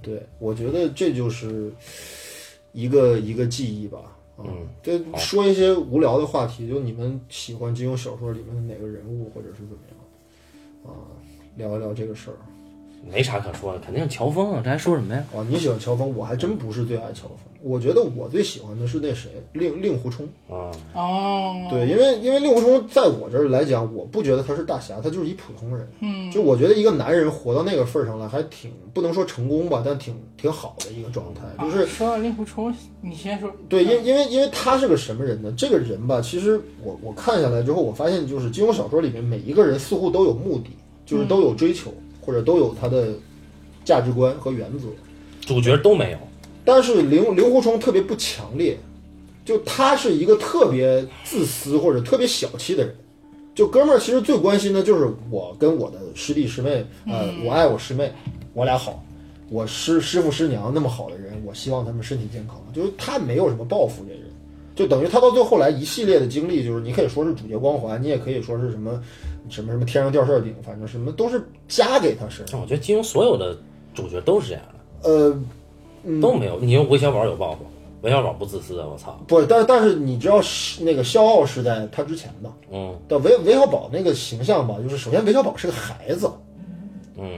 对，我觉得这就是一个一个记忆吧。啊、嗯，这说一些无聊的话题，就你们喜欢金庸小说里面的哪个人物，或者是怎么样啊？聊一聊这个事儿
没啥可说的，肯定是乔峰啊，这还说什么呀？
啊。你喜欢乔峰，我还真不是最爱乔峰。我觉得我最喜欢的是那谁，令令狐冲。
啊，
哦，
对，因为因为令狐冲在我这儿来讲，我不觉得他是大侠，他就是一普通人。嗯，就我觉得一个男人活到那个份儿上了，还挺不能说成功吧，但挺挺好的一个状态，
啊
就是
说到令狐冲，你先说。
对，因因为因为他是个什么人呢？这个人吧，其实我我看下来之后，我发现就是金庸小说里面每一个人似乎都有目的，就是都有追求，或者都有他的价值观和原则。
主角都没有，
但是令令狐冲特别不强烈，就他是一个特别自私或者特别小气的人。就哥们儿其实最关心的就是我跟我的师弟师妹，呃，我爱我师妹，我俩好，我师师傅师娘那么好的人，我希望他们身体健康。就是他没有什么抱负，这人。就等于他到最后来一系列的经历，就是你可以说是主角光环，你也可以说是什么什么什么天上掉馅儿饼，反正什么都是加给他身上。
但我觉得金庸所有的主角都是这样的，
呃，
都没有。你说韦小宝有抱负，韦小宝不自私啊，我操，
不，但但是你知道是那个肖傲是在他之前的，
嗯
但韦韦小宝那个形象吧，就是首先韦小宝是个孩子，
嗯，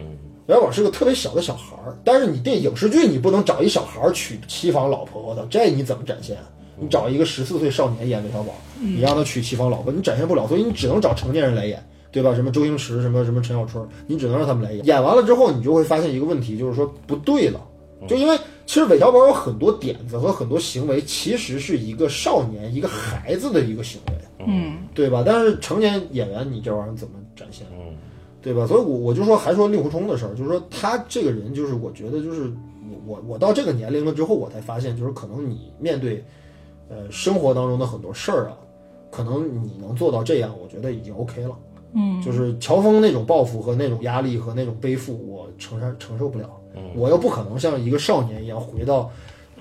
韦小宝是个特别小的小孩儿，但是你电影视剧你不能找一小孩儿娶七房老婆，我操，这你怎么展现？啊你找一个十四岁少年演韦小宝，你让他娶七房老婆，你展现不了，所以你只能找成年人来演，对吧？什么周星驰，什么什么陈小春，你只能让他们来演。演完了之后，你就会发现一个问题，就是说不对了，就因为其实韦小宝有很多点子和很多行为，其实是一个少年、一个孩子的一个行为。
嗯
对吧？但是成年演员你这玩意儿怎么展现？
嗯
对吧？所以我我就说还说令狐冲的事儿，就是说他这个人就是我觉得就是我我我到这个年龄了之后，我才发现就是可能你面对呃生活当中的很多事儿啊，可能你能做到这样，我觉得已经 OK 了。
嗯，
就是乔峰那种抱负和那种压力和那种背负，我承受承受不了。
嗯
我又不可能像一个少年一样回到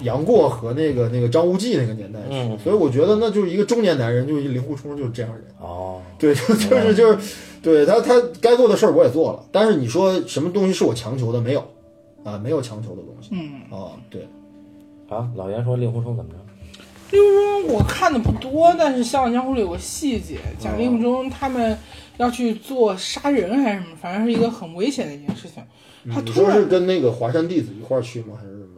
杨过和那个那个张无忌那个年代去，所以我觉得那就是一个中年男人，就是一令狐冲就是这样人。
哦，
对， 就就是就是，对他他该做的事儿我也做了，但是你说什么东西是我强求的没有啊？没有强求的东西。
嗯，
啊，对，
啊，老袁说令狐冲怎么着？
令狐冲我看的不多，但是《笑傲江湖》里有个细节，
嗯
讲令狐冲他们要去做杀人还是什么，反正是一个很危险的一件事情。他
嗯你
突
说
然
是跟那个华山弟子一块儿去吗？还是什么？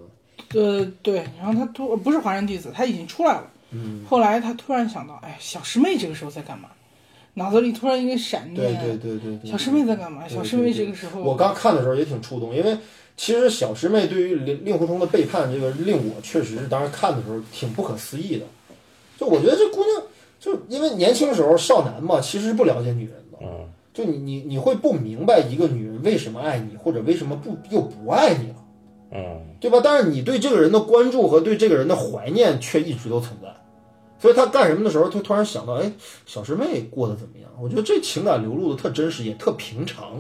呃，对，然后他突不是华山弟子，他已经出来了。嗯，后来他突然想到，哎，小师妹这个时候在干嘛？脑子里突然一个闪
对对
念，
对对对。
小师妹在干嘛？
对
小
对
师妹
对
这个时候，
我刚看的时候也挺触动，因为其实小师妹对于令令狐冲的背叛，这个令我确实是当时看的时候挺不可思议的。就我觉得这姑娘，就因为年轻时候少男嘛，其实是不了解女人的。
嗯，
就你你你会不明白一个女人为什么爱你，或者为什么不又不爱你了。
嗯，
对吧？但是你对这个人的关注和对这个人的怀念却一直都存在，所以他干什么的时候，他突然想到，哎，小师妹过得怎么样？我觉得这情感流露的特真实，也特平常，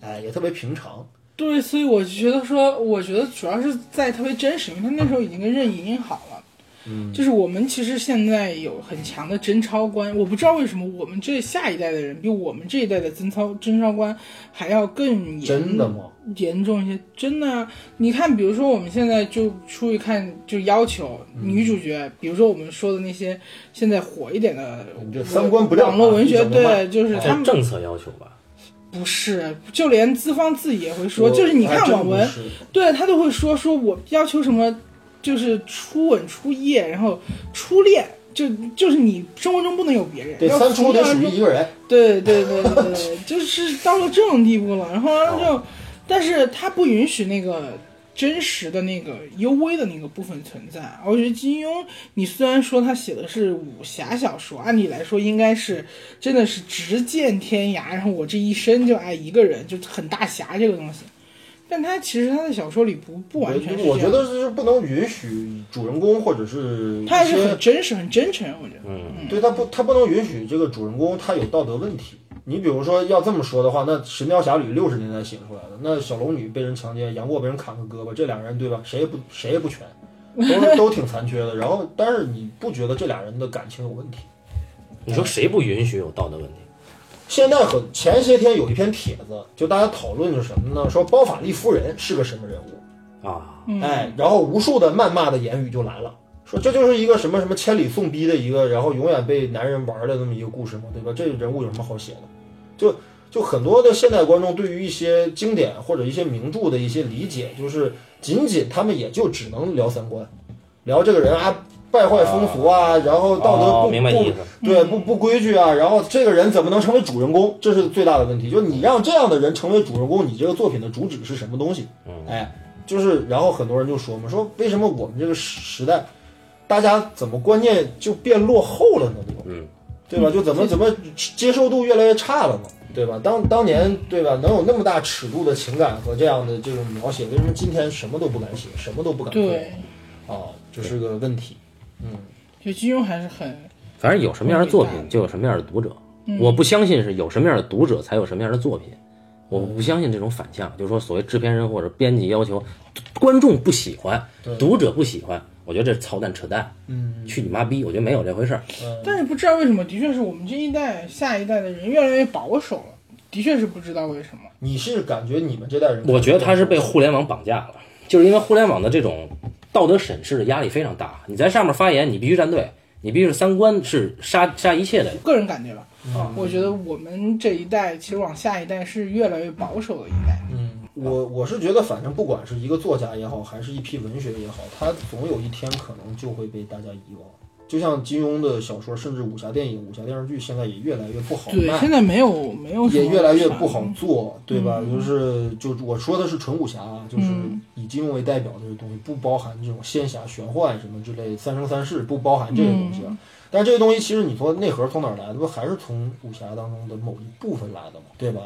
哎，也特别平常。
对，所以我就觉得说，我觉得主要是在特别真实，因为他那时候已经跟任盈盈好了。嗯，就是我们其实现在有很强的贞操观，我不知道为什么我们这下一代的人比我们这一代的贞操贞操观还要更严
真的吗？
严重一些，真的啊！你看，比如说我们现在就出去看，就要求
嗯
女主角，比如说我们说的那些现在火一点的
你这三观不正啊
网络文
你
学，
怎么办哎
对，就是他
这
们
政策要求吧？
不是，就连资方自己也会说，
我
就是你
还
看
真
网
不
文，
是
对他都会说说我要求什么，就是初吻、初夜，然后初恋，就就是你生活中不能有别人，
对
要
三
从
出
头
得
到
属于
尾
一个人，
对对对对对，就是到了这种地步了，然后然后就，
哦
但是他不允许那个真实的那个幽微的那个部分存在。我觉得金庸，你虽然说他写的是武侠小说，按理来说应该是真的是直见天涯，然后我这一生就爱一个人，就很大侠这个东西。但他其实他的小说里不不完全是
我我
这
觉
样
得是不能允许主人公或者是一
他还是
些
很真实、很真诚，我觉得。
嗯，
对他不，他不能允许这个主人公他有道德问题。你比如说要这么说的话，那《神雕侠侣》六十年代写出来的，那小龙女被人强奸，杨过被人砍个胳膊，这俩人对吧？谁也不谁也不全，都是都挺残缺的。然后，但是你不觉得这俩人的感情有问题？
你说谁不允许有道德问题？
现在很前些天有一篇帖子，就大家讨论是什么呢？说包法利夫人是个什么人物？
啊，
嗯
哎，然后无数的谩骂的言语就来了，说这就是一个什么什么千里送逼的一个，然后永远被男人玩的这么一个故事嘛，对吧？这人物有什么好写的？就就很多的现代观众对于一些经典或者一些名著的一些理解，就是仅仅他们也就只能聊三观，聊这个人啊败坏风俗啊，然后道德不、
哦明白
不
意思。
对，不不规矩啊。然后这个人怎么能成为主人公？这是最大的问题。就是你让这样的人成为主人公，你这个作品的主旨是什么东西？
嗯
哎，就是然后很多人就说嘛，说为什么我们这个时代，大家怎么观念就变落后了呢？对吧？
嗯，
对吧？就怎么怎么接受度越来越差了呢？对吧？当当年对吧，能有那么大尺度的情感和这样的这种描写，为什么今天什么都不敢写，什么都不敢做
对，
啊？这是个问题。
就金庸还是很
反正有什么样的作品，就有什么样的读者。我不相信是有什么样的读者才有什么样的作品，我不相信这种反向，就是说所谓制片人或者编辑要求观众不喜欢，读者不喜欢，我觉得这是操蛋扯淡。嗯，去你妈逼！我觉得没有这回事儿。
呃
但是不知道为什么，的确是我们这一代、下一代的人越来越保守了，的确是不知道为什么。
你是感觉你们这代人，
我觉得他是被互联网绑架了，就是因为互联网的这种道德审视的压力非常大。你在上面发言，你必须站队，你必须是三观是杀杀一切的。
个人感觉吧，
嗯
啊我觉得我们这一代其实往下一代是越来越保守的一代。
我我是觉得，反正不管是一个作家也好，还是一批文学也好，他总有一天可能就会被大家遗忘。就像金庸的小说，甚至武侠电影、武侠电视剧，现在也越来越不好
对，现
卖，
在没有没有什么
也越来越不好做，对吧？就是就我说的是纯武侠，啊，就是
嗯
以金庸为代表的这个东西，不包含这种仙侠、玄幻什么之类，三生三世不包含这些东西啊。但是这些东西其实你说内核从哪儿来的，不还是从武侠当中的某一部分来的嘛，对吧？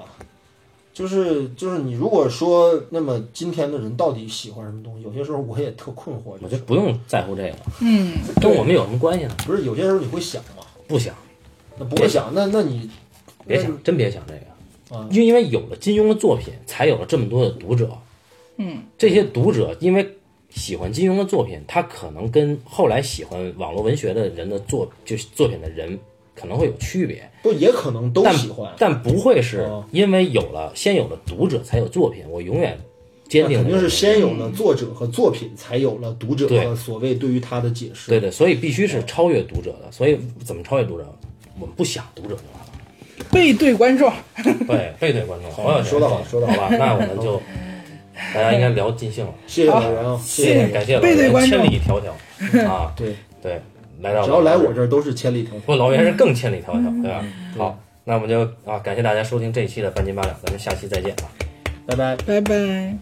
就是就是你如果说，那么今天的人到底喜欢什么东西？有些时候我也特困惑，
我
就
觉
是
得不用在乎这个，
嗯，
跟我们有什么关系呢？
不是有些时候你会想嘛？
不想，
那不会想，那那你
别想，真别想这个
啊，
因为因为有了金庸的作品，才有了这么多的读者。
嗯，
这些读者因为喜欢金庸的作品，他可能跟后来喜欢网络文学的人的作就是作品的人可能会有区别。
不也可能都
但
喜欢，
但不会是
哦
因为有了先有了读者才有作品。我永远坚
那
定
肯
地
定
认
是
为
先有了作者和作品，才有了读者
对
和所谓对于他的解释。
对对，所以必须是超越读者的。所以怎么超越读者？我们不想读者就完 了。
背对观众，
对，背对观众。好
好说得好说得好
吧？那我 们就大家应该聊尽兴了。
谢谢老袁啊，
谢
谢谢
谢，
老袁
感谢老
背对
袁，
观众
千里迢 迢啊，
对，
对，来到
只要来
这
我
儿，
这儿嗯都是千里迢迢。
不老袁是更千里迢迢，对吧？好，那我们就啊，感谢大家收听这一期的半斤八两，咱们下期再见啊。
拜拜。
拜拜。